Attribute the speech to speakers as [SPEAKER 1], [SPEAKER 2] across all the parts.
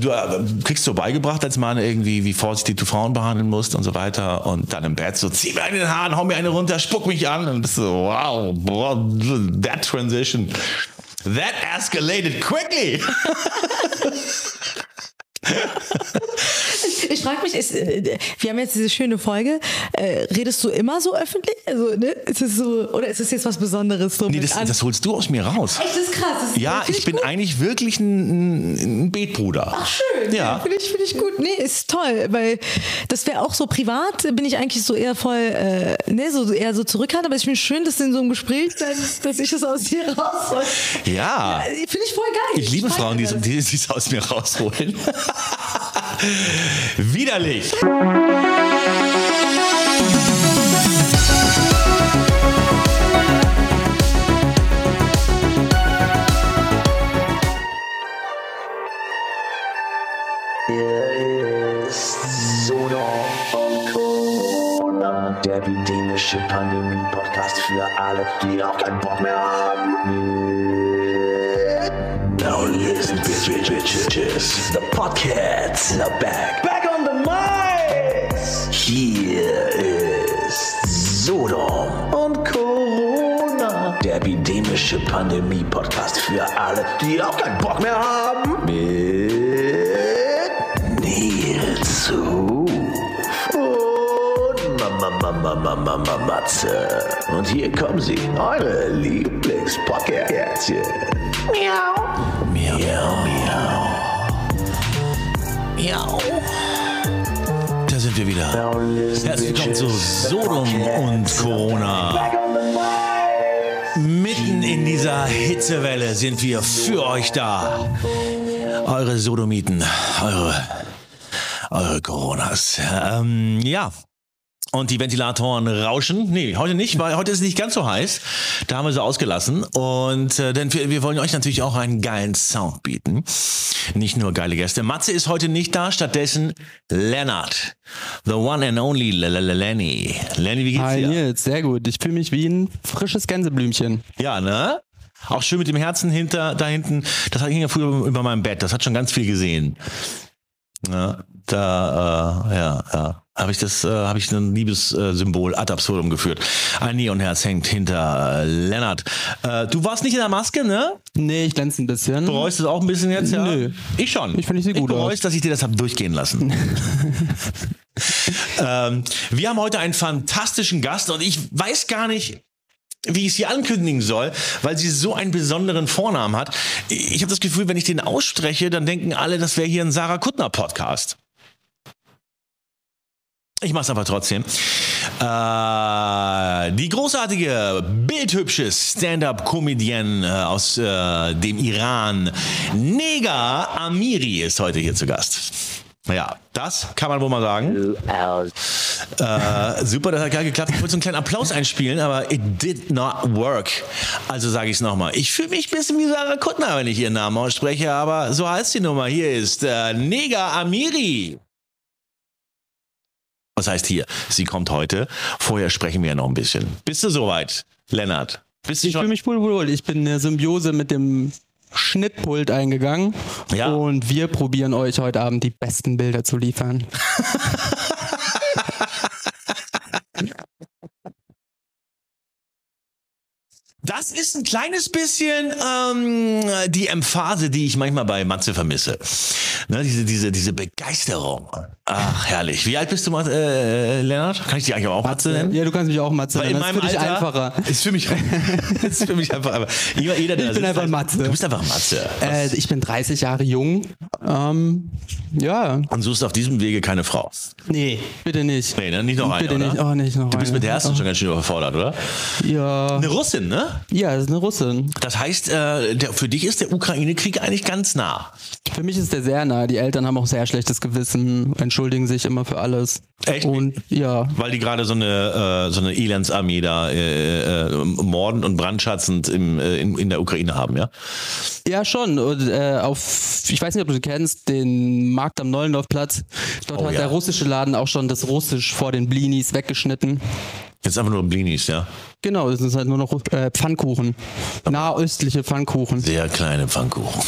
[SPEAKER 1] du äh, kriegst so beigebracht als Mann irgendwie, wie vorsichtig du Frauen behandeln musst und so weiter. Und dann im Bett so, zieh mir einen den Haaren, hau mir eine runter, spuck mich an. Und bist so, wow, boah, that transition. That escalated quickly.
[SPEAKER 2] ich frage mich, ist, äh, wir haben jetzt diese schöne Folge. Äh, redest du immer so öffentlich? Also, ne? Ist es so, oder ist es jetzt was Besonderes? So
[SPEAKER 1] Nee,
[SPEAKER 2] mit
[SPEAKER 1] das,
[SPEAKER 2] an-
[SPEAKER 1] das holst du aus mir raus.
[SPEAKER 2] Echt, das ist krass. Das
[SPEAKER 1] Ja,
[SPEAKER 2] das find
[SPEAKER 1] ich bin
[SPEAKER 2] gut.
[SPEAKER 1] eigentlich wirklich ein, ein Beetbruder.
[SPEAKER 2] Ach, schön.
[SPEAKER 1] Ja.
[SPEAKER 2] Finde ich, find ich gut. Nee, ist toll, weil das wäre auch so privat, bin ich eigentlich so eher voll, äh, ne, so eher so zurückhaltend, aber ich finde schön, dass in so einem Gespräch, dann, dass ich das aus dir rausholt.
[SPEAKER 1] Ja.
[SPEAKER 2] Finde ich voll geil.
[SPEAKER 1] Ich liebe
[SPEAKER 2] feier
[SPEAKER 1] Frauen, die
[SPEAKER 2] das.
[SPEAKER 1] die- die es aus mir rausholen. Widerlich.
[SPEAKER 3] Er ist Soda Corona, der epidemische Pandemie-Podcast für alle, die auch keinen Bock mehr haben. Now listen, bitch, bitch, bitch, bitches. The Podcasts are back. Back on the mics! Hier ist Sodom und Corona, der epidemische Pandemie-Podcast für alle, die auch keinen Bock mehr haben. Mit Nils Ruf und Mama, Mama, Mama, Mama, Matze. Und hier kommen sie, eure Lieblings-Podcastchen. Miau. Miau, miau.
[SPEAKER 1] Da sind wir wieder. Herzlich willkommen zu Sodom und Corona. Mitten in dieser Hitzewelle sind wir für euch da. Eure Sodomiten, eure, eure Coronas. Ähm, ja. Und die Ventilatoren rauschen. Nee, heute nicht, weil heute ist es nicht ganz so heiß. Da haben wir sie ausgelassen. Und äh, denn wir, wir wollen euch natürlich auch einen geilen Sound bieten. Nicht nur geile Gäste. Matze ist heute nicht da, stattdessen Lennart. The one and only L- L- L- Lenny. Lenny, wie geht's
[SPEAKER 4] Hi
[SPEAKER 1] dir?
[SPEAKER 4] Nils, sehr gut. Ich fühle mich wie ein frisches Gänseblümchen.
[SPEAKER 1] Ja, ne? Auch schön mit dem Herzen hinter, da hinten. Das hing ja früher über meinem Bett. Das hat schon ganz viel gesehen. Ne? Da, äh, ja, ja. Habe ich das, äh, habe ich ein Liebessymbol ad absurdum geführt. Ein Neonherz hängt hinter äh, Lennart. Äh, du warst nicht in der Maske, ne?
[SPEAKER 4] Nee, ich glänze ein bisschen.
[SPEAKER 1] Bereust du es auch ein bisschen jetzt, ja?
[SPEAKER 4] Nö.
[SPEAKER 1] Ich schon.
[SPEAKER 4] Ich finde, sie
[SPEAKER 1] Ich
[SPEAKER 4] gut
[SPEAKER 1] bereue
[SPEAKER 4] aus.
[SPEAKER 1] es, dass ich dir das hab durchgehen lassen. ähm, wir haben heute einen fantastischen Gast und ich weiß gar nicht, wie ich sie ankündigen soll, weil sie so einen besonderen Vornamen hat. Ich habe das Gefühl, wenn ich den ausspreche, dann denken alle, das wäre hier ein Sarah Kuttner Podcast. Ich mach's aber trotzdem. Äh, die großartige, bildhübsche Stand-up-Comedienne äh, aus äh, dem Iran, Nega Amiri, ist heute hier zu Gast. Ja, das kann man wohl mal sagen. Äh, super, das hat geil geklappt. Ich wollte so einen kleinen Applaus einspielen, aber it did not work. Also sage ich es nochmal. Ich fühle mich ein bisschen wie Sarah Kuttner, wenn ich ihren Namen ausspreche, aber so heißt die Nummer. Hier ist äh, Nega Amiri. Was heißt hier? Sie kommt heute. Vorher sprechen wir ja noch ein bisschen. Bist du soweit, Lennart? Bist du
[SPEAKER 4] Ich fühle
[SPEAKER 1] schon?
[SPEAKER 4] mich wohl, wohl. wohl. Ich bin eine Symbiose mit dem Schnittpult eingegangen.
[SPEAKER 1] Ja.
[SPEAKER 4] Und wir probieren euch heute Abend die besten Bilder zu liefern.
[SPEAKER 1] Das ist ein kleines bisschen ähm, die Emphase, die ich manchmal bei Matze vermisse. Ne, diese, diese, diese Begeisterung. Ach, herrlich. Wie alt bist du, Mat- äh, Lennart? Kann ich dich eigentlich auch Matze nennen?
[SPEAKER 4] Ja, du kannst mich auch Matze
[SPEAKER 1] Weil in
[SPEAKER 4] nennen.
[SPEAKER 1] meinem
[SPEAKER 4] Das ist für dich
[SPEAKER 1] Alter
[SPEAKER 4] einfacher.
[SPEAKER 1] ist für mich ist für mich einfach. Aber jeder, jeder, der da
[SPEAKER 4] Ich bin
[SPEAKER 1] sitzt,
[SPEAKER 4] einfach
[SPEAKER 1] weiß,
[SPEAKER 4] Matze.
[SPEAKER 1] Du bist einfach Matze.
[SPEAKER 4] Äh, ich bin 30 Jahre jung. Ähm, ja,
[SPEAKER 1] Und suchst auf diesem Wege keine Frau.
[SPEAKER 4] nee. Bitte nicht.
[SPEAKER 1] Nee, ne? nicht noch eine,
[SPEAKER 4] Bitte
[SPEAKER 1] oder?
[SPEAKER 4] nicht. Oh, nicht noch
[SPEAKER 1] Du bist
[SPEAKER 4] eine.
[SPEAKER 1] mit der ersten schon ganz schön überfordert, oder?
[SPEAKER 4] Ja.
[SPEAKER 1] Eine Russin, ne?
[SPEAKER 4] ja, das ist eine Russin.
[SPEAKER 1] Das heißt, äh, der, für dich ist der Ukraine-Krieg eigentlich ganz nah.
[SPEAKER 4] Für mich ist der sehr nah. Die Eltern haben auch sehr schlechtes Gewissen, entschuldigen sich immer für alles.
[SPEAKER 1] Echt?
[SPEAKER 4] Und ja.
[SPEAKER 1] Weil die gerade so eine, äh, so eine Elendsarmee da äh, äh, mordend und brandschatzend im, äh, in, in der Ukraine haben, ja?
[SPEAKER 4] Ja, schon. Und, äh, auf, ich weiß nicht, ob du kennst, den Markt am Neulendorfplatz. Dort
[SPEAKER 1] Oh
[SPEAKER 4] hat
[SPEAKER 1] ja.
[SPEAKER 4] der russische Laden auch schon das Russisch vor den Blinis weggeschnitten.
[SPEAKER 1] Jetzt einfach nur Blinis, ja?
[SPEAKER 4] Genau, das sind halt nur noch äh, Pfannkuchen. Nahöstliche Pfannkuchen.
[SPEAKER 1] Sehr kleine Pfannkuchen.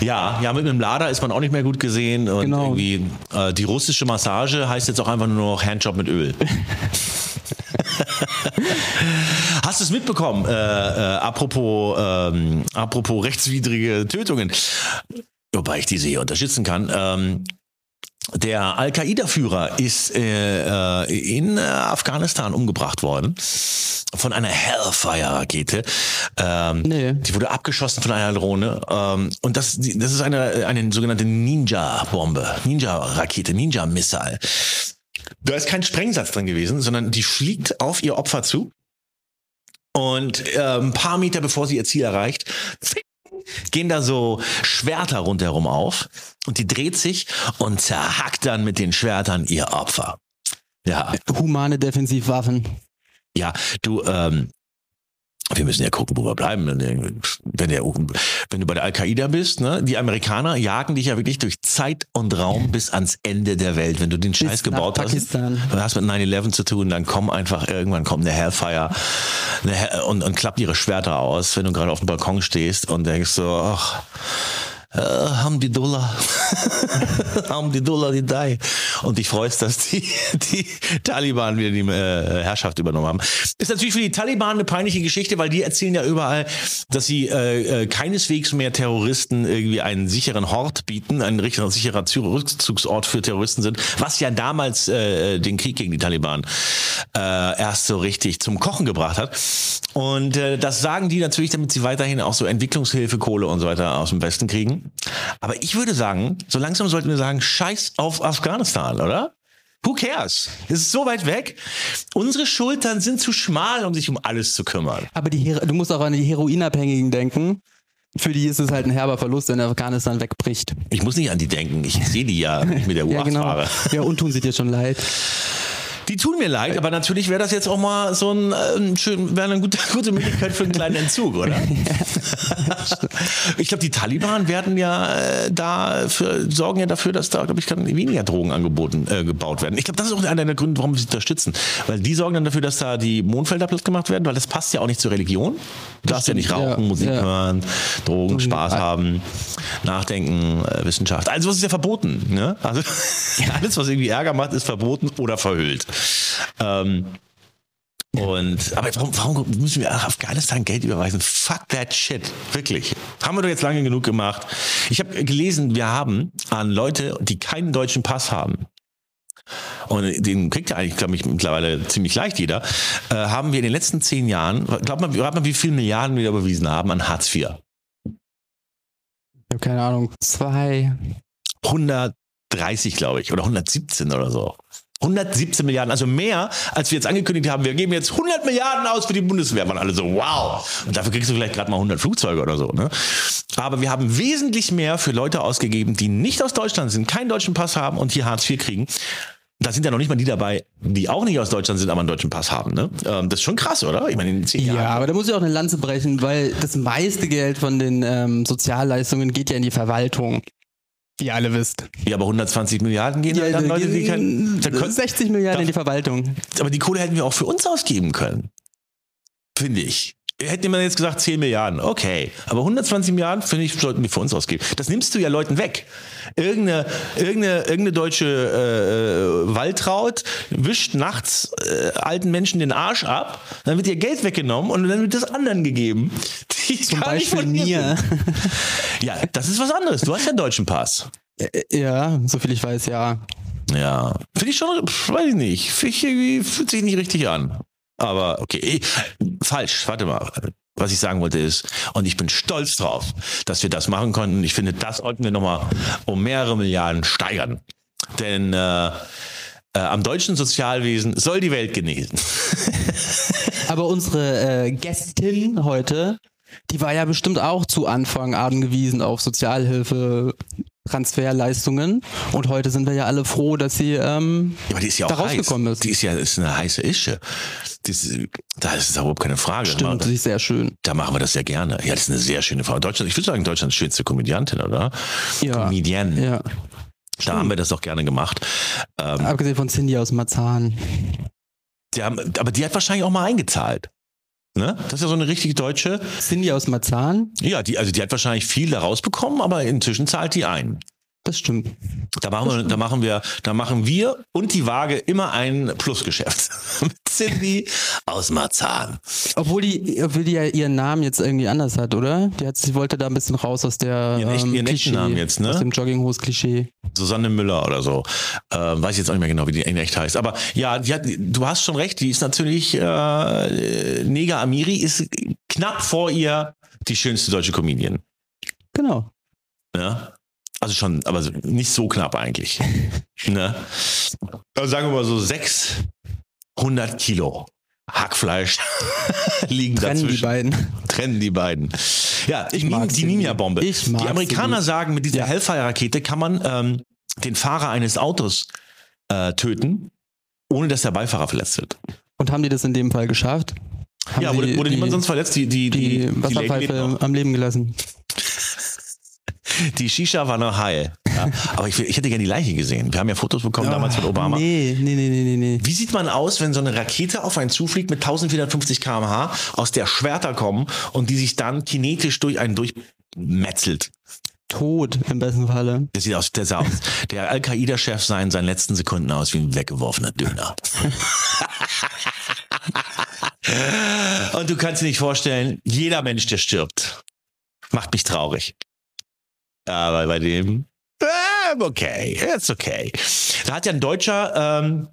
[SPEAKER 1] Ja, ja, mit einem Lader ist man auch nicht mehr gut gesehen. Und
[SPEAKER 4] Genau.
[SPEAKER 1] irgendwie äh, die russische Massage heißt jetzt auch einfach nur noch Handjob mit Öl. Hast du es mitbekommen? Äh, äh, apropos, ähm, apropos rechtswidrige Tötungen. Wobei ich diese hier unterstützen kann. Ähm, der Al-Qaida-Führer ist äh, äh, in äh, Afghanistan umgebracht worden von einer Hellfire-Rakete. Ähm,
[SPEAKER 4] Nee.
[SPEAKER 1] Die wurde abgeschossen von einer Drohne. Ähm, und das, die- das ist eine, eine sogenannte Ninja-Bombe, Ninja-Rakete, Ninja-Missile. Da ist kein Sprengsatz drin gewesen, sondern die fliegt auf ihr Opfer zu. Und äh, ein paar Meter bevor sie ihr Ziel erreicht, gehen da so Schwerter rundherum auf und die dreht sich und zerhackt dann mit den Schwertern ihr Opfer. Ja,
[SPEAKER 4] Humane Defensivwaffen.
[SPEAKER 1] ja, du, ähm, wir müssen ja gucken, wo wir bleiben. Wenn der- wenn der- wenn du bei der Al-Qaida bist, ne? die Amerikaner jagen dich ja wirklich durch Zeit und Raum bis ans Ende der Welt. Wenn du den Scheiß
[SPEAKER 4] Bis nach
[SPEAKER 1] gebaut hast,
[SPEAKER 4] Pakistan.
[SPEAKER 1] du hast mit 9-11 zu tun, dann komm einfach, irgendwann kommt eine Hellfire eine Hell und, und klappt ihre Schwerter aus, wenn du gerade auf dem Balkon stehst und denkst so, ach, äh, haben die Dollar, haben die Dollar die Dai. Und dich freust, dass die, die Taliban wieder die äh, Herrschaft übernommen haben. Ist natürlich für die Taliban eine peinliche Geschichte, weil die erzählen ja überall, dass sie äh, äh, keineswegs mehr Terroristen irgendwie einen sicheren Hort bieten, ein richtiger sicherer Zü- Rückzugsort für Terroristen sind, was ja damals äh, den Krieg gegen die Taliban äh, erst so richtig zum Kochen gebracht hat. Und äh, das sagen die natürlich, damit sie weiterhin auch so Entwicklungshilfe, Kohle und so weiter aus dem Westen kriegen. Aber ich würde sagen, so langsam sollten wir sagen, scheiß auf Afghanistan, oder? Who cares? Es ist so weit weg. Unsere Schultern sind zu schmal, um sich um alles zu kümmern.
[SPEAKER 4] Aber die Hero- du musst auch an die Heroinabhängigen denken. Für die ist es halt ein herber Verlust, wenn Afghanistan wegbricht.
[SPEAKER 1] Ich muss nicht an die denken. Ich sehe die ja, wenn ich mit der U8 fahre.
[SPEAKER 4] Ja, genau. und tun sie dir schon leid.
[SPEAKER 1] Die tun mir leid, aber natürlich wäre das jetzt auch mal so ein, äh, ein schön, wäre eine gute, gute Möglichkeit für einen kleinen Entzug, oder? ich glaube, die Taliban werden ja äh, da für, sorgen ja dafür, dass da, glaube ich, kann weniger Drogen angeboten äh, gebaut werden. Ich glaube, das ist auch einer der Gründe, warum wir sie unterstützen. Weil die sorgen dann dafür, dass da die Mondfelder platt gemacht werden, weil das passt ja auch nicht zur Religion. Du darfst ja nicht
[SPEAKER 4] stimmt, ja.
[SPEAKER 1] rauchen, Musik
[SPEAKER 4] Ja.
[SPEAKER 1] hören, Drogen, Spaß
[SPEAKER 4] Ah.
[SPEAKER 1] haben, Nachdenken, äh, Wissenschaft. Also was ist ja verboten. Ne? Also alles, was irgendwie Ärger macht, ist verboten oder verhüllt. Ähm, und aber warum, warum müssen wir nach Afghanistan Geld überweisen? Fuck that shit, wirklich. Haben wir doch jetzt lange genug gemacht. Ich habe gelesen, wir haben an Leute, die keinen deutschen Pass haben, und den kriegt ja eigentlich, glaube ich, mittlerweile ziemlich leicht jeder, äh, haben wir in den letzten zehn Jahren, glaubt man, glaubt man, wie viele Milliarden wir überwiesen haben an Hartz IV?
[SPEAKER 4] Ich habe keine Ahnung. Zwei.
[SPEAKER 1] 130, glaube ich, oder 117 oder so. 117 Milliarden, also mehr, als wir jetzt angekündigt haben. Wir geben jetzt 100 Milliarden aus für die Bundeswehr. Waren alle so, wow. Und dafür kriegst du vielleicht gerade mal 100 Flugzeuge oder so. Ne? Aber wir haben wesentlich mehr für Leute ausgegeben, die nicht aus Deutschland sind, keinen deutschen Pass haben und hier Hartz IV kriegen. Da sind ja noch nicht mal die dabei, die auch nicht aus Deutschland sind, aber einen deutschen Pass haben. Ne? Ähm, das ist schon krass, oder? Ich meine, in zehn
[SPEAKER 4] Ja,
[SPEAKER 1] Jahren.
[SPEAKER 4] aber da muss ich auch eine Lanze brechen, weil das meiste Geld von den ähm, Sozialleistungen geht ja in die Verwaltung. Wie ihr alle wisst.
[SPEAKER 1] Ja, aber 120 Milliarden
[SPEAKER 4] Genau,
[SPEAKER 1] gehen halt an Leute, die keinen. Da können-
[SPEAKER 4] 60 Milliarden in die Verwaltung.
[SPEAKER 1] aber die Kohle hätten wir auch für uns ausgeben können. Finde ich. Hätte jemand jetzt gesagt 10 Milliarden, okay. Aber 120 Milliarden, finde ich, sollten wir für uns ausgeben. Das nimmst du ja Leuten weg. Irgendeine, irgendeine, irgendeine deutsche äh, Waltraut wischt nachts äh, alten Menschen den Arsch ab, dann wird ihr Geld weggenommen und dann wird das anderen gegeben. Die
[SPEAKER 4] Zum
[SPEAKER 1] gar nicht
[SPEAKER 4] Beispiel
[SPEAKER 1] von dir
[SPEAKER 4] mir.
[SPEAKER 1] sind. Ja, das ist was anderes. Du hast ja einen deutschen Pass.
[SPEAKER 4] Äh, Ja, soviel ich weiß, ja.
[SPEAKER 1] Ja, finde ich schon, pf, weiß ich nicht, finde ich irgendwie, fühlt sich nicht richtig an. Aber okay, eh, falsch, warte mal. Was ich sagen wollte ist, und ich bin stolz drauf, dass wir das machen konnten. Ich finde, das sollten wir nochmal um mehrere Milliarden steigern. Denn äh, äh, am deutschen Sozialwesen soll die Welt genießen.
[SPEAKER 4] Aber unsere äh, Gästin heute, die war ja bestimmt auch zu Anfang angewiesen auf Sozialhilfe, Transferleistungen. Und heute sind wir ja alle froh, dass sie ähm,
[SPEAKER 1] Ja, aber die ist ja
[SPEAKER 4] da
[SPEAKER 1] auch heiß.
[SPEAKER 4] rausgekommen ist.
[SPEAKER 1] Die ist ja ist eine heiße Ische. Die ist, da ist es überhaupt keine Frage.
[SPEAKER 4] Stimmt, sie ist sehr schön.
[SPEAKER 1] Da machen wir das sehr gerne. Ja, das ist eine sehr schöne Frau. Deutschland, ich würde sagen, Deutschlands schönste Komödiantin, oder?
[SPEAKER 4] Ja.
[SPEAKER 1] Comedienne.
[SPEAKER 4] Ja.
[SPEAKER 1] Da haben wir das auch gerne gemacht. Ähm,
[SPEAKER 4] Abgesehen von Cindy aus Marzahn.
[SPEAKER 1] die haben, aber die hat wahrscheinlich auch mal eingezahlt. Ne? Das ist ja so eine richtige deutsche.
[SPEAKER 4] Cindy aus Marzahn,
[SPEAKER 1] Ja, die, also die hat wahrscheinlich viel da rausbekommen, aber inzwischen zahlt die ein.
[SPEAKER 4] das stimmt.
[SPEAKER 1] Da machen wir, da machen wir, da machen wir und die Waage immer ein Plusgeschäft. Mit Cindy aus Marzahn.
[SPEAKER 4] Obwohl die, obwohl die ja ihren Namen jetzt irgendwie anders hat, oder? Die, hat, sie wollte da ein bisschen raus aus der
[SPEAKER 1] Ihren echten-
[SPEAKER 4] ähm,
[SPEAKER 1] ihren echten
[SPEAKER 4] Klischee,
[SPEAKER 1] Namen jetzt, ne?
[SPEAKER 4] Aus dem Jogginghose-Klischee.
[SPEAKER 1] Susanne Müller oder so. Äh, weiß ich jetzt auch nicht mehr genau, wie die in echt heißt. Aber ja, die hat, du hast schon recht, die ist natürlich, äh, Nega Amiri ist knapp vor ihr die schönste deutsche Comedian.
[SPEAKER 4] Genau.
[SPEAKER 1] Ne? Also schon, aber so- nicht so knapp eigentlich. ne? also sagen wir mal so 600 Kilo Hackfleisch liegen
[SPEAKER 4] Trennen
[SPEAKER 1] dazwischen.
[SPEAKER 4] die beiden.
[SPEAKER 1] Trennen die beiden. Ja, ich
[SPEAKER 4] mag
[SPEAKER 1] die
[SPEAKER 4] sie
[SPEAKER 1] Ninja-Bombe.
[SPEAKER 4] nicht. Ich mag
[SPEAKER 1] Die
[SPEAKER 4] sie
[SPEAKER 1] Amerikaner
[SPEAKER 4] nicht.
[SPEAKER 1] sagen, mit dieser
[SPEAKER 4] Ja.
[SPEAKER 1] Hellfire-Rakete kann man ähm, den Fahrer eines Autos äh, töten, ohne dass der Beifahrer verletzt wird.
[SPEAKER 4] Und haben die das in dem Fall geschafft? Haben
[SPEAKER 1] ja, wurde,
[SPEAKER 4] die-
[SPEAKER 1] wurde niemand
[SPEAKER 4] die-
[SPEAKER 1] sonst verletzt? Die, die, die,
[SPEAKER 4] die,
[SPEAKER 1] die, Lady lebt noch.
[SPEAKER 4] Wasserpfeife am Leben gelassen.
[SPEAKER 1] Die Shisha war noch high. Ja. Aber ich, will- ich hätte gerne die Leiche gesehen. Wir haben ja Fotos bekommen damals von Obama.
[SPEAKER 4] Nee, nee, nee, nee, nee, nee.
[SPEAKER 1] Wie sieht man aus, wenn so eine Rakete auf einen zufliegt mit 1450 km/h, aus der Schwerter kommen und die sich dann kinetisch durch einen durchmetzelt?
[SPEAKER 4] Tot im besten Falle.
[SPEAKER 1] Der sieht aus, der sah aus. Der Al-Qaida-Chef sah in seinen letzten Sekunden aus wie ein weggeworfener Döner. und du kannst dir nicht vorstellen, jeder Mensch, der stirbt, macht mich traurig. Aber bei dem, ähm, okay, ist okay. Da hat ja ein Deutscher, ähm,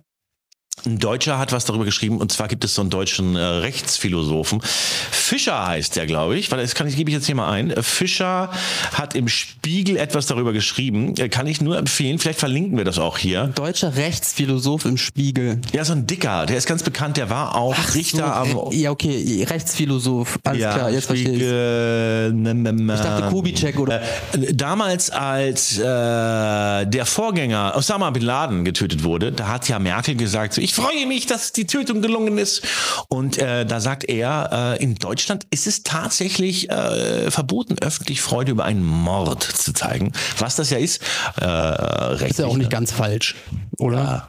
[SPEAKER 1] ein Deutscher hat was darüber geschrieben, und zwar gibt es so einen deutschen äh, Rechtsphilosophen. Fischer heißt der, glaube ich. Warte, Das kann ich, gebe ich jetzt hier mal ein. Äh, Fischer hat im Spiegel etwas darüber geschrieben. Äh, Kann ich nur empfehlen. Vielleicht verlinken wir das auch hier.
[SPEAKER 4] Deutscher Rechtsphilosoph im Spiegel.
[SPEAKER 1] Ja, so ein Dicker, der ist ganz bekannt, der war auch Richter
[SPEAKER 4] So,
[SPEAKER 1] am.
[SPEAKER 4] äh, ja, okay, Rechtsphilosoph. Alles klar, jetzt verstehe ich.
[SPEAKER 1] Spiegel, ich.
[SPEAKER 4] Ich dachte Kubitschek oder-
[SPEAKER 1] ne, Äh, damals, als äh, der Vorgänger Osama Bin Laden getötet wurde, da hat ja Merkel gesagt, so, ich freue mich, dass die Tötung gelungen ist. Und äh, da sagt er, äh, in Deutschland ist es tatsächlich äh, verboten, öffentlich Freude über einen Mord zu zeigen. Was das ja ist, äh, rechtlich.
[SPEAKER 4] Ist ja auch nicht ganz falsch, oder?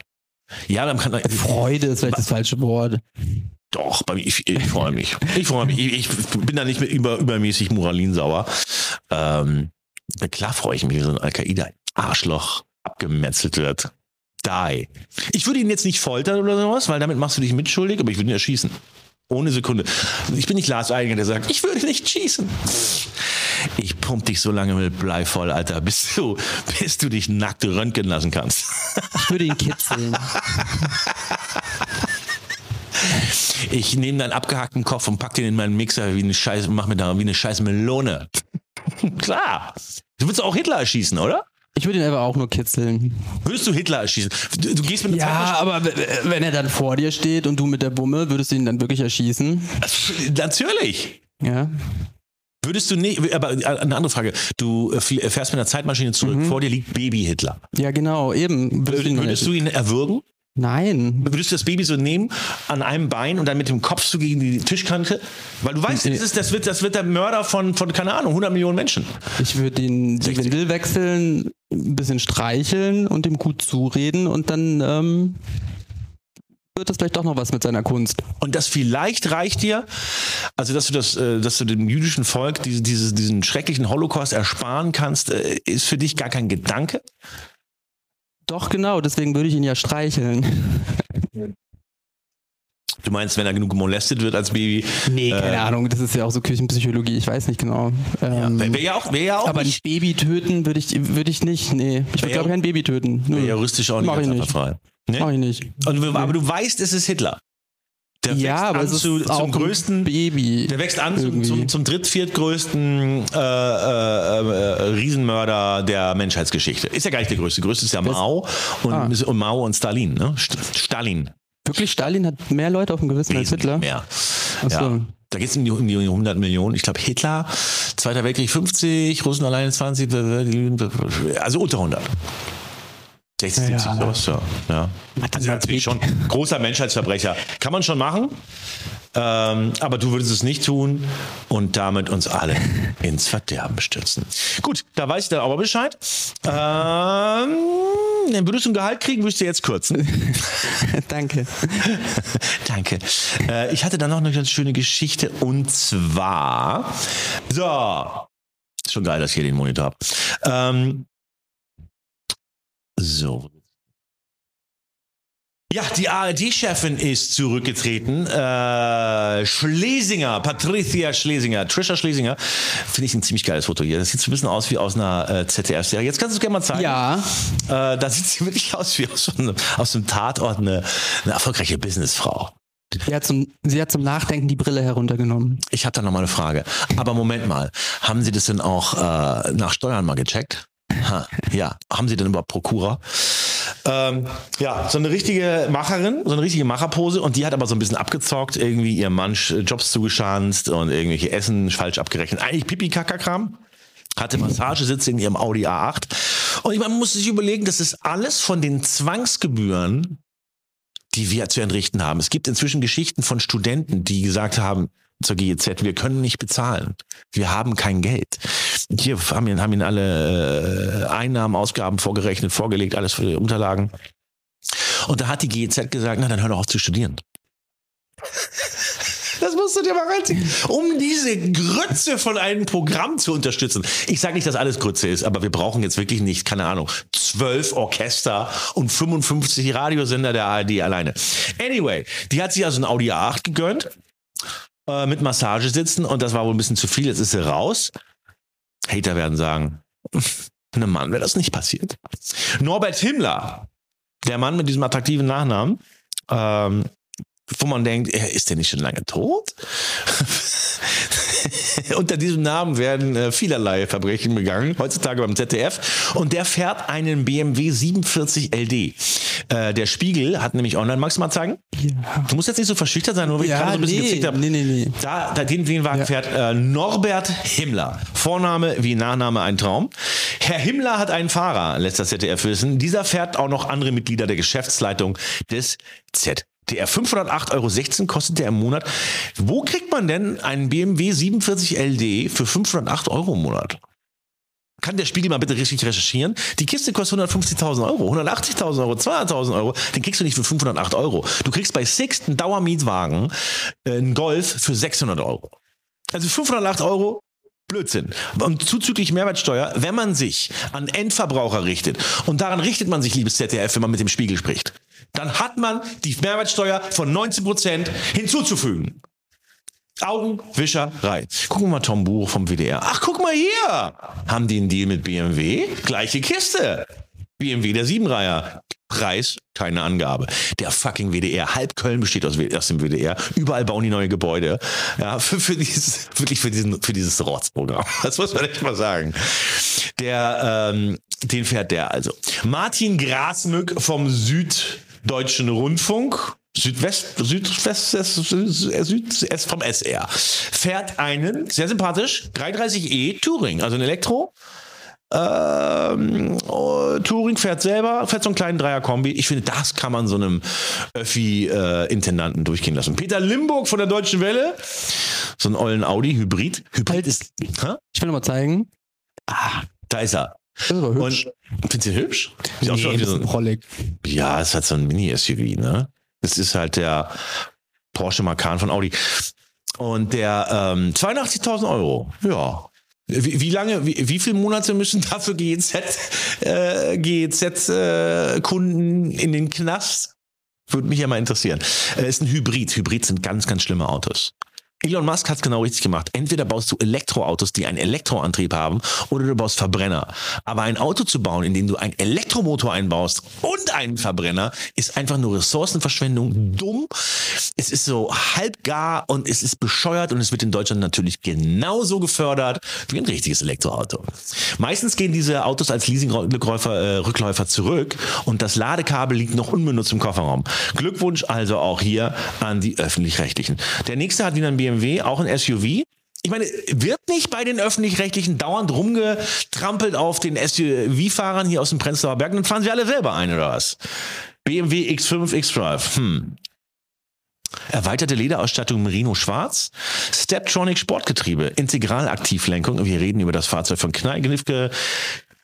[SPEAKER 1] Ja, dann kann
[SPEAKER 4] Freude ist vielleicht das falsche Wort.
[SPEAKER 1] Doch, bei mir, ich, ich freue mich. Ich freue mich. Ich, ich bin da nicht mehr über, übermäßig moralinsauer. Ähm, na klar freue ich mich, wenn so ein Al-Qaida-Arschloch abgemetzelt wird. Die. Ich würde ihn jetzt nicht foltern oder sowas, weil damit machst du dich mitschuldig, aber ich würde ihn erschießen. Ohne Sekunde. Ich bin nicht Lars Eidinger, der sagt, ich würde nicht schießen. Ich pump dich so lange mit Blei voll, Alter, bis du, bis du dich nackt röntgen lassen kannst.
[SPEAKER 4] Ich würde ihn kitzeln.
[SPEAKER 1] Ich nehme deinen abgehackten Kopf und pack den in meinen Mixer wie eine Scheiß, mach mir da wie eine scheiß Melone. Klar. Du würdest auch Hitler erschießen, oder?
[SPEAKER 4] Ich würde ihn aber auch nur kitzeln.
[SPEAKER 1] Würdest du Hitler erschießen? Du, du gehst mit einer
[SPEAKER 4] Ja, aber w- w- wenn er dann vor dir steht und du mit der Bumme, würdest du ihn dann wirklich erschießen?
[SPEAKER 1] Zeitmaschine- Natürlich.
[SPEAKER 4] Ja.
[SPEAKER 1] Würdest du nicht, aber äh, eine andere Frage. Du äh, fl- fährst mit einer Zeitmaschine zurück, vor dir liegt Baby Hitler.
[SPEAKER 4] Ja, genau, eben. Würdest du ihn
[SPEAKER 1] Würdest,
[SPEAKER 4] dann
[SPEAKER 1] würdest du ihn erwürgen?
[SPEAKER 4] erschießen? Nein.
[SPEAKER 1] Würdest du das Baby so nehmen an einem Bein und dann mit dem Kopf so gegen die Tischkante? Weil du weißt, das, ist, das, wird, das wird der Mörder von, von, keine Ahnung, 100 Millionen Menschen.
[SPEAKER 4] Ich würde ihn die
[SPEAKER 1] 60.
[SPEAKER 4] Windel wechseln, ein bisschen streicheln und ihm gut zureden und dann ähm, wird das vielleicht doch noch was mit seiner Kunst.
[SPEAKER 1] Und das vielleicht reicht dir, also dass du das, äh, dass du dem jüdischen Volk diese, diese, diesen schrecklichen Holocaust ersparen kannst, äh, ist für dich gar kein Gedanke.
[SPEAKER 4] Doch, genau, deswegen würde ich ihn ja streicheln.
[SPEAKER 1] Du meinst, wenn er genug molestet wird als Baby,
[SPEAKER 4] Nee, keine
[SPEAKER 1] Äh.
[SPEAKER 4] Ahnung, das ist ja auch so Kirchenpsychologie, ich weiß nicht genau. Ähm,
[SPEAKER 1] wäre wär ja auch, wär ja auch
[SPEAKER 4] aber ein
[SPEAKER 1] nicht,
[SPEAKER 4] Baby töten würde ich, würd ich nicht, nee. Ich
[SPEAKER 1] Wär-
[SPEAKER 4] würde, glaube ich, kein Baby töten. Nö,
[SPEAKER 1] wär juristisch auch nicht
[SPEAKER 4] Mach
[SPEAKER 1] ganz
[SPEAKER 4] ich nicht.
[SPEAKER 1] einfach frei. ne?
[SPEAKER 4] mach ich nicht.
[SPEAKER 1] Und, du- aber du weißt, es ist Hitler. Der wächst
[SPEAKER 4] Ja, aber
[SPEAKER 1] an
[SPEAKER 4] es ist
[SPEAKER 1] zu,
[SPEAKER 4] auch
[SPEAKER 1] zum
[SPEAKER 4] ein
[SPEAKER 1] größten
[SPEAKER 4] Baby.
[SPEAKER 1] Der wächst an zum,
[SPEAKER 4] Irgendwie.
[SPEAKER 1] zum, zum dritt-, viertgrößten äh, äh, äh, Riesenmörder der Menschheitsgeschichte. Ist ja gar nicht der größte. Der größte ist ja Mao und,
[SPEAKER 4] Ah.
[SPEAKER 1] und Mao und Stalin. Ne? St Stalin.
[SPEAKER 4] Wirklich, Stalin hat mehr Leute auf dem Gewissen als
[SPEAKER 1] Wesentlich
[SPEAKER 4] Hitler.
[SPEAKER 1] Mehr.
[SPEAKER 4] Ach so.
[SPEAKER 1] Ja. Da geht es um die, um die 100 Millionen. Ich glaube, Hitler, Zweiter Weltkrieg 50, Russen alleine 20, blablabla, die Juden, blablabla. also unter 100. 60,
[SPEAKER 4] Ja, ja.
[SPEAKER 1] 70, sowas, ja. ja. Also natürlich schon großer Menschheitsverbrecher. Kann man schon machen, ähm, aber du würdest es nicht tun und damit uns alle ins Verderben stürzen. Gut, da weiß ich dann aber Bescheid. Ähm, Dann würdest du ein Gehalt kriegen, würdest du jetzt kürzen.
[SPEAKER 4] Danke.
[SPEAKER 1] Danke. Äh, ich hatte dann noch eine ganz schöne Geschichte und zwar. So. Ist schon geil, dass ich hier den Monitor habe. Ähm, so. Ja, die ARD-Chefin ist zurückgetreten. Äh, Schlesinger, Patricia Schlesinger, Trisha Schlesinger. Finde ich ein ziemlich geiles Foto hier. Das sieht so ein bisschen aus wie aus einer äh, ZDF-Serie. Jetzt kannst du es gerne mal zeigen.
[SPEAKER 4] Ja.
[SPEAKER 1] Äh, da sieht sie wirklich aus wie aus so einem, aus einem Tatort eine, eine erfolgreiche Businessfrau.
[SPEAKER 4] Sie hat, zum, sie hat zum Nachdenken die Brille heruntergenommen.
[SPEAKER 1] Ich habe da nochmal eine Frage. Aber Moment mal, haben Sie das denn auch äh, nach Steuern mal gecheckt? Ha, ja, haben Sie denn überhaupt Prokura? Ähm, ja, so eine richtige Macherin, so eine richtige Macherpose und die hat aber so ein bisschen abgezockt, irgendwie ihrem Mann Sch- Jobs zugeschanzt und irgendwelche Essen falsch abgerechnet. Eigentlich Pipi-Kacker-Kram. Hatte Massagesitze in ihrem Audi A8. Und ich meine, man muss sich überlegen, das ist alles von den Zwangsgebühren die wir zu entrichten haben. Es gibt inzwischen Geschichten von Studenten, die gesagt haben zur GEZ, wir können nicht bezahlen. Wir haben kein Geld. Hier haben ihnen, haben ihnen alle äh, Einnahmen, Ausgaben vorgerechnet, vorgelegt, alles für die Unterlagen. Und da hat die GEZ gesagt, na dann hör doch auf zu studieren. Das musst du dir mal reinziehen. Um diese Grütze von einem Programm zu unterstützen. Ich sage nicht, dass alles Grütze ist, aber wir brauchen jetzt wirklich nicht, keine Ahnung, zwölf Orchester und 55 Radiosender der ARD alleine. Anyway, die hat sich also ein Audi A8 gegönnt, äh, mit Massage sitzen und das war wohl ein bisschen zu viel. Jetzt ist sie raus. Hater werden sagen, ne Mann, wäre das nicht passiert. Norbert Himmler, der Mann mit diesem attraktiven Nachnamen, ähm, wo man denkt, äh, ist der nicht schon lange tot? Unter diesem Namen werden äh, vielerlei Verbrechen begangen, heutzutage beim ZDF. Und der fährt einen BMW 47 LD. Äh, der Spiegel hat nämlich online, magst du mal zeigen? Du musst jetzt nicht so verschüchtert sein, nur weil ich gerade so ein bisschen gezickt habe.
[SPEAKER 4] nee, nee, nee.
[SPEAKER 1] Da, da den, den Wagen
[SPEAKER 4] Ja.
[SPEAKER 1] fährt äh, Norbert Himmler. Vorname wie Nachname ein Traum. Herr Himmler hat einen Fahrer, lässt das ZDF wissen. Dieser fährt auch noch andere Mitglieder der Geschäftsleitung des ZDF. 508,16 Euro kostet der im Monat. Wo kriegt man denn einen BMW 47 LD für 508 Euro im Monat? Kann der Spiegel mal bitte richtig recherchieren? Die Kiste kostet 150.000 Euro, 180.000 Euro, 200.000 Euro. Den kriegst du nicht für 508 Euro. Du kriegst bei Sixt einen Dauermietwagen, äh, einen Golf für 600 Euro. Also 508 Euro, Blödsinn. Und zuzüglich Mehrwertsteuer, wenn man sich an Endverbraucher richtet, und daran richtet man sich, liebes ZDF, wenn man mit dem Spiegel spricht, dann hat man die Mehrwertsteuer von 19% hinzuzufügen. Augenwischerei. Gucken wir mal Tom Buch vom WDR. Ach, guck mal hier. Haben die einen Deal mit BMW? Gleiche Kiste. BMW der 7-Reiher. Preis, keine Angabe. Der fucking WDR. Halb Köln besteht aus, W- aus dem WDR. Überall bauen die neue Gebäude. Ja, für, für dieses, wirklich für, diesen, für dieses Rotzprogramm. Das muss man echt mal sagen. Der, ähm, den fährt der also. Martin Grasmück vom Süddeutschen Rundfunk. Südwest, Südwest, Süd, Süd, Süd, vom SR, fährt einen, sehr sympathisch, 330e Touring, also ein Elektro. Ähm, oh, Touring fährt selber, fährt so einen kleinen Dreier-Kombi. Ich finde, das kann man so einem Öffi-Intendanten durchgehen lassen. Peter Limburg von der Deutschen Welle, so einen ollen Audi-Hybrid. Hybrid ist, hä?
[SPEAKER 4] Halt- Ich will nochmal zeigen.
[SPEAKER 1] da ist er.
[SPEAKER 4] Das ist aber hübsch.
[SPEAKER 1] Und findest du ihn hübsch? Sieht
[SPEAKER 4] nee,
[SPEAKER 1] aus wie so
[SPEAKER 4] das ist
[SPEAKER 1] ein-
[SPEAKER 4] ein Prollig.
[SPEAKER 1] ja, es hat so ein Mini-SUV, ne? Das ist halt der Porsche Macan von Audi. Und der ähm, 82.000 Euro, ja. Wie, wie lange, wie, wie viele Monate müssen dafür GEZ-Kunden äh, GEZ, äh, Kunden in den Knast? Würde mich ja mal interessieren. Äh, ist ein Hybrid. Hybrid sind ganz, ganz schlimme Autos. Elon Musk hat es genau richtig gemacht. Entweder baust du Elektroautos, die einen Elektroantrieb haben, oder du baust Verbrenner. Aber ein Auto zu bauen, in dem du einen Elektromotor einbaust und einen Verbrenner, ist einfach nur Ressourcenverschwendung, dumm. Es ist so halbgar und es ist bescheuert und es wird in Deutschland natürlich genauso gefördert wie ein richtiges Elektroauto. Meistens gehen diese Autos als Leasingrückläufer äh, Rückläufer zurück und das Ladekabel liegt noch unbenutzt im Kofferraum. Glückwunsch also auch hier an die Öffentlich-Rechtlichen. Der nächste hat wieder einen BMW, auch ein SUV. Ich meine, wird nicht bei den Öffentlich-Rechtlichen dauernd rumgetrampelt auf den SUV-Fahrern hier aus dem Prenzlauer Berg? Dann fahren sie alle selber ein oder was? BMW X5, X5. Hm. Erweiterte Lederausstattung Merino Schwarz, Steptronic Sportgetriebe, Integral Aktivlenkung. Wir reden über das Fahrzeug von Knall, Gnifke,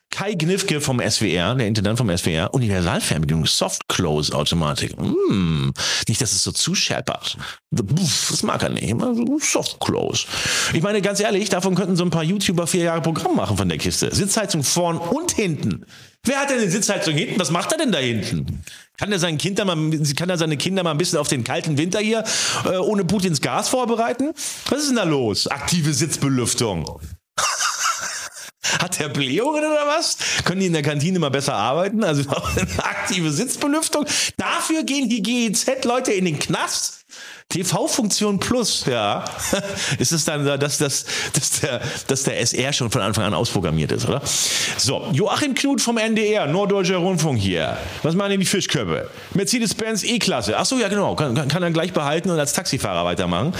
[SPEAKER 1] Kai Gnifke vom SWR, der Intendant vom SWR, Universalfernbedienung, Soft Close Automatik. Mm. Nicht, dass es so zuscheppert. Das mag er nicht. Immer so Soft Close. Ich meine, ganz ehrlich, davon könnten so ein paar YouTuber vier Jahre Programm machen von der Kiste. Sitzheizung vorn und hinten. Wer hat denn eine Sitzheizung hinten? Was macht er denn da hinten? Kann er, sein kind da mal, kann er seine Kinder mal ein bisschen auf den kalten Winter hier äh, ohne Putins Gas vorbereiten? Was ist denn da los? Aktive Sitzbelüftung. Hat der Blähungen oder was? Können die in der Kantine mal besser arbeiten? Also eine aktive Sitzbelüftung. Dafür gehen die GEZ-Leute in den Knast. TV-Funktion Plus, ja. Ist es dann, dass, dass, dass, der, dass der SR schon von Anfang an ausprogrammiert ist, oder? So, Joachim Knut vom NDR, Norddeutscher Rundfunk hier. Was machen denn die Fischköpfe? Mercedes-Benz E-Klasse. Achso, ja genau, kann, kann, kann er gleich behalten und als Taxifahrer weitermachen.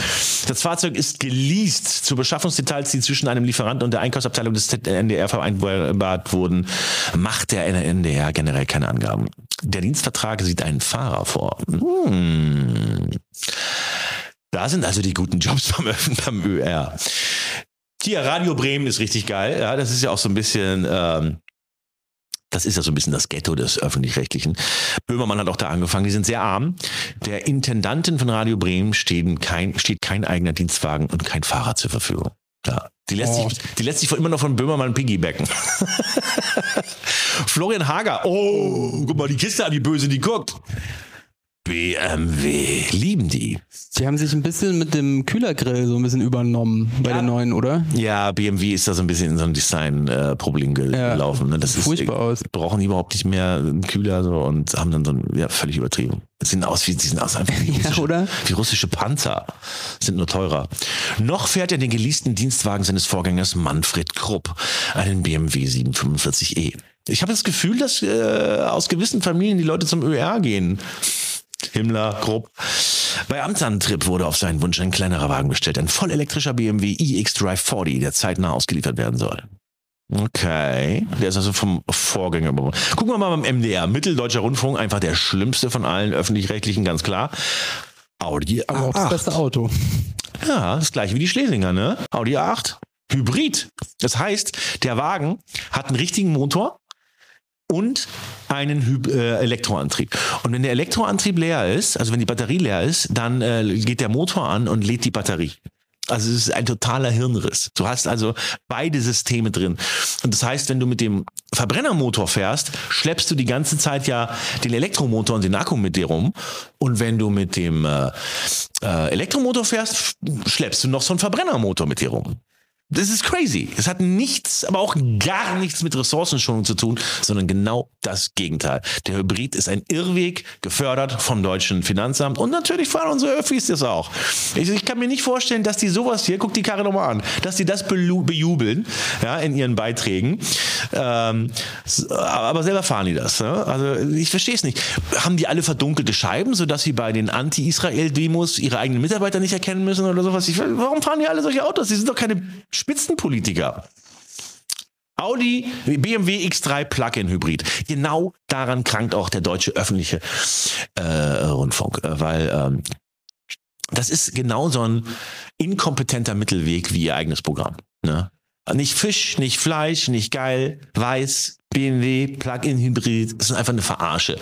[SPEAKER 1] Das Fahrzeug ist geleast zu Beschaffungsdetails, die zwischen einem Lieferanten und der Einkaufsabteilung des NDR vereinbart wurden. Macht der NDR generell keine Angaben. Der Dienstvertrag sieht einen Fahrer vor. Hm. Da sind also die guten Jobs beim, beim ÖR. Hier, Radio Bremen ist richtig geil. Ja, das ist ja auch so ein bisschen, ähm, das ist ja so ein bisschen das Ghetto des Öffentlich-Rechtlichen. Böhmermann hat auch da angefangen. Die sind sehr arm. Der Intendantin von Radio Bremen stehen kein, steht kein eigener Dienstwagen und kein Fahrer zur Verfügung. Ja, die lässt, oh. sich, die lässt sich von immer noch von Böhmermann piggybacken. Florian Hager. Oh, guck mal die Kiste an, die böse, die guckt. BMW, lieben die.
[SPEAKER 4] Die haben sich ein bisschen mit dem Kühlergrill so ein bisschen übernommen bei
[SPEAKER 1] Ja.
[SPEAKER 4] den neuen, oder?
[SPEAKER 1] Ja, BMW ist da so ein bisschen in so ein Design-Problem
[SPEAKER 4] Ja.
[SPEAKER 1] gelaufen. ne? Das ist
[SPEAKER 4] Furchtbar aus.
[SPEAKER 1] brauchen die überhaupt nicht mehr einen Kühler so und haben dann so ein, ja, völlig übertrieben. Sie sehen aus wie, sie sind aus einfach wie
[SPEAKER 4] Ja,
[SPEAKER 1] russische,
[SPEAKER 4] oder?
[SPEAKER 1] wie russische Panzer. Sind nur teurer. Noch fährt er den geleasten Dienstwagen seines Vorgängers Manfred Krupp, einen BMW 745e. E. Ich habe das Gefühl, dass äh, aus gewissen Familien die Leute zum ÖR gehen. Himmler, Krupp. Bei Amtsantrieb wurde auf seinen Wunsch ein kleinerer Wagen bestellt, ein vollelektrischer BMW iX Drive 40, der zeitnah ausgeliefert werden soll. Okay, der ist also vom Vorgänger übernommen. Gucken wir mal beim MDR. Mitteldeutscher Rundfunk, einfach der schlimmste von allen öffentlich-rechtlichen, ganz klar. Audi
[SPEAKER 4] Aber auch das
[SPEAKER 1] 8.
[SPEAKER 4] beste Auto.
[SPEAKER 1] Ja, das gleiche wie die Schlesinger, ne? Audi A8. Hybrid. Das heißt, der Wagen hat einen richtigen Motor und einen Hy äh, Elektroantrieb. Und wenn der Elektroantrieb leer ist, also wenn die Batterie leer ist, dann äh, geht der Motor an und lädt die Batterie. Also es ist ein totaler Hirnriss. Du hast also beide Systeme drin. Und das heißt, wenn du mit dem Verbrennermotor fährst, schleppst du die ganze Zeit ja den Elektromotor und den Akku mit dir rum. Und wenn du mit dem äh, äh, Elektromotor fährst, sch- schleppst du noch so einen Verbrennermotor mit dir rum. Das ist crazy. Es hat nichts, aber auch gar nichts mit Ressourcenschonung zu tun, sondern genau das Gegenteil. Der Hybrid ist ein Irrweg, gefördert vom deutschen Finanzamt und natürlich fahren unsere Öffis das auch. Ich, ich kann mir nicht vorstellen, dass die sowas hier, guck die Karre nochmal an, dass die das belu- bejubeln ja, in ihren Beiträgen. Ähm, s- aber selber fahren die das. Ne? Also ich verstehe es nicht. Haben die alle verdunkelte Scheiben, sodass sie bei den Anti-Israel-Demos ihre eigenen Mitarbeiter nicht erkennen müssen oder sowas? Ich, warum fahren die alle solche Autos? Die sind doch keine Spitzenpolitiker. Audi BMW X3 Plug-in Hybrid. Genau daran krankt auch der deutsche öffentliche äh, Rundfunk, äh, weil ähm, das ist genau so ein inkompetenter Mittelweg wie ihr eigenes Programm. Ne? Nicht Fisch, nicht Fleisch, nicht geil, weiß, BMW, Plug-in-Hybrid. Das ist einfach eine Verarsche.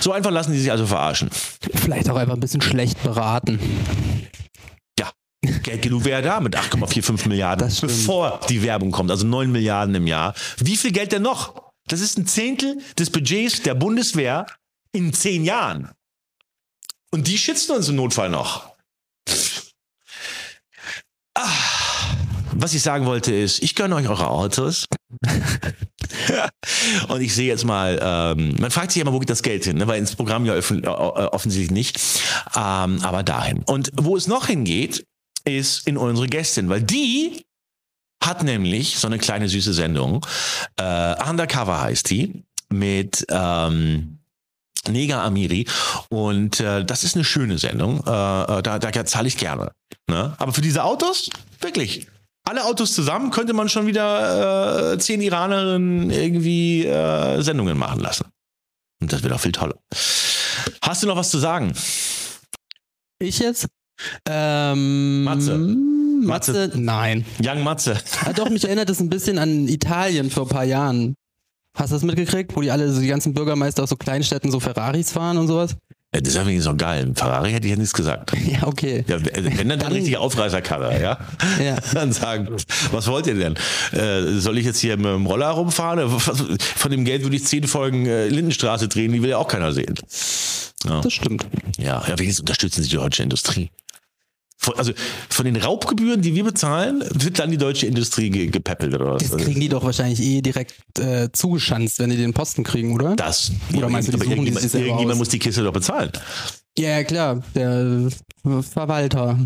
[SPEAKER 1] So einfach lassen die sich also verarschen.
[SPEAKER 4] Vielleicht auch einfach ein bisschen schlecht beraten.
[SPEAKER 1] Geld genug wäre da mit 8,45 Milliarden,
[SPEAKER 4] Das stimmt.
[SPEAKER 1] bevor die Werbung kommt, also 9 Milliarden im Jahr. Wie viel Geld denn noch? Das ist ein Zehntel des Budgets der Bundeswehr in zehn Jahren. Und die schützen uns im Notfall noch. Ah, was ich sagen wollte ist, ich gönne euch eure Autos. Und ich sehe jetzt mal, ähm, man fragt sich immer, wo geht das Geld hin? Ne? Weil ins Programm ja öffn- äh, offensichtlich nicht, ähm, aber dahin. Und wo es noch hingeht, ist in unsere Gästin, weil die hat nämlich so eine kleine süße Sendung. Äh, Undercover heißt die mit ähm, Nega Amiri und äh, das ist eine schöne Sendung. Äh, äh, da da zahle ich gerne. Ne? Aber für diese Autos wirklich. Alle Autos zusammen könnte man schon wieder äh, zehn Iranerinnen irgendwie äh, Sendungen machen lassen. Und das wird auch viel toller. Hast du noch was zu sagen?
[SPEAKER 4] Ich jetzt? Ähm,
[SPEAKER 1] Matze.
[SPEAKER 4] Matze.
[SPEAKER 1] Matze.
[SPEAKER 4] Nein.
[SPEAKER 1] Young Matze.
[SPEAKER 4] Ah, doch, mich erinnert es ein bisschen an Italien vor ein paar Jahren. Hast du das mitgekriegt, wo die alle, so die ganzen Bürgermeister aus so Kleinstädten so Ferraris fahren und sowas?
[SPEAKER 1] Äh, Das ist irgendwie so geil. Ferrari hätte ich ja nichts gesagt.
[SPEAKER 4] Ja, okay.
[SPEAKER 1] Ja, also, wenn dann, dann
[SPEAKER 4] Dann-
[SPEAKER 1] richtig Aufreißerkarre, ja?
[SPEAKER 4] Ja.
[SPEAKER 1] Dann sagen, was wollt ihr denn? Äh, soll ich jetzt hier mit dem Roller rumfahren? Äh, Von dem Geld würde ich zehn Folgen äh, Lindenstraße drehen, die will ja auch keiner sehen.
[SPEAKER 4] Das stimmt.
[SPEAKER 1] Ja, ja wenigstens unterstützen sie die deutsche Industrie. Von, also von den Raubgebühren, die wir bezahlen, wird dann die deutsche Industrie ge gepäppelt oder was?
[SPEAKER 4] Das kriegen die doch wahrscheinlich eh direkt äh, zugeschanzt, wenn die den Posten kriegen, oder?
[SPEAKER 1] das.
[SPEAKER 4] Oder meinst du, die
[SPEAKER 1] Aber
[SPEAKER 4] suchen die
[SPEAKER 1] irgendjemand,
[SPEAKER 4] sich selber
[SPEAKER 1] irgendjemand
[SPEAKER 4] aus?
[SPEAKER 1] muss die Kiste doch bezahlen.
[SPEAKER 4] Ja, ja, klar. Der äh, Verwalter.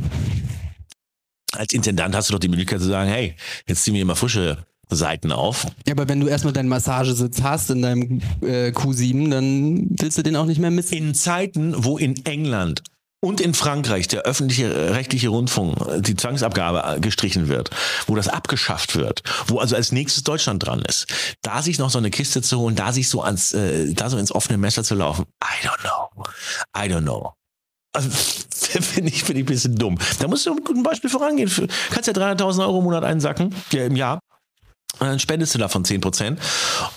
[SPEAKER 1] Als Intendant hast du doch die Möglichkeit zu sagen, hey, jetzt ziehen wir hier mal frische Seiten auf.
[SPEAKER 4] Ja, aber wenn du erstmal deinen Massagesitz hast in deinem äh, Q7, dann willst du den auch nicht mehr missen.
[SPEAKER 1] In Zeiten, wo in England und in Frankreich der öffentliche äh, rechtliche Rundfunk, äh, die Zwangsabgabe äh, gestrichen wird, wo das abgeschafft wird, wo also als nächstes Deutschland dran ist, da sich noch so eine Kiste zu holen, da sich so ans, äh, da so ins offene Messer zu laufen, I don't know, I don't know. Also finde ich, finde ich ein bisschen dumm. Da musst du mit gutem Beispiel vorangehen. Für- Kannst ja 300.000 Euro im Monat einsacken, ja, im Jahr. Und dann spendest du davon 10%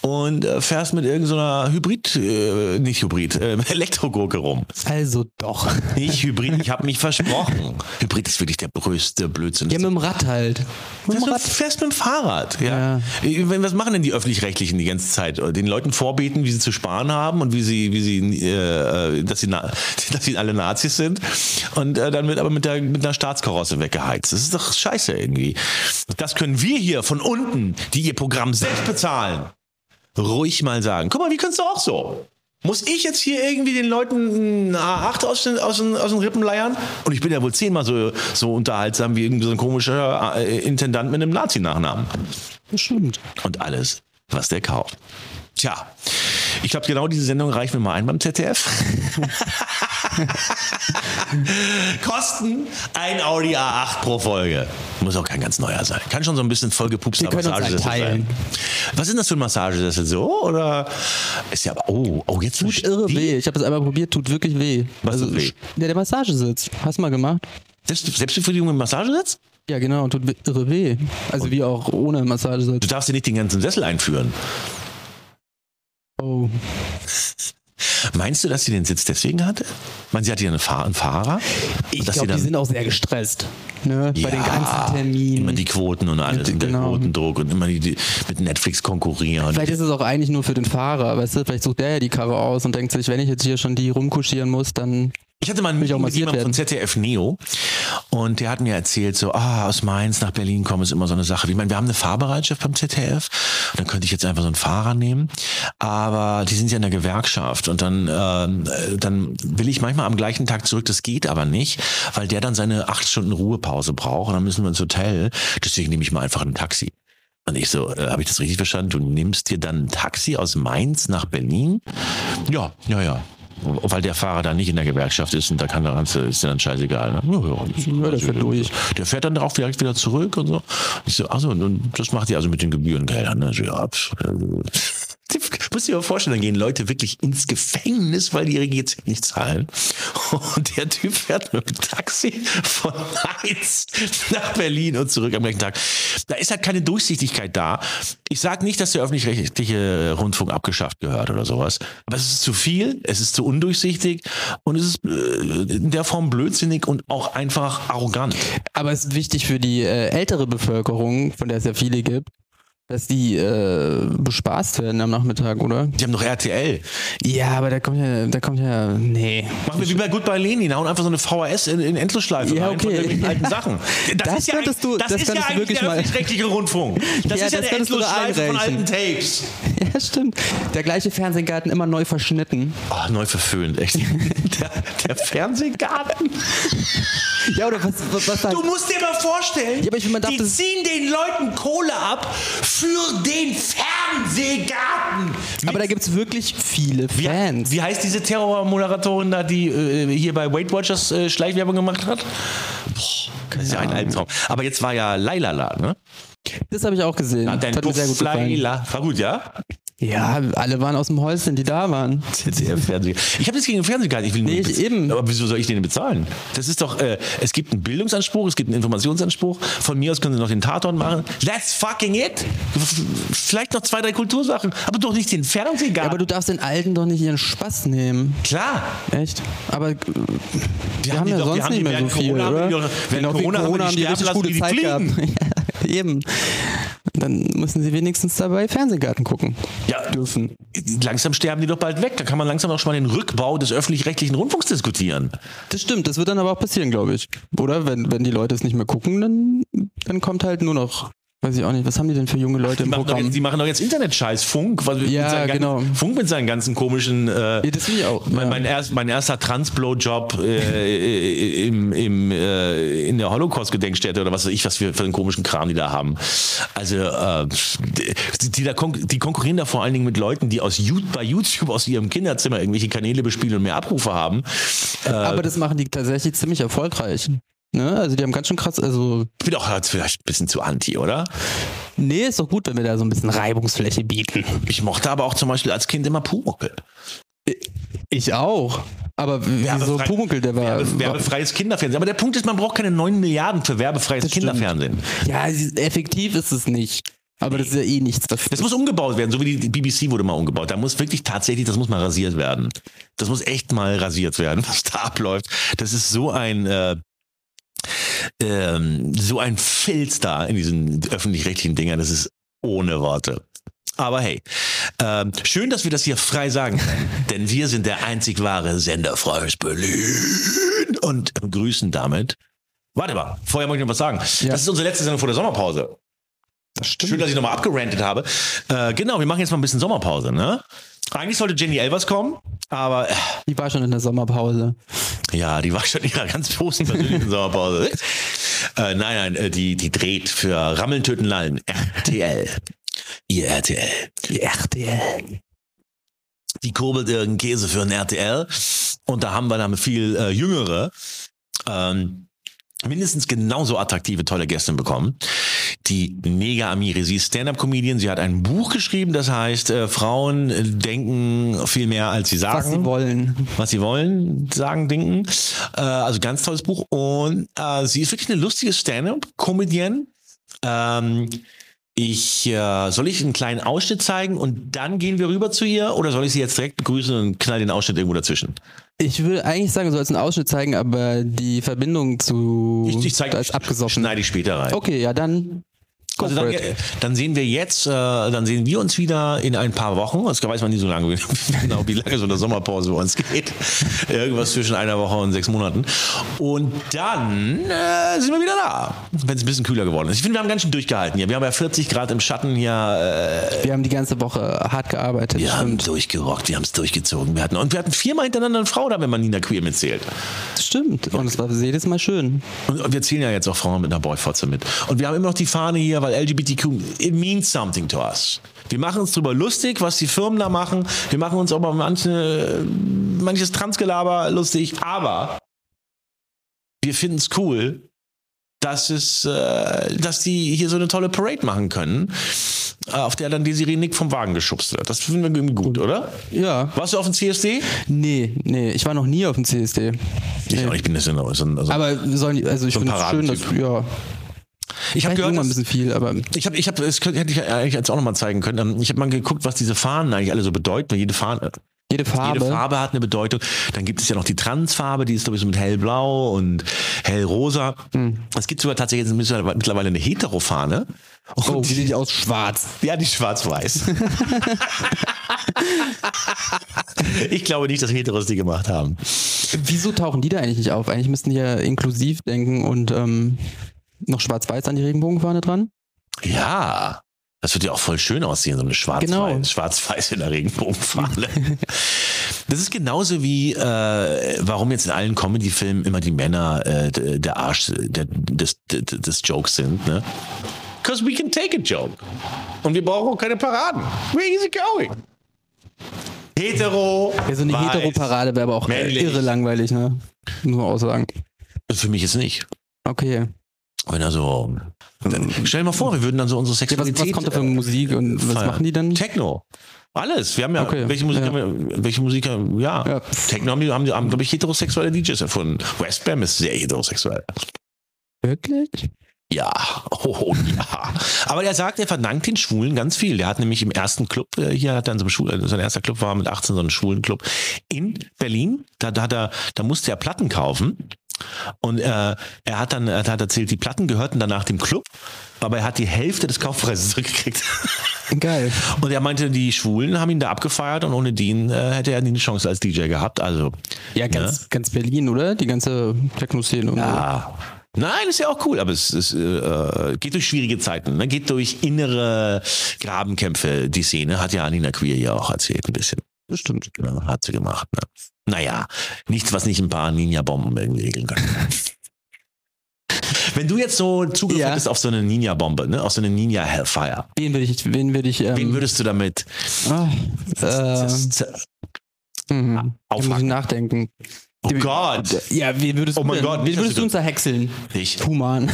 [SPEAKER 1] und äh, fährst mit irgendeiner Hybrid, äh, nicht Hybrid, äh, Elektrogurke rum.
[SPEAKER 4] Also doch.
[SPEAKER 1] Nicht Hybrid, ich habe mich versprochen. Hybrid ist wirklich der größte Blödsinn.
[SPEAKER 4] Ja, mit dem Rad halt.
[SPEAKER 1] Fährst
[SPEAKER 4] Mit dem
[SPEAKER 1] du
[SPEAKER 4] Rad.
[SPEAKER 1] fährst mit dem Fahrrad. Ja.
[SPEAKER 4] Ja.
[SPEAKER 1] Äh, wenn- Was machen denn die Öffentlich-Rechtlichen die ganze Zeit? Äh, Den Leuten vorbeten, wie sie zu sparen haben und wie sie, wie sie, äh, äh, dass sie, na, dass sie alle Nazis sind. Und äh, dann wird aber mit der, mit einer Staatskarosse weggeheizt. Das ist doch scheiße irgendwie. Das können wir hier von unten, die ihr Programm selbst bezahlen, ruhig mal sagen. Guck mal, wie kannst du auch so? Muss ich jetzt hier irgendwie den Leuten einen A8 aus den, aus den, aus den Rippen leiern? Und ich bin ja wohl zehnmal so, so unterhaltsam wie irgend so ein komischer äh, Intendant mit einem Nazi-Nachnamen.
[SPEAKER 4] Bestimmt.
[SPEAKER 1] Und alles, was der kauft. Tja, ich glaube, genau diese Sendung reichen wir mal ein beim ZDF. Kosten ein Audi A8 pro Folge. Muss auch kein ganz neuer sein. Kann schon so ein bisschen vollgepupster
[SPEAKER 4] Wir können uns
[SPEAKER 1] Massagesessel sein.
[SPEAKER 4] einteilen.
[SPEAKER 1] Was ist das für ein Massagesessel? So? Oder ist ja aber. Oh, oh jetzt
[SPEAKER 4] Tut irre weh. Ich habe das einmal probiert, tut wirklich weh.
[SPEAKER 1] Was tut weh?
[SPEAKER 4] Ja, der Massagesitz. Hast du mal gemacht?
[SPEAKER 1] Selbst, Selbstbefriedigung mit Massagesitz?
[SPEAKER 4] Ja, genau, tut we- irre weh. Also wie auch ohne Massagesitz.
[SPEAKER 1] Du darfst dir nicht den ganzen Sessel einführen.
[SPEAKER 4] Oh.
[SPEAKER 1] Meinst du, dass sie den Sitz deswegen hatte? Man, sie hatte ja einen, Fahr einen Fahrer.
[SPEAKER 4] Ich
[SPEAKER 1] Und dass sie
[SPEAKER 4] glaube, die
[SPEAKER 1] dann-
[SPEAKER 4] sind auch sehr gestresst. Ne? Bei den
[SPEAKER 1] Immer
[SPEAKER 4] ganzen Terminen.
[SPEAKER 1] die Quoten und alles
[SPEAKER 4] Mit-
[SPEAKER 1] und der
[SPEAKER 4] genau.
[SPEAKER 1] Quotendruck und immer die, die mit Netflix konkurrieren.
[SPEAKER 4] Vielleicht ist es auch eigentlich nur für den Fahrer, weißt du? Vielleicht sucht der ja die Karre aus und denkt sich, wenn ich jetzt hier schon die rumkuschieren muss, dann.
[SPEAKER 1] Ich hatte mal einen
[SPEAKER 4] Will ich auch
[SPEAKER 1] Meeting mit
[SPEAKER 4] massiert
[SPEAKER 1] jemandem von ZDF Neo und der hat mir erzählt, so, ah, aus Mainz nach Berlin kommen ist immer so eine Sache. Ich meine, wir haben eine Fahrbereitschaft beim ZDF und dann könnte ich jetzt einfach so einen Fahrer nehmen, aber die sind ja in der Gewerkschaft und dann, ähm, äh, dann will ich manchmal am gleichen Tag zurück, das geht aber nicht, weil der dann seine acht Stunden Ruhepause braucht und dann müssen wir ins Hotel, deswegen nehme ich mal einfach ein Taxi. Und ich so, äh, habe ich das richtig verstanden? Du nimmst dir dann ein Taxi aus Mainz nach Berlin? Ja, ja, ja. Weil der Fahrer dann nicht in der Gewerkschaft ist und da kann der ganze, ist dir dann scheißegal. Ne? Ja, Also, ja,
[SPEAKER 4] Ja, der fährt durch.
[SPEAKER 1] Der fährt dann auch direkt wieder zurück und so. Ich so, achso, und, und das macht ihr also mit den Gebührengeldern. Ne? So, ja, pf, äh, Muss dir mal vorstellen, dann gehen Leute wirklich ins Gefängnis, weil die ihre Geld nicht zahlen. Und der Typ fährt mit dem Taxi von Mainz nach Berlin und zurück am gleichen Tag. Da ist halt keine Durchsichtigkeit da. Ich sage nicht, dass der öffentlich-rechtliche Rundfunk abgeschafft gehört oder sowas. Aber es ist zu viel, es ist zu undurchsichtig und es ist äh, in der Form blödsinnig und auch einfach arrogant.
[SPEAKER 4] Aber es ist wichtig für die äh, ältere Bevölkerung, von der es ja viele gibt, dass die äh, bespaßt werden am Nachmittag, oder?
[SPEAKER 1] Die haben noch RTL.
[SPEAKER 4] Ja, aber da kommt ja, da kommt ja, nee.
[SPEAKER 1] Machen wir wie bei Goodbye Lenin, hauen einfach so eine VHS in, in Endlosschleife
[SPEAKER 4] Ja,
[SPEAKER 1] rein von
[SPEAKER 4] okay.
[SPEAKER 1] irgendwelchen alten Sachen.
[SPEAKER 4] Das
[SPEAKER 1] eigentlich-
[SPEAKER 4] könntest du-
[SPEAKER 1] das
[SPEAKER 4] das
[SPEAKER 1] ist ja
[SPEAKER 4] könntest du
[SPEAKER 1] eigentlich
[SPEAKER 4] wirklich
[SPEAKER 1] der
[SPEAKER 4] mal-
[SPEAKER 1] öffentlich-rechtliche Rundfunk. Das
[SPEAKER 4] Ja,
[SPEAKER 1] ist ja der
[SPEAKER 4] das könntest du da
[SPEAKER 1] Endlosschleife von alten
[SPEAKER 4] einreichen.
[SPEAKER 1] Tapes.
[SPEAKER 4] Ja, stimmt. Der gleiche Fernsehgarten immer neu verschnitten.
[SPEAKER 1] Oh, neu verföhnt, echt. der, der Fernsehgarten.
[SPEAKER 4] Ja, oder was, was, was
[SPEAKER 1] Du musst dir mal vorstellen,
[SPEAKER 4] Also Ja, aber ich- man darf
[SPEAKER 1] die
[SPEAKER 4] das-
[SPEAKER 1] ziehen den Leuten Kohle ab für den Fernsehgarten.
[SPEAKER 4] Aber da gibt's wirklich viele
[SPEAKER 1] wie,
[SPEAKER 4] Fans.
[SPEAKER 1] wie heißt diese Terrormoderatorin da, die äh, hier bei Weight Watchers äh, Schleichwerbung gemacht hat? Boah, das ist ja ein Albtraum. Aber jetzt war ja Lailala, ne?
[SPEAKER 4] das habe ich auch gesehen.
[SPEAKER 1] Ja, dein
[SPEAKER 4] das hat mir sehr
[SPEAKER 1] Puff
[SPEAKER 4] gut gefallen.
[SPEAKER 1] Laila. War gut, ja?
[SPEAKER 4] Ja, alle waren aus dem Häuschen, die da waren.
[SPEAKER 1] ZDF-Fernsehen. Ich habe nichts gegen den Fernsehen gehalten. Ich will nur
[SPEAKER 4] Nee,
[SPEAKER 1] nicht
[SPEAKER 4] ich
[SPEAKER 1] bez-
[SPEAKER 4] eben.
[SPEAKER 1] Aber wieso soll ich den bezahlen? Das ist doch, äh, es gibt einen Bildungsanspruch, es gibt einen Informationsanspruch. Von mir aus können sie noch den Taton machen. That's fucking it. F- Vielleicht noch zwei, drei Kultursachen, aber doch nicht den Fernsehgarten.
[SPEAKER 4] Aber du darfst den Alten doch nicht ihren Spaß nehmen.
[SPEAKER 1] Klar,
[SPEAKER 4] Echt? Aber äh, wir
[SPEAKER 1] haben
[SPEAKER 4] haben
[SPEAKER 1] die
[SPEAKER 4] ja
[SPEAKER 1] doch- wir
[SPEAKER 4] sonst
[SPEAKER 1] haben die
[SPEAKER 4] nicht mehr so
[SPEAKER 1] während
[SPEAKER 4] viel,
[SPEAKER 1] Corona haben
[SPEAKER 4] oder? Genau
[SPEAKER 1] die doch- während
[SPEAKER 4] wegen
[SPEAKER 1] Corona haben die sterben lassen, wie die
[SPEAKER 4] Ja, Eben. Dann müssen sie wenigstens dabei Fernsehgarten gucken.
[SPEAKER 1] Ja.
[SPEAKER 4] Dürfen.
[SPEAKER 1] langsam sterben die doch bald weg. Da kann man langsam auch schon mal den Rückbau des öffentlich-rechtlichen Rundfunks diskutieren.
[SPEAKER 4] Das stimmt, das wird dann aber auch passieren, glaube ich. Oder wenn, wenn die Leute es nicht mehr gucken, dann, dann kommt halt nur noch, weiß ich auch nicht, was haben die denn für junge Leute
[SPEAKER 1] Die
[SPEAKER 4] im
[SPEAKER 1] machen, doch
[SPEAKER 4] Programm?
[SPEAKER 1] jetzt, die machen doch jetzt Internet-Scheiß. Funk, was
[SPEAKER 4] Ja,
[SPEAKER 1] seinen ganzen-
[SPEAKER 4] genau.
[SPEAKER 1] Funk mit seinen ganzen komischen. Äh,
[SPEAKER 4] Ja, das finde ich auch,
[SPEAKER 1] Mein,
[SPEAKER 4] ja.
[SPEAKER 1] mein, erst, mein erster Trans-Blow-Job äh, im, im, äh, in der Holocaust-Gedenkstätte oder was weiß ich, was wir für einen komischen Kram die da haben. Also, äh, die, die, da konk die konkurrieren da vor allen Dingen mit Leuten, die aus You- bei YouTube aus ihrem Kinderzimmer irgendwelche Kanäle bespielen und mehr Abrufe haben.
[SPEAKER 4] aber das machen die tatsächlich ziemlich erfolgreich. Ne? Also die haben ganz schön krass, also
[SPEAKER 1] Ich bin auch jetzt vielleicht ein bisschen zu anti, oder?
[SPEAKER 4] nee, ist doch gut, wenn wir da so ein bisschen Reibungsfläche bieten.
[SPEAKER 1] Ich mochte aber auch zum Beispiel als Kind immer Pumuckl.
[SPEAKER 4] Ich auch. Aber w- wieso
[SPEAKER 1] Werbefrei-
[SPEAKER 4] Pumuckl, der war...
[SPEAKER 1] Werbe, werbefreies Kinderfernsehen. Aber der Punkt ist, man braucht keine 9 Milliarden für werbefreies
[SPEAKER 4] Das stimmt.
[SPEAKER 1] Kinderfernsehen.
[SPEAKER 4] ja, es ist- effektiv ist es nicht. Aber das ist ja eh nichts. Das,
[SPEAKER 1] Das muss umgebaut werden, so wie die die BBC wurde mal umgebaut. Da muss wirklich tatsächlich, das muss mal rasiert werden. Das muss echt mal rasiert werden, was da abläuft. Das ist so ein äh, ähm, so ein Filz da in diesen öffentlich-rechtlichen Dingern. Das ist ohne Worte. Aber hey, ähm, schön, dass wir das hier frei sagen können, denn wir sind der einzig wahre Sender Freies Berlin und grüßen damit. Warte mal, vorher muss ich noch was sagen.
[SPEAKER 4] Ja.
[SPEAKER 1] Das ist unsere letzte Sendung vor der Sommerpause.
[SPEAKER 4] das
[SPEAKER 1] Schön, dass ich nochmal abgerantet habe. Äh, genau, wir machen jetzt mal ein bisschen Sommerpause, ne? Eigentlich sollte Jenny Elvers kommen, aber äh,
[SPEAKER 4] Die war schon in der Sommerpause.
[SPEAKER 1] ja, die war schon in ihrer ganz großen persönlichen Sommerpause. Äh, nein, nein, äh, die, die dreht für Rammeln, Töten, Lallen. RTL. Ihr RTL.
[SPEAKER 4] Die RTL.
[SPEAKER 1] Die kurbelt irgendeinen Käse für einen RTL. Und da haben wir dann viel äh, jüngere, ähm, mindestens genauso attraktive, tolle Gäste bekommen. Die Nega Amiri, sie ist Stand-Up-Comedian. Sie hat ein Buch geschrieben, das heißt, äh, Frauen äh, denken viel mehr, als sie sagen
[SPEAKER 4] Was sie wollen.
[SPEAKER 1] was sie wollen, sagen, denken. Äh, also ganz tolles Buch. Und äh, sie ist wirklich eine lustige Stand-up-Comedian. Ähm, ich, äh, soll ich einen kleinen Ausschnitt zeigen und dann gehen wir rüber zu ihr oder soll ich sie jetzt direkt begrüßen und knall den Ausschnitt irgendwo dazwischen?
[SPEAKER 4] Ich würde eigentlich sagen, du sollst einen Ausschnitt zeigen, aber die Verbindung zu.
[SPEAKER 1] Ich, ich zeige
[SPEAKER 4] da ist abgesoffen.
[SPEAKER 1] Schneide ich später rein.
[SPEAKER 4] Okay, ja, dann. Go
[SPEAKER 1] Also
[SPEAKER 4] for
[SPEAKER 1] dann,
[SPEAKER 4] it.
[SPEAKER 1] dann sehen wir jetzt, äh, dann sehen wir uns wieder in ein paar Wochen. Das weiß man nie so lange, wie- genau wie lange so eine Sommerpause bei uns geht. Irgendwas zwischen einer Woche und sechs Monaten. Und dann äh, sind wir wieder da, wenn es ein bisschen kühler geworden ist. Ich finde, wir haben ganz schön durchgehalten hier. Wir haben ja 40 Grad im Schatten hier. äh,
[SPEAKER 4] Wir haben die ganze Woche hart gearbeitet.
[SPEAKER 1] Wir haben
[SPEAKER 4] Stimmt.
[SPEAKER 1] durchgerockt, wir haben es durchgezogen. Wir hatten, und wir hatten viermal hintereinander eine Frau da, wenn man Nina Queer mitzählt.
[SPEAKER 4] Stimmt. Und es war jedes Mal schön.
[SPEAKER 1] Und wir zählen ja jetzt auch Frauen mit einer Boyfotze mit. Und wir haben immer noch die Fahne hier, weil LGBTQ, it means something to us. Wir machen uns drüber lustig, was die Firmen da machen. Wir machen uns auch mal manche, manches Transgelaber lustig. Aber wir finden es cool, dass es, äh, dass die hier so eine tolle Parade machen können, äh, auf der dann Desiree Nick vom Wagen geschubst wird. Das finden wir irgendwie gut, oder?
[SPEAKER 4] Ja.
[SPEAKER 1] Warst du auf dem CSD?
[SPEAKER 4] Nee, nee, ich war noch nie auf dem CSD.
[SPEAKER 1] Ich, auch, ich bin das in, so ein- so ein-
[SPEAKER 4] Aber wir sollen, die- also ich
[SPEAKER 1] So ein
[SPEAKER 4] finde es schön, dass,
[SPEAKER 1] Paradentyp.
[SPEAKER 4] ja.
[SPEAKER 1] ich habe
[SPEAKER 4] Vielleicht
[SPEAKER 1] gehört,
[SPEAKER 4] irgendwann ein
[SPEAKER 1] dass,
[SPEAKER 4] bisschen viel, aber
[SPEAKER 1] Ich habe, ich habe, das könnte, hätte ich eigentlich jetzt auch nochmal zeigen können. Ähm, Ich habe mal geguckt, was diese Fahnen eigentlich alle so bedeuten. Jede Fahne,
[SPEAKER 4] jede Farbe.
[SPEAKER 1] jede Farbe hat eine Bedeutung. Dann gibt es ja noch die Transfarbe, die ist glaube ich so mit hellblau und hellrosa.
[SPEAKER 4] Hm.
[SPEAKER 1] Es gibt sogar tatsächlich jetzt mittlerweile eine Heterofahne.
[SPEAKER 4] Oh, die sieht aus schwarz.
[SPEAKER 1] Ja, die schwarz-weiß. ich glaube nicht, dass Heteros die gemacht haben.
[SPEAKER 4] Wieso tauchen die da eigentlich nicht auf? Eigentlich müssten die ja inklusiv denken und ähm, noch schwarz-weiß an die Regenbogenfahne dran.
[SPEAKER 1] Ja. Das wird ja auch voll schön aussehen, so eine schwarz-weiß
[SPEAKER 4] Genau.
[SPEAKER 1] schwarz-weiß in der Regenbogenfahne. Das ist genauso wie, äh, warum jetzt in allen Comedy-Filmen immer die Männer äh, d- der Arsch der, des, des, des Jokes sind. Ne? Because we can take a joke. Und wir brauchen auch keine Paraden. We're easy going. Hetero.
[SPEAKER 4] Ja, so eine
[SPEAKER 1] weiß.
[SPEAKER 4] Heteroparade wäre aber auch
[SPEAKER 1] männlich.
[SPEAKER 4] irre langweilig, ne? Nur aussagen.
[SPEAKER 1] Für mich jetzt nicht.
[SPEAKER 4] Okay.
[SPEAKER 1] Wenn er so. Stell dir mal vor, wir würden dann so unsere
[SPEAKER 4] Hm. Ja, was,
[SPEAKER 1] Sexualität. äh,
[SPEAKER 4] was kommt da für Musik und was
[SPEAKER 1] feiern.
[SPEAKER 4] machen die dann?
[SPEAKER 1] Techno. Alles. Wir haben ja,
[SPEAKER 4] Okay,
[SPEAKER 1] welche Musik
[SPEAKER 4] ja.
[SPEAKER 1] haben wir, welche Musik, haben- ja.
[SPEAKER 4] Ja.
[SPEAKER 1] Techno haben, die- haben, die- haben glaube ich, heterosexuelle DJs erfunden. Westbam ist sehr heterosexuell.
[SPEAKER 4] Wirklich?
[SPEAKER 1] Ja, oh ja. Aber er sagt, er verdankt den Schwulen ganz viel. Der hat nämlich im ersten Club, äh, hier hat er in so einem Schwul, äh, sein erster Club war mit 18 so ein Schwulenclub in Berlin. Da, da, hat er, da musste er Platten kaufen. Und äh, er hat dann er hat erzählt, die Platten gehörten danach dem Club, aber er hat die Hälfte des Kaufpreises zurückgekriegt.
[SPEAKER 4] Geil.
[SPEAKER 1] Und er meinte, die Schwulen haben ihn da abgefeiert und ohne den äh, hätte er nie eine Chance als DJ gehabt. Also,
[SPEAKER 4] Ja, ganz, ganz Berlin, oder? Die ganze Techno-Szene. und so.
[SPEAKER 1] ah. Nein, ist ja auch cool, aber es, es äh, geht durch schwierige Zeiten, ne? geht durch innere Grabenkämpfe. Die Szene hat ja Anina Queer ja auch erzählt, ein bisschen.
[SPEAKER 4] Bestimmt.
[SPEAKER 1] Ja, hat sie gemacht. Ne? Naja, nichts, was nicht ein paar Ninja-Bomben irgendwie regeln können. Wenn du jetzt so Zugriff
[SPEAKER 4] Ja.
[SPEAKER 1] hättest auf so eine Ninja-Bombe, ne? auf so eine Ninja-Hellfire,
[SPEAKER 4] Wen würde ich. Wen würde ich. Ähm,
[SPEAKER 1] wen würdest du damit
[SPEAKER 4] ah,
[SPEAKER 1] z-
[SPEAKER 4] äh,
[SPEAKER 1] z-
[SPEAKER 4] mhm. Da muss ich
[SPEAKER 1] aufhacken?
[SPEAKER 4] nachdenken.
[SPEAKER 1] Oh
[SPEAKER 4] die-
[SPEAKER 1] Gott!
[SPEAKER 4] Ja, wen würdest
[SPEAKER 1] Oh
[SPEAKER 4] du.
[SPEAKER 1] mein
[SPEAKER 4] denn-
[SPEAKER 1] Gott,
[SPEAKER 4] wen
[SPEAKER 1] das
[SPEAKER 4] würdest
[SPEAKER 1] ist
[SPEAKER 4] du
[SPEAKER 1] gut.
[SPEAKER 4] uns da häckseln?
[SPEAKER 1] Ich.
[SPEAKER 4] Puman.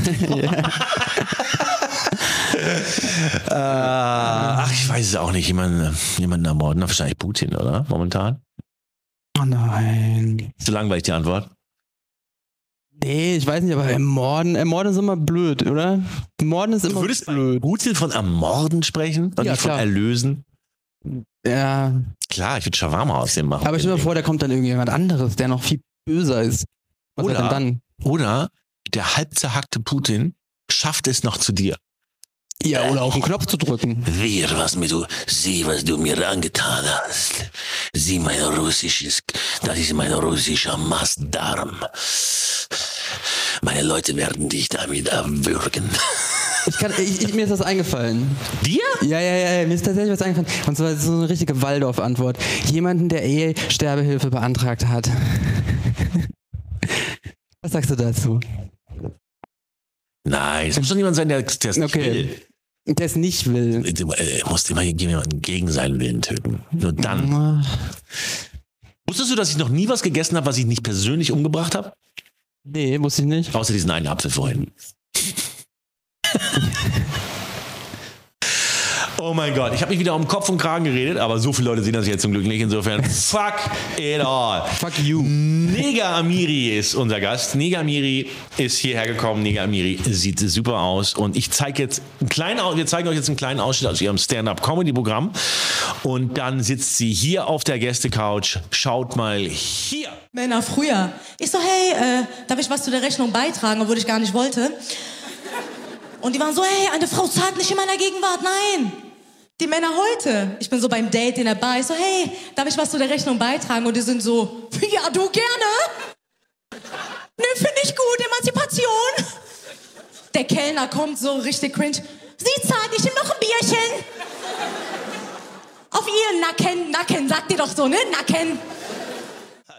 [SPEAKER 1] Äh, ach, ich weiß es auch nicht. Jemanden, jemanden ermorden, Na, wahrscheinlich Putin, oder? Momentan.
[SPEAKER 4] oh nein.
[SPEAKER 1] Zu langweilig die Antwort.
[SPEAKER 4] Nee, ich weiß nicht, aber ermorden, ermorden ist immer blöd, oder? Morden ist immer
[SPEAKER 1] Du würdest
[SPEAKER 4] blöd.
[SPEAKER 1] Putin von ermorden sprechen und
[SPEAKER 4] Ja,
[SPEAKER 1] nicht von
[SPEAKER 4] klar.
[SPEAKER 1] erlösen.
[SPEAKER 4] Ja,
[SPEAKER 1] Klar, ich würde Shawarma aus dem machen.
[SPEAKER 4] aber stell dir mal vor, da kommt dann irgendjemand anderes, der noch viel böser ist. Was
[SPEAKER 1] Oder-
[SPEAKER 4] hat denn dann?
[SPEAKER 1] Oder der halb zerhackte Putin schafft es noch zu dir. Äh.
[SPEAKER 4] Ja, oder auf den Knopf zu drücken.
[SPEAKER 1] Wir, was mir du, sieh, was du mir angetan hast. Sieh mein russisches, das ist mein russischer Mastdarm. Meine Leute werden dich damit erwürgen.
[SPEAKER 4] Ich kann, ich, ich, mir ist das eingefallen.
[SPEAKER 1] Dir?
[SPEAKER 4] Ja, ja, ja, ja, mir ist tatsächlich was eingefallen. Und zwar so eine richtige Waldorf-Antwort. Jemanden, der eh Sterbehilfe beantragt hat. Was sagst du dazu?
[SPEAKER 1] Nein, es muss schon jemand sein, der der es nicht
[SPEAKER 4] Okay.
[SPEAKER 1] will.
[SPEAKER 4] Der es nicht will.
[SPEAKER 1] Du äh, musst immer jemanden gegen seinen Willen töten. Nur dann. Wusstest du, dass ich noch nie was gegessen habe, was ich nicht persönlich umgebracht habe?
[SPEAKER 4] Nee, muss ich nicht.
[SPEAKER 1] Außer diesen einen Apfel vorhin. oh mein Gott, ich habe mich wieder um Kopf und Kragen geredet, aber so viele Leute sehen das jetzt zum Glück nicht. Insofern, fuck it all.
[SPEAKER 4] Fuck you.
[SPEAKER 1] Nega Amiri ist unser Gast. Nega Amiri ist hierher gekommen. Nega Amiri sieht super aus. Und ich zeige jetzt einen kleinen, Au- wir zeigen euch jetzt einen kleinen Ausschnitt aus ihrem Stand-Up-Comedy-Programm. Und dann sitzt sie hier auf der Gästecouch. Schaut mal hier.
[SPEAKER 5] Männer Äh, früher. Ich so, hey, äh, darf ich was zu der Rechnung beitragen, obwohl ich gar nicht wollte? Und die waren so, hey, eine Frau zahlt nicht in meiner Gegenwart, nein. Die Männer heute. Ich bin so beim Date in der Bar. Ich so, hey, darf ich was zu der Rechnung beitragen? Und die sind so, ja, du gerne. Nö, finde ich gut, Emanzipation. Der Kellner kommt so richtig cringe. Sie zahlt, ich nehme noch ein Bierchen. Auf ihren Nacken, Nacken, sagt ihr doch so, ne? Nacken.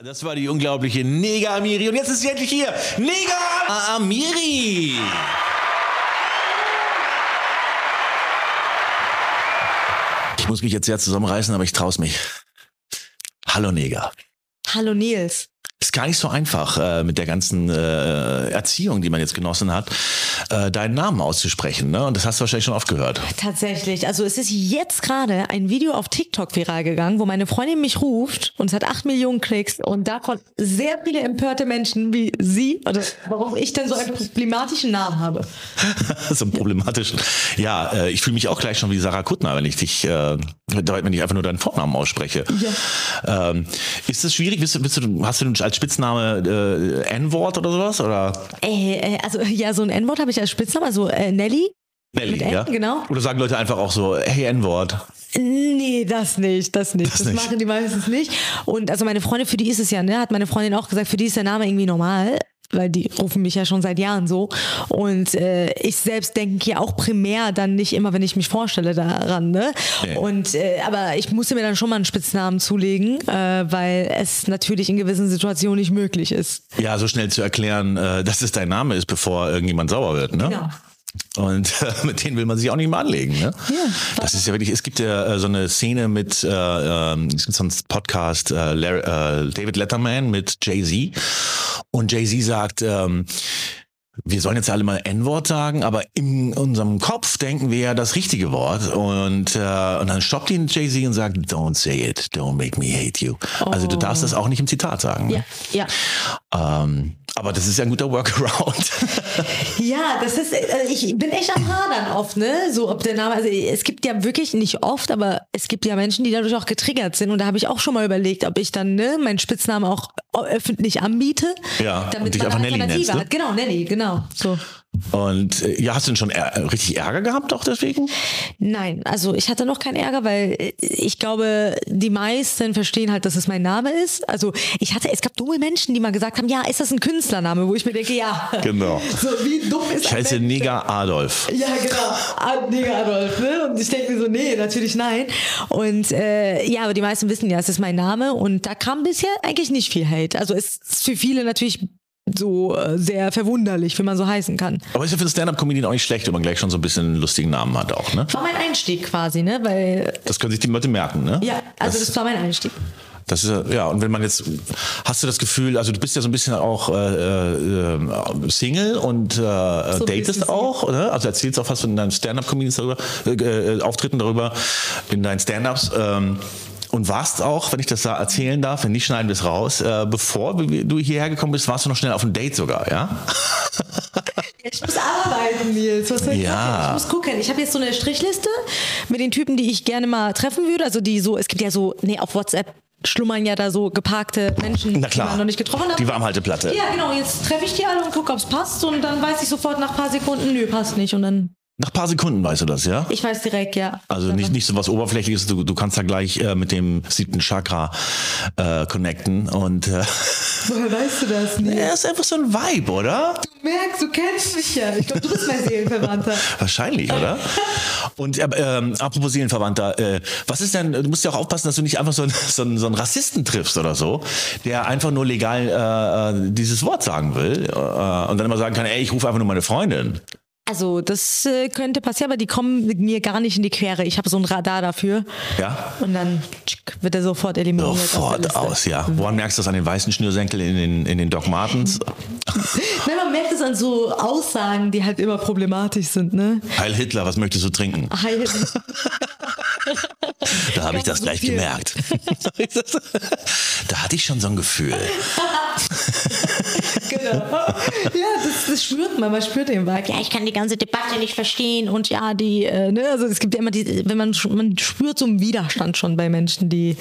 [SPEAKER 1] Das war die unglaubliche Nega Amiri. Und jetzt ist sie endlich hier. Nega Amiri. Ich muss mich jetzt sehr zusammenreißen, aber ich traue es mich. Hallo Nega.
[SPEAKER 2] Hallo Nils.
[SPEAKER 1] Ist gar nicht so einfach äh, mit der ganzen äh, Erziehung, die man jetzt genossen hat, äh, deinen Namen auszusprechen. Ne? Und das hast du wahrscheinlich schon oft gehört.
[SPEAKER 2] Tatsächlich. Also es ist jetzt gerade ein Video auf TikTok viral gegangen, wo meine Freundin mich ruft und es hat 8 Millionen Klicks und davon sehr viele empörte Menschen wie sie, oder warum ich denn so einen problematischen Namen habe.
[SPEAKER 1] so einen problematischen. Ja, äh, ich fühle mich auch gleich schon wie Sarah Kuttner, wenn ich dich, äh, wenn ich einfach nur deinen Vornamen ausspreche. Ähm, ist das schwierig? Bist du, bist du, hast du als Spitzname äh, N-Wort oder sowas? Oder
[SPEAKER 2] Äh, äh, also ja, so ein N-Wort habe ich als Spitznamen, also äh, Nelly.
[SPEAKER 1] Nelly,
[SPEAKER 2] Mit N,
[SPEAKER 1] ja?
[SPEAKER 2] genau.
[SPEAKER 1] Oder sagen Leute einfach auch so, hey N-Wort?
[SPEAKER 2] Nee, das nicht, das nicht. Das,
[SPEAKER 1] nicht.
[SPEAKER 2] machen die meistens nicht. Und also meine Freundin, für die ist es ja, ne, hat meine Freundin auch gesagt, für die ist der Name irgendwie normal, weil die rufen mich ja schon seit Jahren so. Und äh, ich selbst denke ja auch primär dann nicht immer, wenn ich mich vorstelle daran, ne?
[SPEAKER 1] Nee.
[SPEAKER 2] Und äh, aber ich musste mir dann schon mal einen Spitznamen zulegen, äh, weil es natürlich in gewissen Situationen nicht möglich ist.
[SPEAKER 1] Ja, so schnell zu erklären, äh, dass es dein Name ist, bevor irgendjemand sauer wird. Ne?
[SPEAKER 2] Genau.
[SPEAKER 1] Und äh, mit denen will man sich auch nicht mal anlegen. Ne? Das ist ja wirklich, es gibt ja äh, so eine Szene mit, äh, ähm, es gibt so einen Podcast, äh, Larry, äh, David Letterman mit Jay-Z. Und Jay-Z sagt, ähm, wir sollen jetzt alle mal N-Wort sagen, aber in unserem Kopf denken wir ja das richtige Wort. Und, äh, und dann stoppt ihn Jay-Z und sagt, don't say it, don't make me hate you. Also du darfst das auch nicht im Zitat sagen. ne?
[SPEAKER 2] Ja, ja.
[SPEAKER 1] Ähm, aber das ist ja ein guter Workaround.
[SPEAKER 2] Ja, das ist, also ich bin echt am Hadern oft, ne? So, ob der Name, also es gibt ja wirklich nicht oft, aber es gibt ja Menschen, die dadurch auch getriggert sind. Und da habe ich auch schon mal überlegt, ob ich dann, ne, meinen Spitznamen auch öffentlich anbiete.
[SPEAKER 1] Ja, und dich einfach
[SPEAKER 2] eine
[SPEAKER 1] Nelly nennst,
[SPEAKER 2] Alternative
[SPEAKER 1] ne?
[SPEAKER 2] hat. Genau, Nelly, genau. So.
[SPEAKER 1] und äh, ja, hast du denn schon är richtig Ärger gehabt auch deswegen?
[SPEAKER 2] Nein, also ich hatte noch keinen Ärger, weil äh, ich glaube, die meisten verstehen halt, dass es mein Name ist. Also ich hatte, es gab dumme Menschen, die mal gesagt haben, ja, ist das ein Künstlername, wo ich mir denke, ja.
[SPEAKER 1] Genau.
[SPEAKER 2] So, wie dumm ist
[SPEAKER 1] Ich heiße
[SPEAKER 2] ein Mensch?
[SPEAKER 1] Nigger Adolf.
[SPEAKER 2] Ja, genau. Ad- Digga, Adolf, ne? Und ich denke mir so, nee, natürlich nein. Und äh, ja, aber die meisten wissen ja, es ist mein Name und da kam bisher eigentlich nicht viel Hate. Also es ist für viele natürlich so äh, sehr verwunderlich, wie man so heißen kann.
[SPEAKER 1] Aber ist ja für einen Stand-Up-Comedian auch nicht schlecht, wenn man gleich schon so ein bisschen einen lustigen Namen hat auch, ne?
[SPEAKER 2] War mein Einstieg quasi, ne? Weil,
[SPEAKER 1] Das können sich die Leute merken, ne?
[SPEAKER 2] ja, also das war mein Einstieg.
[SPEAKER 1] Das ist ja- ja, und wenn man jetzt, hast du das Gefühl, also du bist ja so ein bisschen auch äh, äh, äh, Single und äh,
[SPEAKER 2] ein bisschen
[SPEAKER 1] datest auch, oder? Also erzählst auch fast in deinen Stand-Up-Comedians darüber, äh, äh, Auftritten darüber, in deinen Stand-Ups. Ähm, und warst auch, wenn ich das da erzählen darf, wenn nicht, schneiden wir es raus, äh, bevor du hierher gekommen bist, warst du noch schnell auf ein Date sogar, ja?
[SPEAKER 2] Ich muss arbeiten, Nils. Was soll ich
[SPEAKER 1] Ja.
[SPEAKER 2] machen? Ich muss gucken. Ich habe jetzt so eine Strichliste mit den Typen, die ich gerne mal treffen würde. Also die so, es gibt ja so, nee, auf WhatsApp schlummern ja da so geparkte Menschen,
[SPEAKER 1] Na
[SPEAKER 2] die
[SPEAKER 1] klar.
[SPEAKER 2] man noch nicht getroffen hat.
[SPEAKER 1] Die Warmhalteplatte.
[SPEAKER 2] Ja, genau. Jetzt treffe ich die alle und gucke, ob es passt. Und dann weiß ich sofort nach ein paar Sekunden, nö, passt nicht. Und dann,
[SPEAKER 1] Nach ein paar Sekunden weißt du das, ja?
[SPEAKER 2] ich weiß direkt, ja.
[SPEAKER 1] Also nicht, nicht so was Oberflächliches, du, du kannst da gleich äh, mit dem siebten Chakra äh, connecten und äh,
[SPEAKER 2] Woher weißt du das nicht?
[SPEAKER 1] ja, ist einfach so ein Vibe, oder?
[SPEAKER 2] Du merkst, du kennst mich ja. Ich glaube, du bist mein Seelenverwandter.
[SPEAKER 1] Wahrscheinlich, oder? Und äh, ähm, apropos Seelenverwandter, äh, was ist denn, du musst ja auch aufpassen, dass du nicht einfach so einen, so einen, so einen Rassisten triffst oder so, der einfach nur legal äh, äh, dieses Wort sagen will äh, und dann immer sagen kann, ey, ich rufe einfach nur meine Freundin.
[SPEAKER 2] Also, das äh, könnte passieren, aber die kommen mir gar nicht in die Quere. Ich habe so ein Radar dafür.
[SPEAKER 1] Ja?
[SPEAKER 2] Und dann tschick, wird er sofort eliminiert. aus der
[SPEAKER 1] Sofort
[SPEAKER 2] Liste.
[SPEAKER 1] aus, ja. Woran merkst du das an den weißen Schnürsenkel in den, in den Doc Martens?
[SPEAKER 2] Nein, man merkt es an so Aussagen, die halt immer problematisch sind, ne?
[SPEAKER 1] Heil Hitler, was möchtest du trinken?
[SPEAKER 2] Heil-
[SPEAKER 1] Da habe ich das
[SPEAKER 2] so
[SPEAKER 1] gleich
[SPEAKER 2] viel.
[SPEAKER 1] gemerkt. da hatte ich schon so ein Gefühl.
[SPEAKER 2] genau. Ja, das, das spürt man, man spürt den Vibe. Ja, ich kann die ganze Debatte nicht verstehen und ja, die, äh, ne, also es gibt ja immer die, wenn man, sch- man spürt so einen Widerstand schon bei Menschen, die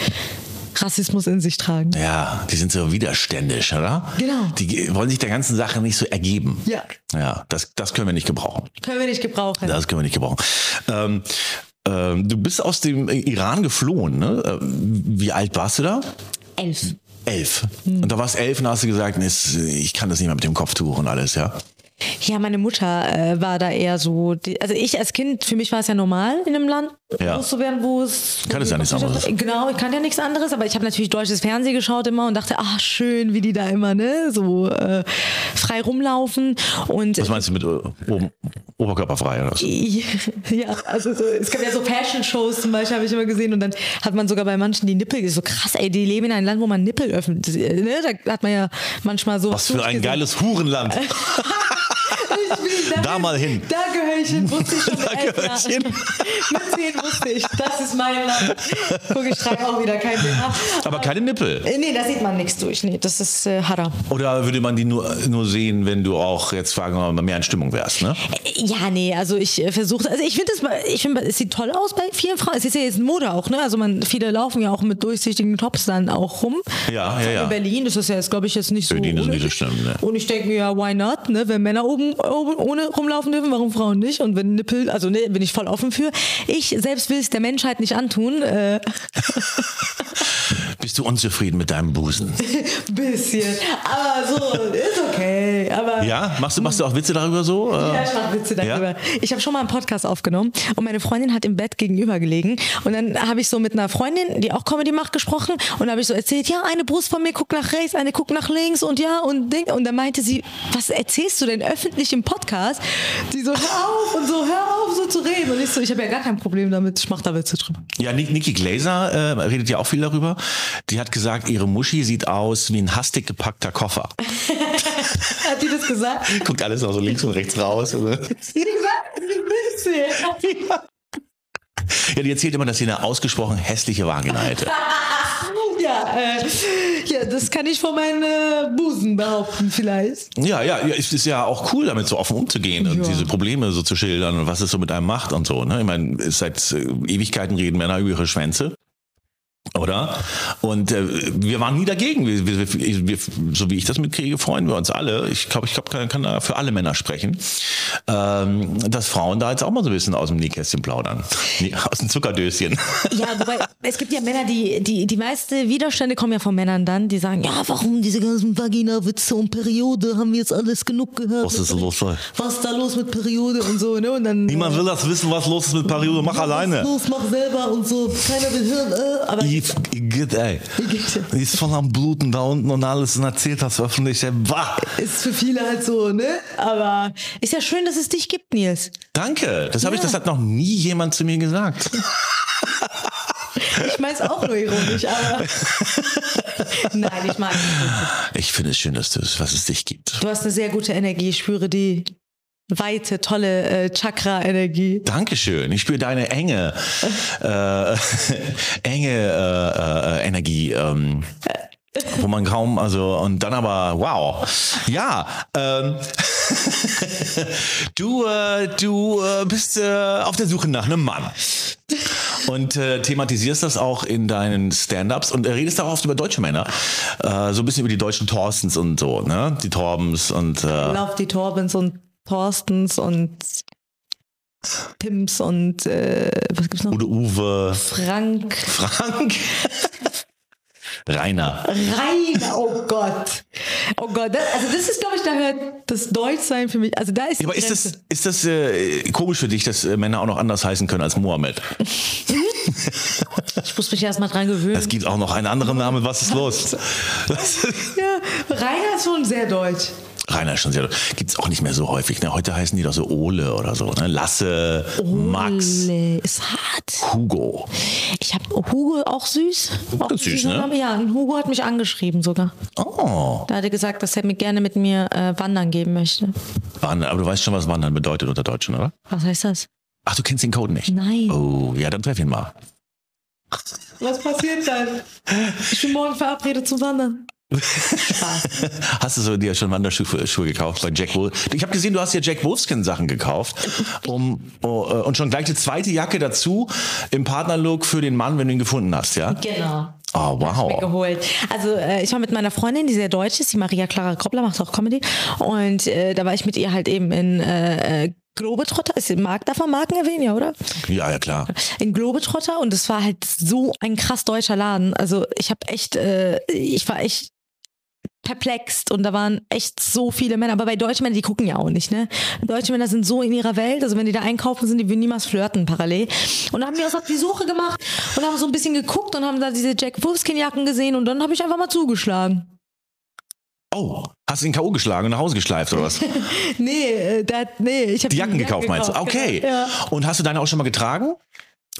[SPEAKER 2] Rassismus in sich tragen.
[SPEAKER 1] Ja, die sind so widerständisch, oder?
[SPEAKER 2] Genau.
[SPEAKER 1] Die ge- wollen sich der ganzen Sache nicht so ergeben.
[SPEAKER 2] Ja.
[SPEAKER 1] Ja, das, das können wir nicht gebrauchen.
[SPEAKER 2] Können wir nicht gebrauchen.
[SPEAKER 1] Das können wir nicht gebrauchen. Ähm, ähm, du bist aus dem äh, Iran geflohen, ne? Ähm, Wie alt warst du da?
[SPEAKER 2] Elf.
[SPEAKER 1] Elf.
[SPEAKER 2] Hm.
[SPEAKER 1] Und da warst elf und hast du gesagt, nee, es- ich kann das nicht mehr mit dem Kopftuch und alles, ja?
[SPEAKER 2] Ja, meine Mutter äh, war da eher so, die, also ich als Kind, für mich war es ja normal in einem Land
[SPEAKER 1] Ja.
[SPEAKER 2] groß zu werden, wo es... wo
[SPEAKER 1] Kann es ja nichts anderes.
[SPEAKER 2] Genau, ich kann ja nichts anderes, aber ich habe natürlich deutsches Fernsehen geschaut immer und dachte, ach schön, wie die da immer ne so äh, frei rumlaufen und...
[SPEAKER 1] Was meinst du mit äh, oben, oberkörperfrei oder was?
[SPEAKER 2] Ja, also so, es gab ja so Fashion-Shows zum Beispiel, habe ich immer gesehen. Und dann hat man sogar bei manchen die Nippel, so krass, ey, die leben in einem Land, wo man Nippel öffnet. Ne? Da hat man ja manchmal so.
[SPEAKER 1] Was für ein geiles Hurenland.
[SPEAKER 2] Ich will
[SPEAKER 1] Da mal hin.
[SPEAKER 2] Da gehöre ich hin, wusste ich schon.
[SPEAKER 1] Da
[SPEAKER 2] mit elf
[SPEAKER 1] gehöre ich
[SPEAKER 2] Jahren.
[SPEAKER 1] hin.
[SPEAKER 2] Mit zehn wusste ich, das ist mein Land. Guck, ich trage auch wieder kein BH.
[SPEAKER 1] Aber keine Nippel.
[SPEAKER 2] Äh, Nee, da sieht man nichts durch. Nee, das ist äh, Hara.
[SPEAKER 1] Oder würde man die nur, nur sehen, wenn du auch jetzt fragen wir mal mehr in Stimmung wärst, ne?
[SPEAKER 2] Äh, Ja, nee, also ich äh, versuche, also ich finde es, mal- ich finde, es sieht toll aus bei vielen Frauen. Es ist ja jetzt Mode auch, ne? Also man, viele laufen ja auch mit durchsichtigen Tops dann auch rum.
[SPEAKER 1] Ja,
[SPEAKER 2] Also
[SPEAKER 1] ja, ja.
[SPEAKER 2] In Berlin ist das ja jetzt, glaube ich, jetzt nicht so.
[SPEAKER 1] Berlin ist nicht so
[SPEAKER 2] unnötig.
[SPEAKER 1] schlimm, ne.
[SPEAKER 2] Und ich denke mir, ja, why not? Ne? Wenn Männer oben, oben ohne rumlaufen dürfen, warum Frauen nicht? Und wenn Nippel, also ne, bin ich voll offen für. Ich selbst will es der Menschheit nicht antun. Äh,
[SPEAKER 1] Bist du unzufrieden mit deinem Busen?
[SPEAKER 2] bisschen. Aber so, ist okay. Aber
[SPEAKER 1] Ja? Machst du, machst du auch Witze darüber so? Äh,
[SPEAKER 2] Ja, ich mach Witze darüber.
[SPEAKER 1] Ja?
[SPEAKER 2] Ich habe schon mal einen Podcast aufgenommen und meine Freundin hat im Bett gegenüber gelegen und dann habe ich so mit einer Freundin, die auch Comedy macht, gesprochen und habe ich so erzählt, ja, eine Brust von mir guckt nach rechts, eine guckt nach links und ja und Ding und dann meinte sie, was erzählst du denn öffentlich im Podcast? Die so hör auf und so hör auf so zu reden und ich so, ich habe ja gar kein Problem damit, ich mach da Witze drüber.
[SPEAKER 1] Ja, Nik- Niki Glaser äh, redet ja auch viel darüber. Die hat gesagt, ihre Muschi sieht aus wie ein hastig gepackter Koffer.
[SPEAKER 2] Hat die das
[SPEAKER 5] gesagt?
[SPEAKER 1] Guckt alles noch so links und rechts raus. Oder? Ja, die erzählt immer, dass sie eine ausgesprochen hässliche Vagina hätte.
[SPEAKER 2] Ja, äh, ja, das kann ich von meinem äh, Busen behaupten vielleicht.
[SPEAKER 1] Ja, ja, ja, es ist ja auch cool, damit so offen umzugehen und diese Probleme so zu schildern und was es so mit einem macht und so. Ne? Ich meine, seit äh, Ewigkeiten reden Männer über ihre Schwänze. Oder? Und äh, wir waren nie dagegen. Wir, wir, wir, wir, so wie ich das mitkriege, freuen wir uns alle. Ich glaube, ich glaub, kann, kann da für alle Männer sprechen, ähm, dass Frauen da jetzt auch mal so ein bisschen aus dem Nähkästchen plaudern. Nee, Aus dem Zuckerdöschen.
[SPEAKER 2] Ja, wobei, es gibt ja Männer, die, die, die meisten Widerstände kommen ja von Männern dann, die sagen, ja, warum diese ganzen Vagina-Witze und Periode, haben wir jetzt alles genug gehört.
[SPEAKER 1] Was ist los? ey?
[SPEAKER 2] Was ist da los mit Periode und so, ne? Und dann, äh,
[SPEAKER 1] Niemand will das wissen, was los ist mit Periode. Mach
[SPEAKER 2] Was
[SPEAKER 1] alleine.
[SPEAKER 2] ist los, mach selber und so, keiner will hören, äh, aber...
[SPEAKER 1] Yves, Igitt, ey.
[SPEAKER 2] Igitt.
[SPEAKER 1] Die ist voll am Bluten da unten und alles und erzählt das öffentlich. Ey. Bah.
[SPEAKER 2] Ist für viele halt so, ne? Aber ist ja schön, dass es dich gibt, Nils.
[SPEAKER 1] Danke. Das habe ich, das hat noch nie jemand zu mir gesagt.
[SPEAKER 2] Ich mein's auch nur ironisch, aber. Nein, ich mag es.
[SPEAKER 1] Ich finde es schön, dass du es, was es dich gibt.
[SPEAKER 2] Du hast eine sehr gute Energie. Ich spüre die weite, tolle äh, Chakra-Energie.
[SPEAKER 1] Dankeschön. Ich spüre deine enge, äh, enge äh, äh, Energie. Ähm, wo man kaum, also, und dann aber, wow. Ja, ähm, du, äh, du äh, bist äh, auf der Suche nach einem Mann. Und äh, thematisierst das auch in deinen Stand-Ups und äh, redest auch oft über deutsche Männer. Äh, so ein bisschen über die deutschen Thorstens und so, ne? Die Torbens und äh,
[SPEAKER 2] Lauf die Torbens und Thorstens und Pims und äh, was gibt's noch?
[SPEAKER 1] Udo Uwe,
[SPEAKER 2] Frank.
[SPEAKER 1] Frank. Rainer.
[SPEAKER 2] Rainer, oh Gott. Oh Gott, das, also das ist, glaube ich, da hört das Deutschsein für mich. Also da ist.
[SPEAKER 1] Ja, aber
[SPEAKER 2] die
[SPEAKER 1] ist
[SPEAKER 2] Grenze.
[SPEAKER 1] das, ist das äh, komisch für dich, dass äh, Männer auch noch anders heißen können als Mohammed?
[SPEAKER 2] Ich muss mich erst mal dran gewöhnen.
[SPEAKER 1] Es gibt auch noch einen anderen Namen, was ist los?
[SPEAKER 2] Ja, Rainer ist schon sehr deutsch.
[SPEAKER 1] Rainer ist schon sehr. Gibt es auch nicht mehr so häufig. Ne? Heute heißen die doch so Ole oder so. Ne? Lasse, Max,
[SPEAKER 2] Ole, Ist hart.
[SPEAKER 1] Hugo.
[SPEAKER 2] Ich habe Hugo auch süß. Auch
[SPEAKER 1] Ganz süß,
[SPEAKER 2] süßer
[SPEAKER 1] ne?
[SPEAKER 2] Name. Ja, und Hugo hat mich angeschrieben sogar.
[SPEAKER 1] Oh.
[SPEAKER 2] Da hat er gesagt, dass er mir gerne mit mir äh, wandern gehen möchte.
[SPEAKER 1] Wandern. Aber du weißt schon, was Wandern bedeutet unter Deutschen, oder?
[SPEAKER 2] Was heißt das?
[SPEAKER 1] Ach, du kennst den Code nicht?
[SPEAKER 2] Nein.
[SPEAKER 1] Oh, ja, dann treff ihn mal.
[SPEAKER 2] Was passiert dann? Ich bin morgen verabredet zum Wandern.
[SPEAKER 1] Hast du so dir schon Wanderschuhe äh, Schuhe gekauft bei Jack Wolf? Ich habe gesehen, du hast dir Jack Wolfskin Sachen gekauft um, oh, äh, und schon gleich die zweite Jacke dazu im Partnerlook für den Mann, wenn du ihn gefunden hast, ja?
[SPEAKER 2] Genau.
[SPEAKER 1] Oh, wow.
[SPEAKER 2] geholt. Also äh, ich war mit meiner Freundin, die sehr deutsch ist, die Maria Clara Koppler macht auch Comedy und äh, da war ich mit ihr halt eben in äh, äh, Globetrotter, ist, mag, darf man Marken erwähnen, ja, oder?
[SPEAKER 1] Ja, ja, klar.
[SPEAKER 2] in Globetrotter und es war halt so ein krass deutscher Laden. Also ich habe echt, äh, ich war echt perplext und da waren echt so viele Männer. Aber bei deutschen Männern, die gucken ja auch nicht, ne? Deutsche Männer sind so in ihrer Welt, also wenn die da einkaufen, sind die würden niemals flirten parallel. Und dann haben wir uns auf die Suche gemacht und haben so ein bisschen geguckt und haben da diese Jack Wolfskin-Jacken gesehen und dann habe ich einfach mal zugeschlagen.
[SPEAKER 1] Oh, hast du ihn K.O. geschlagen und nach Hause geschleift oder was?
[SPEAKER 2] Nee, äh, da, nee, ich habe
[SPEAKER 1] Die Jacken gekauft, meinst du? Okay.
[SPEAKER 2] genau. Ja.
[SPEAKER 1] Und hast du deine auch schon mal getragen?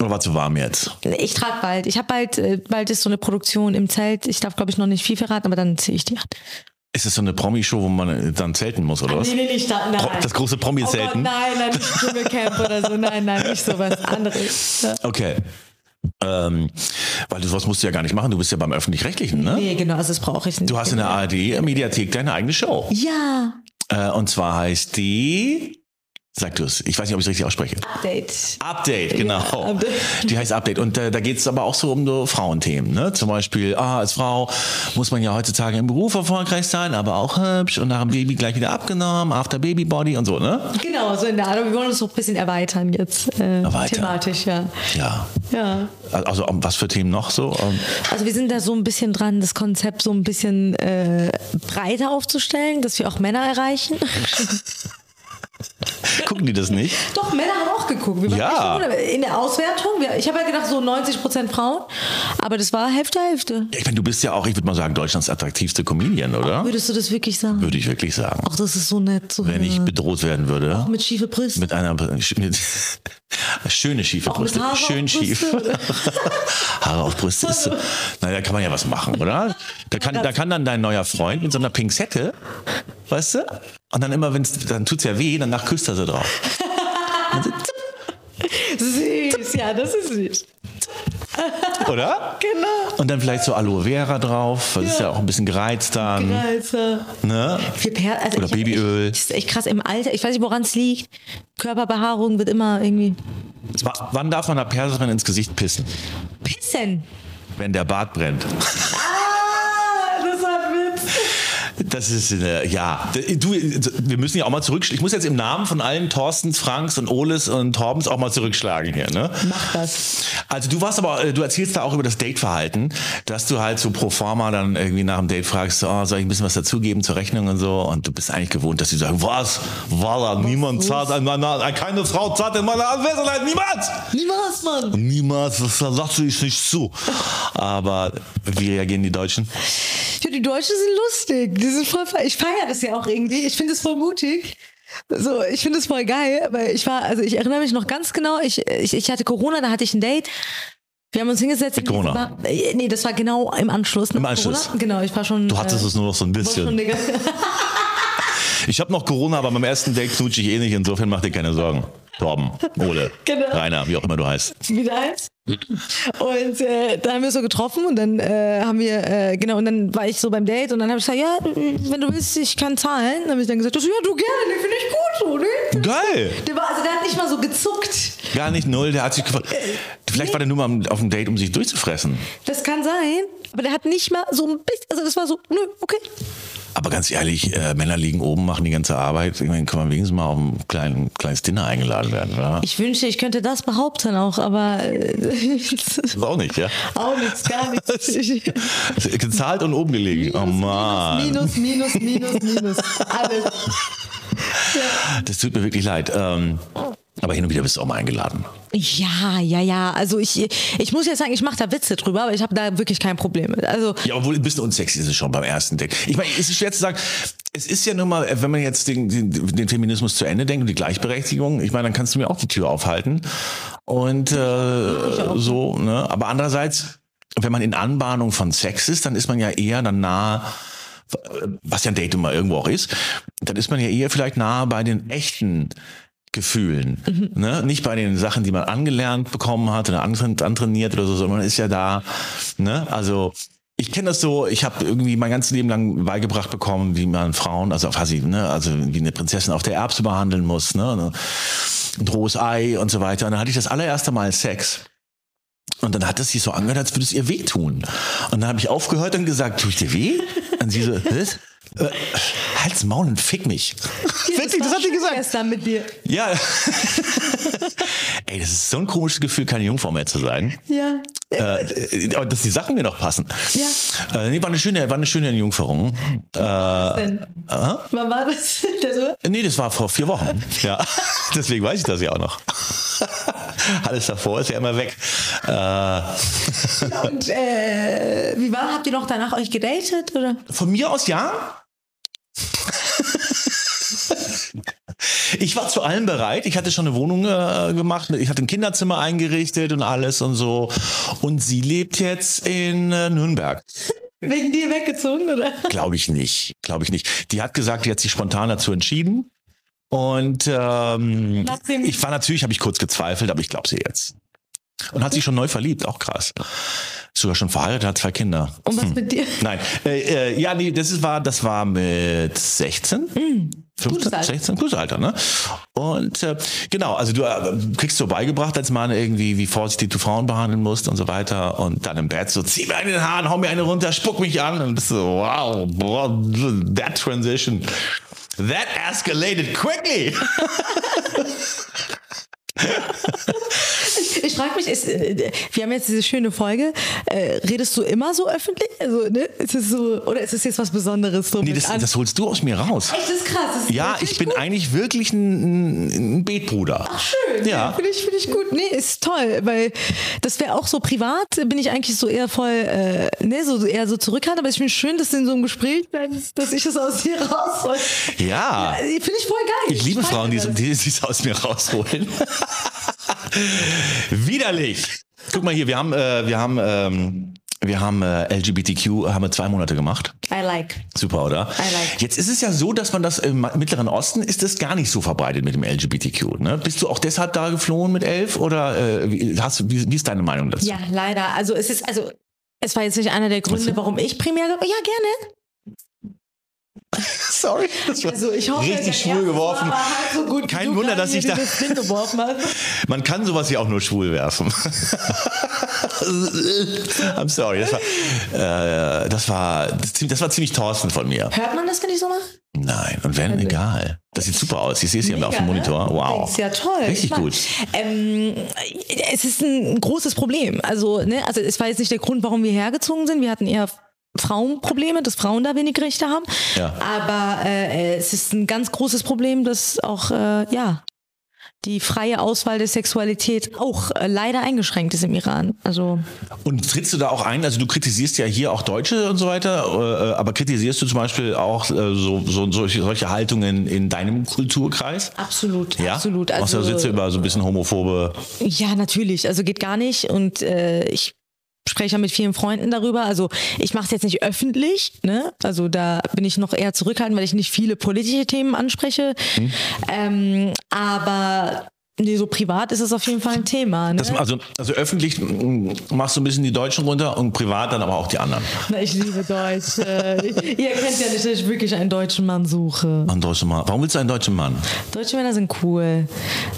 [SPEAKER 1] Oder war zu warm jetzt?
[SPEAKER 2] Ich trage bald. Ich habe bald, äh, bald ist so eine Produktion im Zelt. Ich darf, glaube ich, noch nicht viel verraten, aber dann ziehe ich die an.
[SPEAKER 1] Ist das so eine Promi-Show, wo man äh, dann zelten muss, oder was?
[SPEAKER 2] Nee, nee, nicht da, nein.
[SPEAKER 1] Pro- Das große
[SPEAKER 2] Oh Gott,
[SPEAKER 1] Promi-Zelten?
[SPEAKER 2] nein, nein, nicht Dschungelcamp oder so. Nein, nein, nicht sowas anderes. Ja.
[SPEAKER 1] okay. Ähm, weil du sowas musst du ja gar nicht machen, du bist ja beim Öffentlich-Rechtlichen, ne?
[SPEAKER 2] Nee, genau, also das brauche ich nicht.
[SPEAKER 1] Du hast in der ARD-Mediathek äh, deine eigene Show.
[SPEAKER 2] ja,
[SPEAKER 1] Äh, und zwar heißt die. Sag du es. Ich weiß nicht, ob ich es richtig ausspreche.
[SPEAKER 2] Update.
[SPEAKER 1] Update, genau.
[SPEAKER 2] Update.
[SPEAKER 1] Die heißt Update. Und äh, da geht es aber auch so um so Frauenthemen. Ne? Zum Beispiel, ah, als Frau muss man ja heutzutage im Beruf erfolgreich sein, aber auch hübsch und nach dem Baby gleich wieder abgenommen, after Baby Body und so, ne?
[SPEAKER 2] Genau, so in der Art. Wir wollen uns noch ein bisschen erweitern jetzt. Äh,
[SPEAKER 1] Erweitern.
[SPEAKER 2] Thematisch, ja.
[SPEAKER 1] Ja.
[SPEAKER 2] ja.
[SPEAKER 1] Also um, was für Themen noch so? Ähm,
[SPEAKER 2] Also wir sind da so ein bisschen dran, das Konzept so ein bisschen äh, breiter aufzustellen, dass wir auch Männer erreichen.
[SPEAKER 1] gucken die das nicht?
[SPEAKER 2] Doch, Männer haben auch geguckt. Wir waren
[SPEAKER 1] Ja.
[SPEAKER 2] echt gut. in der Auswertung. Wir, ich habe ja gedacht, so 90% Frauen, aber das war Hälfte, Hälfte.
[SPEAKER 1] Ja, Ich meine, du bist ja auch, ich würde mal sagen, Deutschlands attraktivste Comedian, oder?
[SPEAKER 2] Würdest du das wirklich sagen?
[SPEAKER 1] Würde ich wirklich sagen.
[SPEAKER 2] Ach, das ist so nett zu
[SPEAKER 1] Wenn
[SPEAKER 2] hören.
[SPEAKER 1] ich bedroht werden würde.
[SPEAKER 2] mit schiefe Brust.
[SPEAKER 1] Mit einer mit, schöne schiefe
[SPEAKER 2] Auch mit
[SPEAKER 1] Brüste.
[SPEAKER 2] Haare auf
[SPEAKER 1] Schön schief.
[SPEAKER 2] Brüste.
[SPEAKER 1] Haare auf Brüste ist so. Na, da kann man ja was machen, oder? Da kann, da kann dann dein neuer Freund mit so einer Pinzette, weißt du? Und dann immer, wenn's, dann tut's ja weh, danach küsst er sie drauf.
[SPEAKER 2] Süß, ja, das ist süß.
[SPEAKER 1] Oder?
[SPEAKER 2] Genau.
[SPEAKER 1] Und dann vielleicht so Aloe Vera drauf, das ist ja auch ein bisschen gereizt dann.
[SPEAKER 2] Also.
[SPEAKER 1] Ne?
[SPEAKER 2] Viel per also
[SPEAKER 1] Oder
[SPEAKER 2] ich hab
[SPEAKER 1] Babyöl.
[SPEAKER 2] Echt, das ist echt krass im Alter. Ich weiß nicht, woran es liegt. Körperbehaarung wird immer irgendwie
[SPEAKER 1] Wa- Wann darf man einer Perserin ins Gesicht pissen?
[SPEAKER 2] pissen.
[SPEAKER 1] Wenn der Bart brennt.
[SPEAKER 2] Ah, das war Witz.
[SPEAKER 1] Das ist, äh, ja. Du, wir müssen ja auch mal zurückschlagen. Ich muss jetzt im Namen von allen Thorstens, Franks und Oles und Torbens auch mal zurückschlagen hier, ne?
[SPEAKER 5] Mach das.
[SPEAKER 1] Also du warst aber, äh, du erzählst da auch über das Dateverhalten, dass du halt so pro forma dann irgendwie nach dem Date fragst, so, oh, soll ich ein bisschen was dazugeben zur Rechnung und so und du bist eigentlich gewohnt, dass sie sagen, was, Walla, niemand zahlt an meiner, keine Frau zahlt in meiner Anwesenheit, niemand!
[SPEAKER 2] Niemals, Mann.
[SPEAKER 1] Niemals, das lasse ich nicht zu. Aber wie reagieren die Deutschen?
[SPEAKER 2] Ja, die Deutschen sind lustig. Die sind voll, fe- ich feiere das ja auch irgendwie. Ich finde es voll mutig. So, ich finde es voll geil, weil ich war, also ich erinnere mich noch ganz genau, ich, ich, ich hatte Corona, da hatte ich ein Date. Wir haben uns hingesetzt. Mit
[SPEAKER 1] Corona?
[SPEAKER 2] nee, das war genau im Anschluss.
[SPEAKER 1] Im
[SPEAKER 2] nach
[SPEAKER 1] Anschluss?
[SPEAKER 2] Corona. Genau, ich war schon.
[SPEAKER 1] Du hattest
[SPEAKER 2] äh,
[SPEAKER 1] es nur noch so ein
[SPEAKER 2] war
[SPEAKER 1] bisschen.
[SPEAKER 2] schon, Digga.
[SPEAKER 1] Ich habe noch Corona, aber beim ersten Date knutsche ich eh nicht, insofern mach dir keine Sorgen. Torben, Ole,
[SPEAKER 2] Genau.
[SPEAKER 1] Rainer, wie auch immer du heißt.
[SPEAKER 2] wieder eins. Und äh, dann haben wir uns so getroffen und dann äh, haben wir, äh, genau, und dann war ich so beim Date und dann habe ich gesagt, ja, äh, wenn du willst, ich kann zahlen. Dann habe ich dann gesagt, ja, du gerne, den finde ich gut, so, ne?
[SPEAKER 1] Geil!
[SPEAKER 2] Der war, also der hat nicht mal so gezuckt.
[SPEAKER 1] Gar nicht null, der hat sich gefragt. Vielleicht war der nur mal am- auf dem Date, um sich durchzufressen.
[SPEAKER 2] Das kann sein, aber der hat nicht mal so ein bisschen, also das war so, nö, okay.
[SPEAKER 1] Aber ganz ehrlich, äh, Männer liegen oben, machen die ganze Arbeit. Ich meine, kann man wenigstens mal auf ein kleinen, kleines Dinner eingeladen werden, oder?
[SPEAKER 2] Ich wünschte, ich könnte das behaupten auch, aber äh,
[SPEAKER 1] Das auch nicht, ja?
[SPEAKER 2] auch nichts, gar nichts.
[SPEAKER 1] Gezahlt und oben gelegen. Oh Mann.
[SPEAKER 2] Minus, minus, minus, minus. Also, Alles.
[SPEAKER 1] Das tut mir wirklich leid. Ähm, aber hin und wieder bist du auch mal eingeladen.
[SPEAKER 2] Ja, ja, ja. Also ich, ich muss jetzt sagen, ich mache da Witze drüber, aber ich habe da wirklich kein Problem. mit. Also
[SPEAKER 1] Ja, obwohl ein bisschen unsexy ist es schon beim ersten Date. Ich meine, es ist schwer zu sagen. Es ist ja nun mal, äh, wenn man jetzt den, den, den Feminismus zu Ende denkt und die Gleichberechtigung, ich meine, dann kannst du mir auch die Tür aufhalten. Und äh, so, ne? Aber andererseits, wenn man in Anbahnung von Sex ist, dann ist man ja eher dann nahe, äh, was ja ein Date immer irgendwo auch ist, dann ist man ja eher vielleicht nahe bei den echten Gefühlen. Ne? Nicht bei den Sachen, die man angelernt bekommen hat oder antra- antrainiert oder so, sondern man ist ja da. Ne? Also ich kenne das so, ich habe irgendwie mein ganzes Leben lang beigebracht bekommen, wie man Frauen, also auf Hassi, ne, also wie eine Prinzessin auf der Erbse behandeln muss, ne? Ein rohes Ei und so weiter. Und dann hatte ich das allererste Mal Sex. Und dann hat es sich so angehört, als würde es ihr wehtun. Und dann habe ich aufgehört und gesagt, tue ich dir weh? Und sie so, was? Äh, Halt's Maul und fick mich. Wirklich, das hat sie gesagt.
[SPEAKER 2] gestern mit dir.
[SPEAKER 1] Ja. Ey, das ist so ein komisches Gefühl, keine Jungfrau mehr zu sein.
[SPEAKER 2] Ja.
[SPEAKER 1] Äh, aber dass die Sachen mir noch passen.
[SPEAKER 2] Ja.
[SPEAKER 1] Äh, nee, war eine schöne, war eine schöne Jungferung. Äh,
[SPEAKER 2] Denn, wann war das? Der so,
[SPEAKER 1] nee, das war vor vier Wochen. Ja. Deswegen weiß ich das ja auch noch. Alles davor ist ja immer weg. Äh,
[SPEAKER 2] und äh, wie war? Habt ihr noch danach euch gedatet oder?
[SPEAKER 1] Von mir aus ja. Ich war zu allem bereit. Ich hatte schon eine Wohnung äh, gemacht. Ich hatte ein Kinderzimmer eingerichtet und alles und so. Und sie lebt jetzt in äh, Nürnberg.
[SPEAKER 2] Wegen dir weggezogen oder?
[SPEAKER 1] Glaube ich nicht. Glaube ich nicht. Die hat gesagt, die hat sich spontan dazu entschieden. Und ähm,
[SPEAKER 2] Nachdem-
[SPEAKER 1] ich war natürlich, habe ich kurz gezweifelt, aber ich glaube sie jetzt. Und hat sich schon neu verliebt, auch krass. Ist sogar schon verheiratet, hat zwei Kinder.
[SPEAKER 2] Und was mit dir?
[SPEAKER 1] Nein, äh, äh, ja, nee, das ist, war, das war mit 16, 15,
[SPEAKER 2] Hm. Gutes Alter.
[SPEAKER 1] 16, gutes Alter, ne? Und äh, genau, also du äh, kriegst so beigebracht als Mann irgendwie, wie vorsichtig du Frauen behandeln musst und so weiter und dann im Bett so, zieh mir einen Haaren, hau mir eine runter, spuck mich an und bist so, wow, boah, that transition, that escalated quickly.
[SPEAKER 2] Ich frage mich, ist, äh, wir haben jetzt diese schöne Folge. Äh, redest du immer so öffentlich? Also, ne? Ist es so, oder ist es jetzt was Besonderes? So
[SPEAKER 1] Nee,
[SPEAKER 2] mit
[SPEAKER 1] das,
[SPEAKER 2] an-
[SPEAKER 1] das holst du aus mir raus.
[SPEAKER 2] Echt, das ist krass. Das ist
[SPEAKER 1] Ja,
[SPEAKER 2] das find
[SPEAKER 1] ich bin
[SPEAKER 2] gut.
[SPEAKER 1] eigentlich wirklich ein, ein- ein Betbruder. Ach, schön. Ja.
[SPEAKER 2] Finde ich, finde ich gut. Nee, ist toll, weil das wäre auch so privat, bin ich eigentlich so eher voll, äh, ne, so eher so zurückhaltend, aber ich finde schön, dass du in so einem Gespräch bleibst, dass ich das aus dir rausholen.
[SPEAKER 1] Ja.
[SPEAKER 2] Finde ich voll geil.
[SPEAKER 1] Ich liebe
[SPEAKER 2] feier
[SPEAKER 1] Frauen, die
[SPEAKER 2] das.
[SPEAKER 1] es aus mir rausholen. Widerlich. Guck mal hier, wir haben, äh, wir haben ähm, Wir haben äh, LGBTQ haben wir zwei Monate gemacht.
[SPEAKER 2] I like.
[SPEAKER 1] Super, oder?
[SPEAKER 2] like.
[SPEAKER 1] Jetzt ist es ja so, dass man das im Mittleren Osten ist das gar nicht so verbreitet mit dem LGBTQ. Ne? Bist du auch deshalb da geflohen mit elf oder äh, wie, hast, du- wie, wie ist deine Meinung dazu?
[SPEAKER 2] Ja, leider. Also es ist, also es war jetzt nicht einer der Gründe, warum ich primär. ge- Ja, gerne.
[SPEAKER 1] Sorry, das war
[SPEAKER 2] Also ich hoffe, der
[SPEAKER 1] richtig schwul
[SPEAKER 2] erste war
[SPEAKER 1] geworfen.
[SPEAKER 2] aber halt so gut wie
[SPEAKER 1] Kein
[SPEAKER 2] du
[SPEAKER 1] Wunder,
[SPEAKER 2] gerade
[SPEAKER 1] dass
[SPEAKER 2] hier
[SPEAKER 1] ich da-
[SPEAKER 2] dieses Ding geworfen habe.
[SPEAKER 1] Man kann sowas ja auch nur schwul werfen. I'm sorry, das war, äh, das war das war ziemlich Thorsten von mir.
[SPEAKER 2] Hört man das, wenn ich so mache?
[SPEAKER 1] Nein, und wenn, egal. Das sieht super aus. Ich sehe es hier auf dem Monitor. Wow.
[SPEAKER 2] Ist ja ne? toll.
[SPEAKER 1] Oh, Richtig
[SPEAKER 2] Ich mag-
[SPEAKER 1] gut.
[SPEAKER 2] Ähm, es ist ein großes Problem. Also, ne, also es war jetzt nicht der Grund, warum wir hergezogen sind. Wir hatten eher Frauenprobleme, dass Frauen da wenig Rechte haben.
[SPEAKER 1] Ja.
[SPEAKER 2] Aber äh, es ist ein ganz großes Problem, dass auch äh, ja die freie Auswahl der Sexualität auch äh, leider eingeschränkt ist im Iran. Also
[SPEAKER 1] Und trittst du da auch ein? Also du kritisierst ja hier auch Deutsche und so weiter, äh, aber kritisierst du zum Beispiel auch äh, so, so solche, solche Haltungen in deinem Kulturkreis?
[SPEAKER 2] absolut,
[SPEAKER 1] Ja,
[SPEAKER 2] absolut.
[SPEAKER 1] Also, Außer du sitzt über so ein bisschen homophobe.
[SPEAKER 2] Ja, natürlich. Also geht gar nicht. Und äh, ich spreche ja mit vielen Freunden darüber. Also ich mache es jetzt nicht öffentlich. Ne? Also da bin ich noch eher zurückhaltend, weil ich nicht viele politische Themen anspreche. Ähm, aber nee, so privat ist es auf jeden Fall ein Thema. Ne?
[SPEAKER 1] Das, also, also öffentlich mm, machst du ein bisschen die Deutschen runter und privat dann aber auch die anderen.
[SPEAKER 2] Na, ich liebe Deutsch. Äh, Ihr kennt ja nicht, dass ich wirklich einen deutschen Mann suche.
[SPEAKER 1] Ein deutscher Mann. Warum willst du einen deutschen Mann?
[SPEAKER 2] Deutsche Männer sind cool.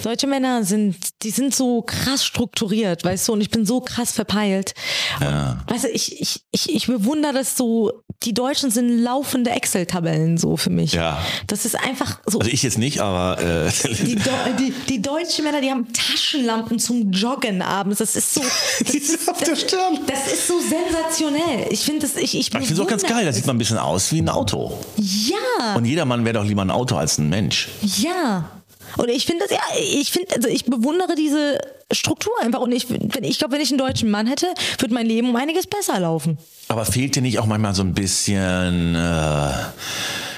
[SPEAKER 2] Deutsche Männer sind, die sind so krass strukturiert, weißt du, und ich bin so krass verpeilt. Und, Weißt du, ich, ich, ich, ich bewundere das so, die Deutschen sind laufende Excel-Tabellen so für mich.
[SPEAKER 1] Ja.
[SPEAKER 2] Das ist einfach so.
[SPEAKER 1] Also ich jetzt nicht, aber äh,
[SPEAKER 2] die, Do die, die deutschen Männer, die haben Taschenlampen zum Joggen abends. Das ist so. Das, ist,
[SPEAKER 1] auf der
[SPEAKER 2] das,
[SPEAKER 1] Stirn.
[SPEAKER 2] das ist so sensationell. Ich finde das. Ich, ich,
[SPEAKER 1] ich finde es auch ganz geil.
[SPEAKER 2] bewundere
[SPEAKER 1] Das sieht man ein bisschen aus wie ein Auto.
[SPEAKER 2] das. Ja.
[SPEAKER 1] Und jeder Mann wäre doch lieber ein Auto als ein Mensch.
[SPEAKER 2] Ja. Und ich finde das ja, ich finde, also ich bewundere diese Struktur einfach. Und ich, wenn, ich glaube, wenn ich einen deutschen Mann hätte, würde mein Leben um einiges besser laufen.
[SPEAKER 1] Aber fehlt dir nicht auch manchmal so ein bisschen äh,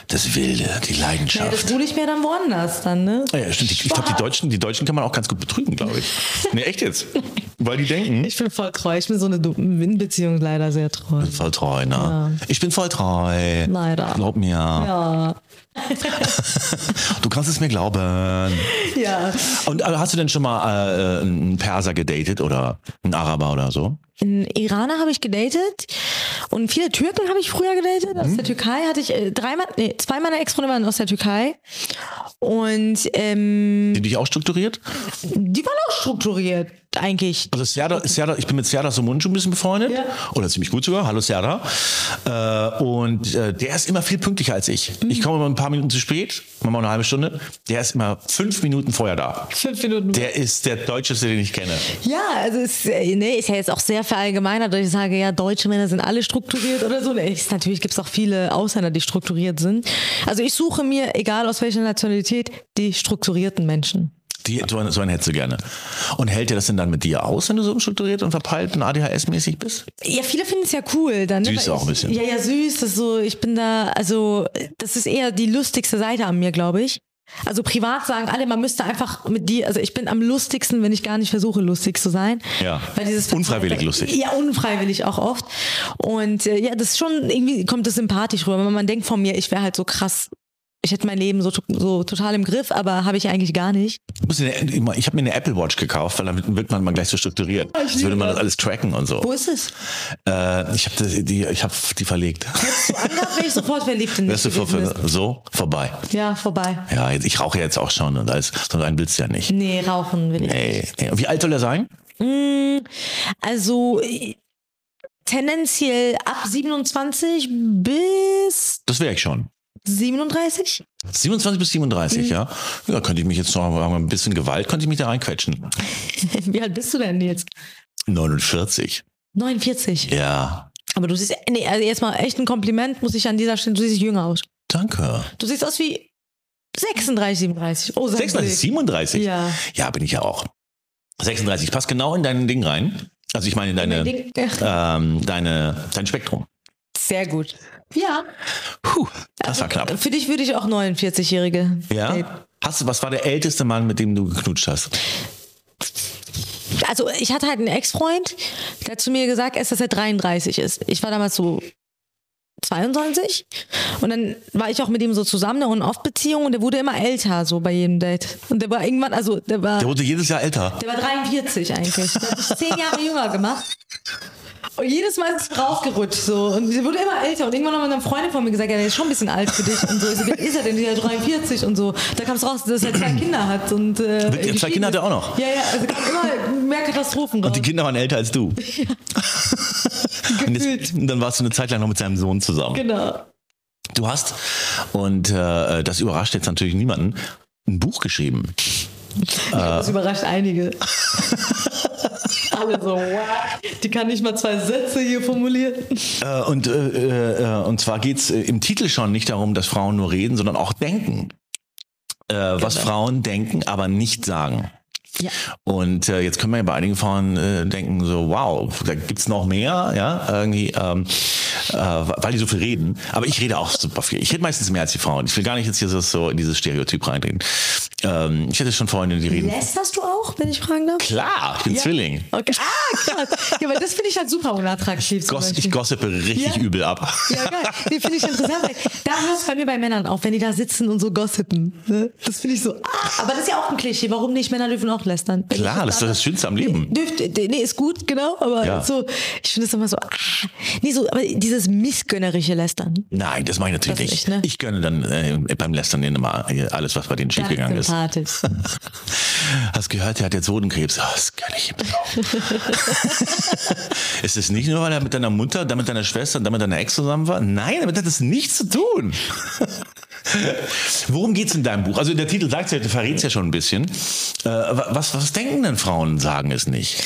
[SPEAKER 1] das Wilde, die
[SPEAKER 2] Ja, das
[SPEAKER 1] Leidenschaft?
[SPEAKER 2] hole ich mir dann woanders dann, ne?
[SPEAKER 1] Ah Ja, ja stimmt. Ich, ich glaube, die Deutschen, die Deutschen kann man auch ganz gut betrügen, glaube ich. Nee, echt jetzt. Weil die denken,
[SPEAKER 2] Ich bin voll treu. Ich bin so eine Win-Beziehung leider sehr treu.
[SPEAKER 1] voll treu, ne? Ich bin voll treu.
[SPEAKER 2] Leider.
[SPEAKER 1] Glaub mir.
[SPEAKER 2] Ja.
[SPEAKER 1] Du kannst es mir glauben.
[SPEAKER 2] Ja.
[SPEAKER 1] Und äh, hast du denn schon mal äh, äh, einen Perser gedatet oder einen Araber oder so?
[SPEAKER 2] Einen Iraner habe ich gedatet und viele Türken habe ich früher gedatet.
[SPEAKER 1] Mhm.
[SPEAKER 2] Aus der Türkei hatte ich äh, dreimal, nee, zwei meiner Ex-Freunde waren aus der Türkei. Und ähm,
[SPEAKER 1] Sind die dich auch strukturiert?
[SPEAKER 2] die waren auch strukturiert, eigentlich.
[SPEAKER 1] Also Serda, Serda, ich bin mit Serda Somuncu ein bisschen befreundet.
[SPEAKER 2] Ja.
[SPEAKER 1] Oder ziemlich gut sogar. Hallo Serda. Äh, und äh, der ist immer viel pünktlicher als ich.
[SPEAKER 2] Mhm.
[SPEAKER 1] Ich komme immer ein paar Minuten zu spät, manchmal eine halbe Stunde. Der ist immer fünf Minuten vorher da.
[SPEAKER 2] Fünf Minuten
[SPEAKER 1] Der ist der Deutscheste, den ich kenne.
[SPEAKER 2] Ja, also es äh, nee, ist ja jetzt auch sehr verallgemeinert, dass ich sage, ja, deutsche Männer sind alle strukturiert oder so. Nee, ist, natürlich gibt es auch viele Ausländer, die strukturiert sind. Also ich suche mir, egal aus welcher Nationalität, die strukturierten Menschen.
[SPEAKER 1] Die, so, einen, so einen hättest du gerne. Und hält der das denn dann mit dir aus, wenn du so unstrukturiert und verpeilt und ADHS-mäßig bist?
[SPEAKER 2] Ja, viele finden es ja cool. Dann, ne,
[SPEAKER 1] Süß
[SPEAKER 2] weil
[SPEAKER 1] auch ein bisschen.
[SPEAKER 2] Ich, ja, ja, süß. Das ist so, ich bin da, also das ist eher die lustigste Seite an mir, glaube ich. Also privat sagen alle, man müsste einfach mit dir, also ich bin am lustigsten, wenn ich gar nicht versuche, lustig zu sein.
[SPEAKER 1] Ja.
[SPEAKER 2] Weil dieses
[SPEAKER 1] Unfreiwillig lustig.
[SPEAKER 2] Ja, unfreiwillig auch oft. Und äh, ja, das ist schon, irgendwie kommt das sympathisch rüber. Wenn man denkt von mir, ich wäre halt so krass, ich hätte mein Leben so, to- so total im Griff, aber habe ich ja eigentlich gar nicht.
[SPEAKER 1] Ich muss eine- Ich habe mir eine Apple Watch gekauft, weil dann wird man mal gleich so strukturiert.
[SPEAKER 2] Ah,
[SPEAKER 1] Als würde man das alles tracken und so.
[SPEAKER 2] Wo ist es?
[SPEAKER 1] Äh, ich habe die, ich hab die verlegt.
[SPEAKER 2] So angehabt wäre ich sofort verliebt in dich.
[SPEAKER 1] Wärst du vor,
[SPEAKER 2] gewesen.
[SPEAKER 1] so vorbei.
[SPEAKER 2] Ja, vorbei.
[SPEAKER 1] Ja, jetzt- ich rauche jetzt auch schon und alles. So einen willst du ja nicht.
[SPEAKER 2] Nee, rauchen will ich.
[SPEAKER 1] Ey, ey, wie alt soll er sein?
[SPEAKER 2] Mm, Also äh, tendenziell ab 27 bis
[SPEAKER 1] Das wäre ich schon.
[SPEAKER 2] 37?
[SPEAKER 1] 27 bis
[SPEAKER 2] Mhm.
[SPEAKER 1] 37, ja. Ja, könnte ich mich jetzt noch mal ein bisschen Gewalt, könnte ich mich da reinquetschen.
[SPEAKER 2] Wie alt bist du denn jetzt?
[SPEAKER 1] 49.
[SPEAKER 2] 49.
[SPEAKER 1] Ja,
[SPEAKER 2] Aber du siehst, nee, also erstmal echt ein Kompliment, muss ich an dieser Stelle, du siehst jünger aus.
[SPEAKER 1] danke.
[SPEAKER 2] Du siehst aus wie 36, 37. Oh, sag
[SPEAKER 1] 36,
[SPEAKER 2] Blick.
[SPEAKER 1] 37?
[SPEAKER 2] Ja.
[SPEAKER 1] Ja, bin ich ja auch. 36, passt genau in dein Ding rein. Also ich meine in
[SPEAKER 2] Mein
[SPEAKER 1] deine,
[SPEAKER 2] Ding. Ach,
[SPEAKER 1] ähm, deine, dein Spektrum.
[SPEAKER 2] Sehr gut. Also Ja.
[SPEAKER 1] Puh, das war knapp.
[SPEAKER 2] Für dich würde ich auch 49-Jährige.
[SPEAKER 1] Ja.
[SPEAKER 2] Ey,
[SPEAKER 1] Hast du, was war der älteste Mann, mit dem du geknutscht hast?
[SPEAKER 2] also ich hatte halt einen Ex-Freund, der zu mir gesagt ist, dass er 33 ist. Ich war damals so 22 und dann war ich auch mit ihm so zusammen, eine On-Off-Beziehung und der wurde immer älter, so bei jedem Date. Und der war irgendwann, also der war,
[SPEAKER 1] Der wurde jedes Jahr älter.
[SPEAKER 2] der war 43 eigentlich. Der hat sich zehn Jahre jünger gemacht. Und jedes Mal ist es rausgerutscht so. Und sie wurde immer älter. Und irgendwann haben meine Freunde von mir gesagt, ja, der ist schon ein bisschen alt für dich. Und so, ich so, wer ist er denn? Der ist 43 und so. Da kam es raus, dass er zwei Kinder hat. Und, äh,
[SPEAKER 1] Wirklich? Zwei Kinder hat er auch noch?
[SPEAKER 2] Ja, ja, also kam immer mehr Katastrophen
[SPEAKER 1] Und
[SPEAKER 2] raus.
[SPEAKER 1] die Kinder waren älter als du. und, jetzt, und dann warst du eine Zeit lang noch mit seinem Sohn zusammen.
[SPEAKER 2] genau.
[SPEAKER 1] Du hast, und äh, das überrascht jetzt natürlich niemanden, ein Buch geschrieben. Ah.
[SPEAKER 2] Das überrascht einige. Alle so, wow. Die kann nicht mal zwei Sätze hier formulieren.
[SPEAKER 1] Äh, und, äh, äh, und zwar geht es im Titel schon nicht darum, dass Frauen nur reden, sondern auch denken. Äh, Was Frauen denken, aber nicht sagen.
[SPEAKER 2] Genau. Ja.
[SPEAKER 1] Und äh, jetzt können wir ja bei einigen Frauen äh, denken, so, wow, da gibt's noch mehr, ja, irgendwie, ähm, äh, weil die so viel reden. Aber ich rede auch super viel. Ich rede meistens mehr als die Frauen. Ich will gar nicht jetzt hier so, so in dieses Stereotyp reindringen. Ähm, ich hätte schon Freundinnen, die reden.
[SPEAKER 2] Lästerst du auch, wenn ich fragen darf?
[SPEAKER 1] Klar, ich bin Zwilling.
[SPEAKER 2] Okay. Ah, krass. Ja, weil das finde ich halt super unattraktiv. zum
[SPEAKER 1] Goss, ich
[SPEAKER 2] Beispiel.
[SPEAKER 1] gossipe richtig
[SPEAKER 2] Ja.
[SPEAKER 1] übel ab.
[SPEAKER 2] Ja, geil. Nee, finde ich interessant. weil Da hört es bei mir bei Männern auf, wenn die da sitzen und so gossipen. ne? Das finde ich so. Ah, aber das ist ja auch ein Klischee. Warum nicht? Männer dürfen auch lästern. Bin
[SPEAKER 1] Klar,
[SPEAKER 2] ich
[SPEAKER 1] das ist das Schönste am Leben.
[SPEAKER 2] Dürft, nee, ist gut, genau, aber
[SPEAKER 1] Ja.
[SPEAKER 2] so, ich finde es immer so, ah, nee, so, aber dieses missgönnerische Lästern.
[SPEAKER 1] Nein, das mache ich natürlich
[SPEAKER 2] Das
[SPEAKER 1] nicht.
[SPEAKER 2] nicht, ne?
[SPEAKER 1] Ich gönne dann äh, beim Lästern denen immer alles, was bei denen
[SPEAKER 2] Das ist
[SPEAKER 1] schiefgegangen ist.
[SPEAKER 2] sympathisch.
[SPEAKER 1] Hast gehört, der hat jetzt Hodenkrebs. Ah, Das gönne ich ihm auch. es ist nicht nur, weil er mit deiner Mutter, dann mit deiner Schwester und dann mit deiner Ex zusammen war. Nein, damit hat das nichts zu tun. Worum geht's in deinem Buch? Also der Titel sagt ja, verrät ja schon ein bisschen. Äh, wa- was, was denken denn Frauen, sagen es nicht?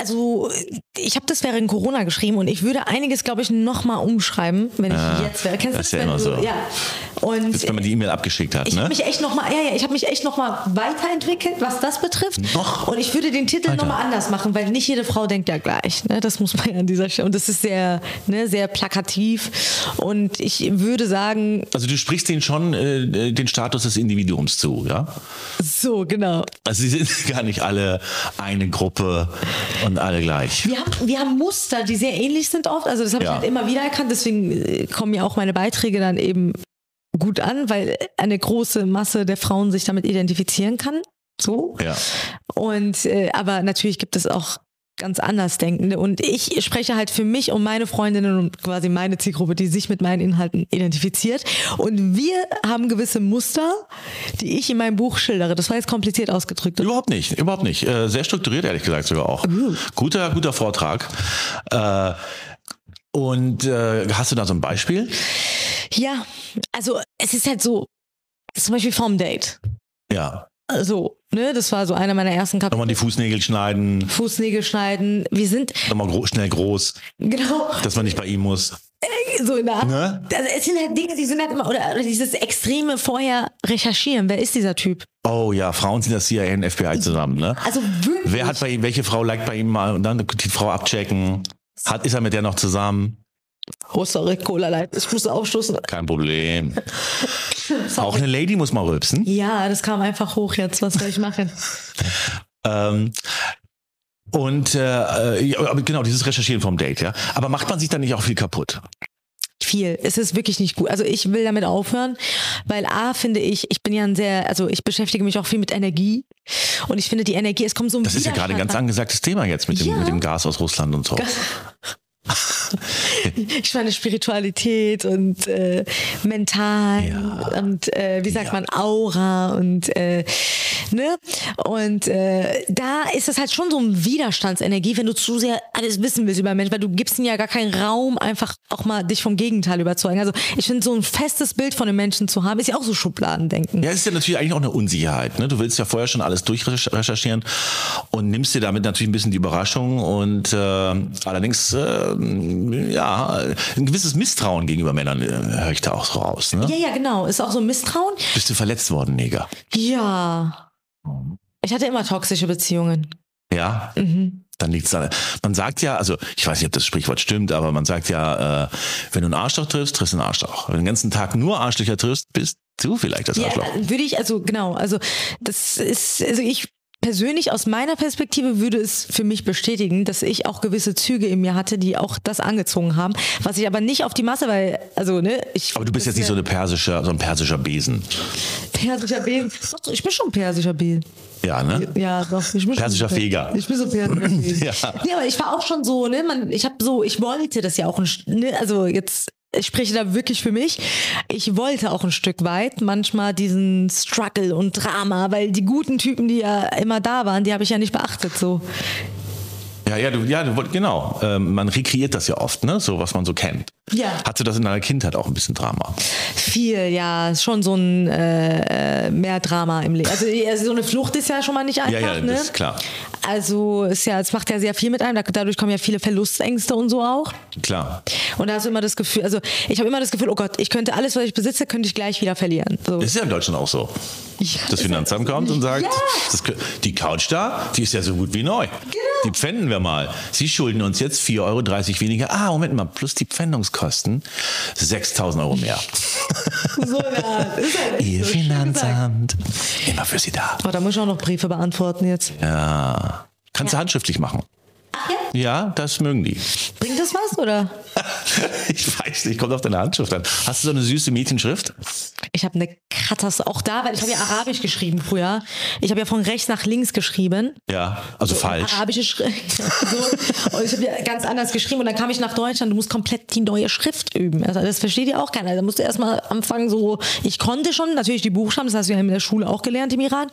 [SPEAKER 2] Also, ich habe das während Corona geschrieben und ich würde einiges, glaube ich, nochmal umschreiben, wenn ich jetzt wäre. Kennst
[SPEAKER 1] Ah,
[SPEAKER 2] du
[SPEAKER 1] das ist ja
[SPEAKER 2] wenn
[SPEAKER 1] immer
[SPEAKER 2] du-
[SPEAKER 1] so.
[SPEAKER 2] Ja. Und
[SPEAKER 1] Bis wenn man die E-Mail abgeschickt hat,
[SPEAKER 2] Ich
[SPEAKER 1] ne?
[SPEAKER 2] habe mich echt noch mal, ja, ja, ich habe mich echt noch mal weiterentwickelt, was das betrifft.
[SPEAKER 1] Noch?
[SPEAKER 2] Und ich würde den Titel noch mal anders machen, weil nicht jede Frau denkt ja gleich. Ne? Das muss man ja an dieser Stelle. Und das ist sehr, ne, sehr plakativ. Und ich würde sagen,
[SPEAKER 1] Also du sprichst denen schon äh, den Status des Individuums zu, ja?
[SPEAKER 2] so genau.
[SPEAKER 1] Also sie sind gar nicht alle eine Gruppe und alle gleich.
[SPEAKER 2] Wir haben, wir haben Muster, die sehr ähnlich sind oft. Also das habe
[SPEAKER 1] Ja.
[SPEAKER 2] ich halt immer wieder erkannt. Deswegen äh, kommen ja auch meine Beiträge dann eben gut an, weil äh, eine große Masse der Frauen sich damit identifizieren kann. So.
[SPEAKER 1] Ja.
[SPEAKER 2] Und äh, aber natürlich gibt es auch ganz andersdenkende und ich spreche halt für mich und meine Freundinnen und quasi meine Zielgruppe, die sich mit meinen Inhalten identifiziert und wir haben gewisse Muster, die ich in meinem Buch schildere. Das war jetzt kompliziert ausgedrückt.
[SPEAKER 1] Überhaupt nicht, überhaupt nicht. Äh, sehr strukturiert, ehrlich gesagt, sogar auch. Guter, guter Vortrag. Äh, und äh, hast du da so ein Beispiel?
[SPEAKER 2] Ja, also es ist halt so zum Beispiel vom Date.
[SPEAKER 1] Ja.
[SPEAKER 2] So, ne, das war so einer meiner ersten Kapitel.
[SPEAKER 1] Nochmal die Fußnägel schneiden,
[SPEAKER 2] Fußnägel schneiden. Wir sind
[SPEAKER 1] nochmal gro schnell groß,
[SPEAKER 2] genau
[SPEAKER 1] dass man nicht bei ihm muss.
[SPEAKER 2] so in der Art.
[SPEAKER 1] Ne?
[SPEAKER 2] Also es sind halt Dinge, die sind halt immer oder, oder dieses extreme vorher recherchieren. Wer ist dieser Typ?
[SPEAKER 1] Oh ja, Frauen sind das CIA und FBI zusammen, ne?
[SPEAKER 2] Also wirklich.
[SPEAKER 1] Wer hat bei ihm, welche Frau liked bei ihm mal und dann die Frau abchecken? Hat, ist er mit der noch zusammen?
[SPEAKER 2] Oh, sorry, Cola Light. Ich muss aufstoßen.
[SPEAKER 1] Kein Problem. Auch eine Lady muss mal rülpsen.
[SPEAKER 2] Ja, das kam einfach hoch jetzt. Was soll ich machen?
[SPEAKER 1] Ähm, und äh, äh, ja, aber genau, dieses Recherchieren vom Date, ja. Aber macht man sich dann nicht auch viel kaputt?
[SPEAKER 2] Viel. Es ist wirklich nicht gut. Also ich will damit aufhören, weil A finde ich, ich bin ja ein sehr, also ich beschäftige mich auch viel mit Energie und ich finde die Energie, es kommt so ein
[SPEAKER 1] Das ist ja gerade ein ganz
[SPEAKER 2] Widerstand
[SPEAKER 1] angesagtes Thema jetzt mit dem,
[SPEAKER 2] Ja.
[SPEAKER 1] mit dem Gas aus Russland und so.
[SPEAKER 2] an. Ich meine Spiritualität und äh, mental
[SPEAKER 1] Ja.
[SPEAKER 2] und äh, wie sagt
[SPEAKER 1] Ja.
[SPEAKER 2] man Aura und äh, ne und äh, da ist es halt schon so ein Widerstandsenergie, wenn du zu sehr alles ah, wissen willst über Menschen, weil du gibst ihnen ja gar keinen Raum, einfach auch mal dich vom Gegenteil überzeugen. Also ich finde so ein festes Bild von einem Menschen zu haben, ist ja auch so Schubladendenken.
[SPEAKER 1] Ja, es ist ja natürlich eigentlich auch eine Unsicherheit. Ne? Du willst ja vorher schon alles durchrecherchieren und nimmst dir damit natürlich ein bisschen die Überraschung und äh, allerdings, äh, ja, ein gewisses Misstrauen gegenüber Männern äh, höre ich da auch raus. Ne?
[SPEAKER 2] Ja, ja, genau. Ist auch so ein Misstrauen.
[SPEAKER 1] Bist du verletzt worden, Neger?
[SPEAKER 2] Ja. Ich hatte immer toxische Beziehungen.
[SPEAKER 1] Ja, dann liegt's da. Man sagt ja, also ich weiß nicht, ob das Sprichwort stimmt, aber man sagt ja, äh, wenn du einen Arschloch triffst, triffst du einen Arschloch. Wenn du den ganzen Tag nur Arschlöcher triffst, bist du vielleicht das
[SPEAKER 2] Ja,
[SPEAKER 1] Arschloch.
[SPEAKER 2] würde ich, also genau, also das ist, also ich
[SPEAKER 6] persönlich aus meiner Perspektive würde es für mich bestätigen, dass ich auch gewisse Züge in mir hatte, die auch das angezogen haben, was ich aber nicht auf die Masse, weil also ne, ich
[SPEAKER 1] Aber du bist jetzt nicht so eine persische, so ein persischer Besen.
[SPEAKER 6] persischer Besen. Doch, Ich bin schon persischer Besen.
[SPEAKER 1] Ja, ne?
[SPEAKER 6] Ja, doch. Ich bin schon
[SPEAKER 1] Persischer
[SPEAKER 6] per-
[SPEAKER 1] Feger.
[SPEAKER 6] Ich bin so persischer Feger. Nee, aber ich war auch schon so, ne? Man, ich habe so, ich wollte das ja auch ein, Sch- ne? also jetzt ich spreche da wirklich für mich. Ich wollte auch ein Stück weit manchmal diesen Struggle und Drama, weil die guten Typen, die ja immer da waren, die habe ich ja nicht beachtet so.
[SPEAKER 1] Ja, ja, du, ja, du, wollt- genau. Ähm, man rekreiert das ja oft, ne? So, was man so kennt.
[SPEAKER 6] Ja.
[SPEAKER 1] Hatte das in deiner Kindheit auch ein bisschen Drama?
[SPEAKER 6] Viel, ja, ist schon so ein äh, äh, mehr Drama im Leben. Also, also so eine Flucht ist ja schon mal nicht einfach,
[SPEAKER 1] ja, das
[SPEAKER 6] ne?
[SPEAKER 1] ist klar.
[SPEAKER 6] Also ist ja, es macht ja sehr viel mit einem. Da- Dadurch kommen ja viele Verlustängste und so auch.
[SPEAKER 1] Klar.
[SPEAKER 6] Und da hast du immer das Gefühl, also ich habe immer das Gefühl, oh Gott, ich könnte alles, was ich besitze, könnte ich gleich wieder verlieren. So.
[SPEAKER 1] Das ist ja in Deutschland auch so.
[SPEAKER 6] Ja,
[SPEAKER 1] Das
[SPEAKER 6] ist
[SPEAKER 1] Finanzamt kommt und sagt,
[SPEAKER 6] Ja.
[SPEAKER 1] das, kö- die Couch da, die ist ja so gut wie neu.
[SPEAKER 6] Genau.
[SPEAKER 1] Die pfänden wir mal. Sie schulden uns jetzt 4,30 Euro weniger. Ah, Moment mal, plus die Pfändungskosten 6.000 Euro mehr.
[SPEAKER 6] so eine Art. Ist halt echt
[SPEAKER 1] Ihr
[SPEAKER 6] so schön gesagt.
[SPEAKER 1] Finanzamt, immer für Sie da.
[SPEAKER 6] Oh, da muss ich auch noch Briefe beantworten jetzt.
[SPEAKER 1] Ja. Kannst du handschriftlich machen. Ja, das mögen die.
[SPEAKER 6] Bringt das was oder?
[SPEAKER 1] Ich weiß nicht, kommt auf deine Handschrift an. Hast du so eine süße Mädchenschrift?
[SPEAKER 6] Ich habe eine Katastrophe. Auch da, weil ich habe ja Arabisch geschrieben früher. Ich habe ja von rechts nach links geschrieben.
[SPEAKER 1] Ja, also falsch.
[SPEAKER 6] Arabische Schrift. so. Und ich habe ja ganz anders geschrieben. Und dann kam ich nach Deutschland. Du musst komplett die neue Schrift üben. Also das versteht ja auch keiner. Da musst du erstmal anfangen, so. Ich konnte schon natürlich die Buchstaben, das hast du ja in der Schule auch gelernt im Iran.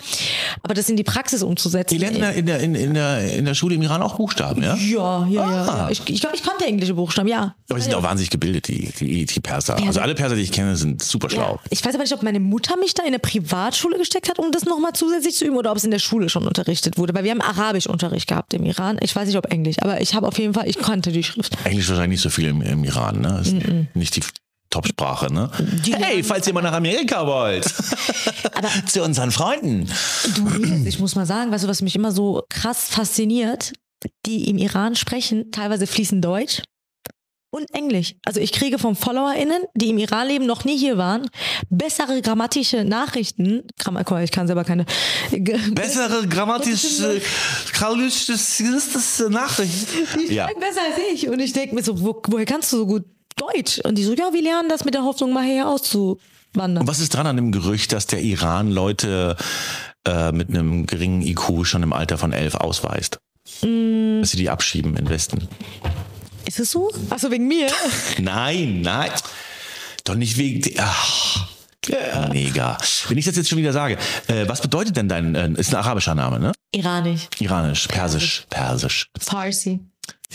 [SPEAKER 6] Aber das in die Praxis umzusetzen.
[SPEAKER 1] Die lernen in der, in, der, in, in, der, in der Schule im Iran auch Buchstaben, ja?
[SPEAKER 6] ja, ja, ja.
[SPEAKER 1] Ah.
[SPEAKER 6] ja. Ich, ich glaube, ich konnte englische Buchstaben, ja.
[SPEAKER 1] Aber die sind auch wahnsinnig gebildet, die, die, die Perser. Also alle Perser, die ich kenne, sind super schlau.
[SPEAKER 6] Ja. Ich weiß aber nicht, ob meine Mutter mich da in eine Privatschule gesteckt hat, um das nochmal zusätzlich zu üben, oder ob es in der Schule schon unterrichtet wurde. Weil wir haben Arabischunterricht gehabt im Iran. Ich weiß nicht, ob Englisch, aber ich habe auf jeden Fall, ich kannte die Schrift.
[SPEAKER 1] Englisch wahrscheinlich nicht so viel im, im Iran, ne? Ist nicht die Top-Sprache, ne? hey, falls ihr mal nach Amerika wollt. Zu unseren Freunden.
[SPEAKER 6] Du, Nils, ich muss mal sagen, weißt du, was mich immer so krass fasziniert? Die im Iran sprechen teilweise fließend Deutsch und Englisch. Also ich kriege von FollowerInnen, die im Iran leben, noch nie hier waren, bessere grammatische Nachrichten. Grammar, guck mal, ich kann selber keine.
[SPEAKER 1] Bessere äh, grammatische, kallistische äh, Nachricht.
[SPEAKER 6] Die
[SPEAKER 1] Ja.
[SPEAKER 6] schreiben besser als ich. Und ich denke mir so, wo, woher kannst du so gut Deutsch? Und die so, ja, wir lernen das mit der Hoffnung, mal hierher auszuwandern.
[SPEAKER 1] Und was ist dran an dem Gerücht, dass der Iran Leute äh, mit einem geringen IQ schon im Alter von elf ausweist?
[SPEAKER 6] Mm.
[SPEAKER 1] Dass sie die abschieben in den Westen.
[SPEAKER 6] Ist es so? Achso, wegen mir.
[SPEAKER 1] Nein, nein. Doch nicht wegen. de- Ach. Mega. Wenn ich das jetzt schon wieder sage, äh, was bedeutet denn dein, äh, ist ein arabischer Name, ne?
[SPEAKER 6] Iranisch.
[SPEAKER 1] Iranisch, persisch, persisch.
[SPEAKER 6] Farsi.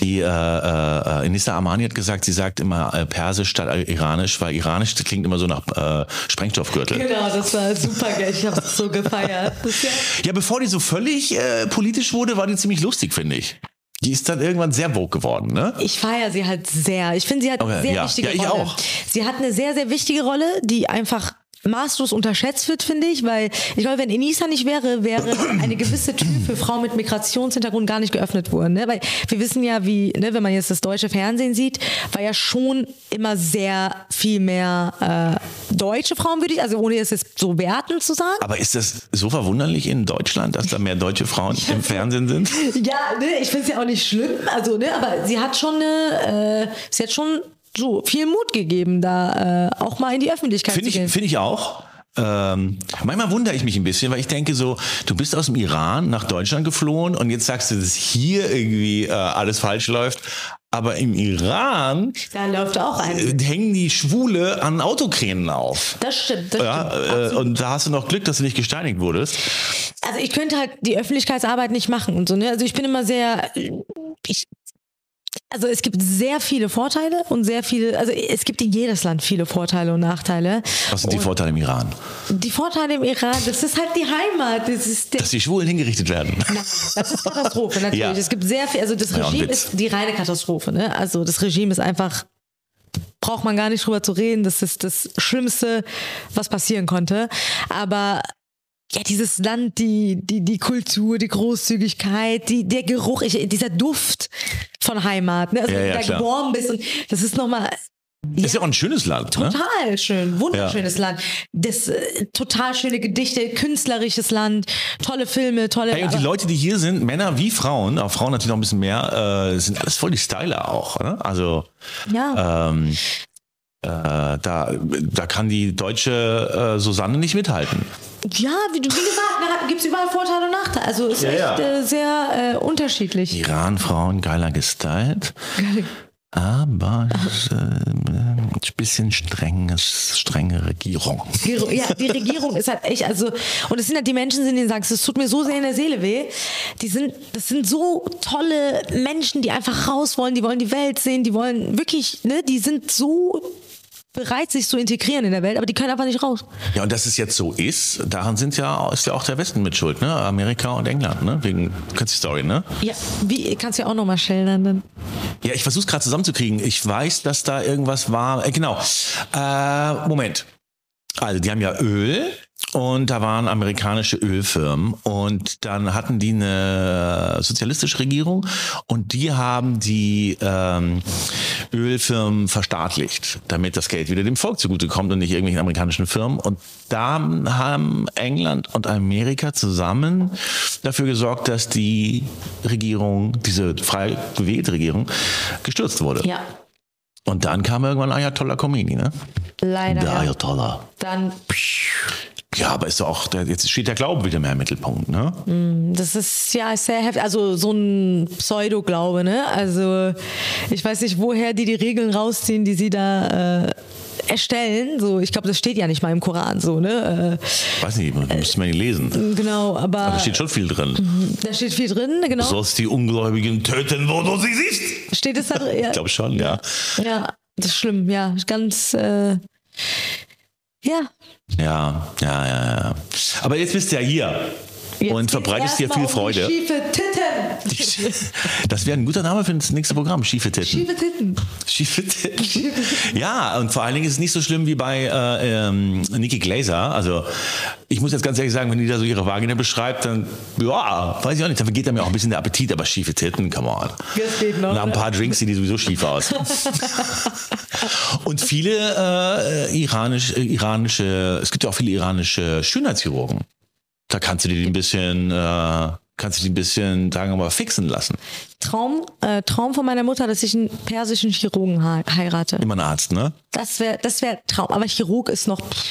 [SPEAKER 1] Die äh, äh, äh, Inissa Amani hat gesagt, sie sagt immer äh, persisch statt äh, iranisch, weil iranisch klingt immer so nach äh, Sprengstoffgürtel.
[SPEAKER 6] Genau, das war super geil. Ich hab's so gefeiert. Das ist ja
[SPEAKER 1] Ja, bevor die so völlig äh, politisch wurde, war die ziemlich lustig, finde ich. Die ist dann irgendwann sehr woke geworden, ne?
[SPEAKER 6] Ich feiere sie halt sehr. Ich finde, sie hat
[SPEAKER 1] Okay,
[SPEAKER 6] eine sehr
[SPEAKER 1] ja.
[SPEAKER 6] wichtige
[SPEAKER 1] Ja, ich
[SPEAKER 6] Rolle.
[SPEAKER 1] auch.
[SPEAKER 6] Sie hat eine sehr, sehr wichtige Rolle, die einfach maßlos unterschätzt wird, finde ich, weil ich glaube, wenn Enisa nicht wäre, wäre eine gewisse Tür für Frauen mit Migrationshintergrund gar nicht geöffnet worden. Ne? Weil wir wissen ja, wie, ne, wenn man jetzt das deutsche Fernsehen sieht, war ja schon immer sehr viel mehr äh, deutsche Frauen, würde ich, also ohne es jetzt so werten zu sagen.
[SPEAKER 1] Aber ist das so verwunderlich in Deutschland, dass da mehr deutsche Frauen im Fernsehen sind?
[SPEAKER 6] Ja, ne, ich find's ja auch nicht schlimm, also ne, aber sie hat schon eine, äh, sie hat schon so viel Mut gegeben, da äh, auch mal in die Öffentlichkeit
[SPEAKER 1] Finde
[SPEAKER 6] zu gehen.
[SPEAKER 1] ich, finde ich auch. Ähm, manchmal wundere ich mich ein bisschen, weil ich denke so, du bist aus dem Iran nach Deutschland geflohen und jetzt sagst du, dass hier irgendwie äh, alles falsch läuft. Aber im Iran
[SPEAKER 6] da läuft auch ein.
[SPEAKER 1] äh, hängen die Schwule an Autokränen auf.
[SPEAKER 6] Das stimmt, das stimmt.
[SPEAKER 1] Ja, äh, und da hast du noch Glück, dass du nicht gesteinigt wurdest.
[SPEAKER 6] Also ich könnte halt die Öffentlichkeitsarbeit nicht machen und so, ne? Also ich bin immer sehr ich, also es gibt sehr viele Vorteile und sehr viele, also es gibt in jedes Land viele Vorteile und Nachteile.
[SPEAKER 1] Was sind die Vorteile im Iran?
[SPEAKER 6] Die Vorteile im Iran, das ist halt die Heimat, das ist der
[SPEAKER 1] Dass die Schwulen hingerichtet werden.
[SPEAKER 6] Das ist Katastrophe, natürlich.
[SPEAKER 1] Ja.
[SPEAKER 6] Es gibt sehr viel, also das
[SPEAKER 1] Ja, ein
[SPEAKER 6] Regime
[SPEAKER 1] Witz.
[SPEAKER 6] ist die reine Katastrophe, ne? Also das Regime ist einfach, braucht man gar nicht drüber zu reden, das ist das Schlimmste, was passieren konnte. Aber ja, dieses Land, die, die, die Kultur, die Großzügigkeit, die, der Geruch, ich, dieser Duft von Heimat, ne? Also
[SPEAKER 1] Ja,
[SPEAKER 6] wenn
[SPEAKER 1] ja,
[SPEAKER 6] du da
[SPEAKER 1] klar.
[SPEAKER 6] geboren bist und das ist nochmal
[SPEAKER 1] Ist ja auch ein schönes Land, ne?
[SPEAKER 2] Total schön, wunderschönes Land. Das äh, total schöne Gedichte, künstlerisches Land, tolle Filme, tolle.
[SPEAKER 1] Hey, und die
[SPEAKER 2] aber-
[SPEAKER 1] Leute, die hier sind, Männer wie Frauen, auch Frauen natürlich noch ein bisschen mehr, äh, sind alles voll die Styler auch. Ne? Also
[SPEAKER 2] ja,
[SPEAKER 1] ähm, äh, da, da kann die deutsche äh, Susanne nicht mithalten.
[SPEAKER 2] ja wie, du- wie gesagt, gibt es überall Vorteile und Nachteile. Also ist
[SPEAKER 1] Ja,
[SPEAKER 2] echt
[SPEAKER 1] ja.
[SPEAKER 2] Äh, sehr äh, unterschiedlich.
[SPEAKER 1] Iran-Frauen geiler gestylt, aber äh, ein bisschen strenges, strenge Regierung.
[SPEAKER 2] Regierung- Ja, die Regierung ist halt echt, also, und es sind halt die Menschen, die denen sagst, es tut mir so sehr in der Seele weh. Die sind, das sind so tolle Menschen, die einfach raus wollen, die wollen die Welt sehen, die wollen wirklich, ne, die sind so bereit, sich zu integrieren in der Welt, aber die können einfach nicht raus.
[SPEAKER 1] Ja, und dass es jetzt so ist, daran sind ja, ist ja auch der Westen mit schuld, ne? Amerika und England, ne? Wegen, kennst die Story, ne?
[SPEAKER 2] Ja, wie, kannst du ja auch nochmal schildern dann.
[SPEAKER 1] Ja, ich versuche es gerade zusammenzukriegen. Ich weiß, dass da irgendwas war. Äh, genau. Äh, Moment. Also, die haben ja Öl und da waren amerikanische Ölfirmen und dann hatten die eine sozialistische Regierung und die haben die ähm, Ölfirmen verstaatlicht, damit das Geld wieder dem Volk zugutekommt und nicht irgendwelchen amerikanischen Firmen. Und da haben England und Amerika zusammen dafür gesorgt, dass die Regierung, diese frei gewählte Regierung, gestürzt wurde.
[SPEAKER 2] Ja,
[SPEAKER 1] Und dann kam irgendwann Ayatollah Khomeini, ne?
[SPEAKER 2] leider.
[SPEAKER 1] Der
[SPEAKER 2] Ja.
[SPEAKER 1] Ayatollah.
[SPEAKER 2] Dann,
[SPEAKER 1] Ja, aber ist doch auch, der, jetzt steht der Glaube wieder mehr im Mittelpunkt, ne?
[SPEAKER 2] das ist ja ist sehr heftig, also so ein Pseudo-Glaube, ne? Also ich weiß nicht, woher die die Regeln rausziehen, die sie da äh, erstellen. So, ich glaube, das steht ja nicht mal im Koran so, ne?
[SPEAKER 1] Weiß nicht, man- müsste man ihn lesen.
[SPEAKER 2] Äh, genau, aber
[SPEAKER 1] Da steht schon viel drin.
[SPEAKER 2] da steht viel drin, genau.
[SPEAKER 1] Du sollst die Ungläubigen töten, wo du sie siehst.
[SPEAKER 2] Steht es da drin? Ja,
[SPEAKER 1] Ich glaube schon, ja.
[SPEAKER 2] ja, das ist schlimm, ja. Ganz, äh, ja.
[SPEAKER 1] Ja, ja, ja, ja. Aber jetzt bist du ja hier.
[SPEAKER 2] Jetzt
[SPEAKER 1] und
[SPEAKER 2] geht's
[SPEAKER 1] verbreitest dir viel
[SPEAKER 2] erstmal um die
[SPEAKER 1] Freude.
[SPEAKER 2] Schiefe Titten.
[SPEAKER 1] Das wäre ein guter Name für das nächste Programm, Schiefe Titten.
[SPEAKER 2] Schiefe Titten.
[SPEAKER 1] Schiefe Titten. Ja, und vor allen Dingen ist es nicht so schlimm wie bei äh, ähm, Nikki Glaser. Also ich muss jetzt ganz ehrlich sagen, wenn die da so ihre Vagina beschreibt, dann, ja, weiß ich auch nicht, dann vergeht da mir auch ein bisschen der Appetit, aber schiefe Titten, come on.
[SPEAKER 2] Das geht
[SPEAKER 6] Genau.
[SPEAKER 2] noch,
[SPEAKER 1] Nach ein
[SPEAKER 2] ne?
[SPEAKER 1] paar Drinks sehen die sowieso schief aus. und viele äh, iranisch, äh, iranische, es gibt ja auch viele iranische Schönheitschirurgen. Da kannst du dir die ein bisschen, äh, kannst du die ein bisschen, sagen wir mal, fixen lassen.
[SPEAKER 2] Traum, äh, Traum von meiner Mutter, dass ich einen persischen Chirurgen hei- heirate.
[SPEAKER 1] Immer ein Arzt, ne?
[SPEAKER 2] Das wäre das wär Traum. Aber Chirurg ist noch pff,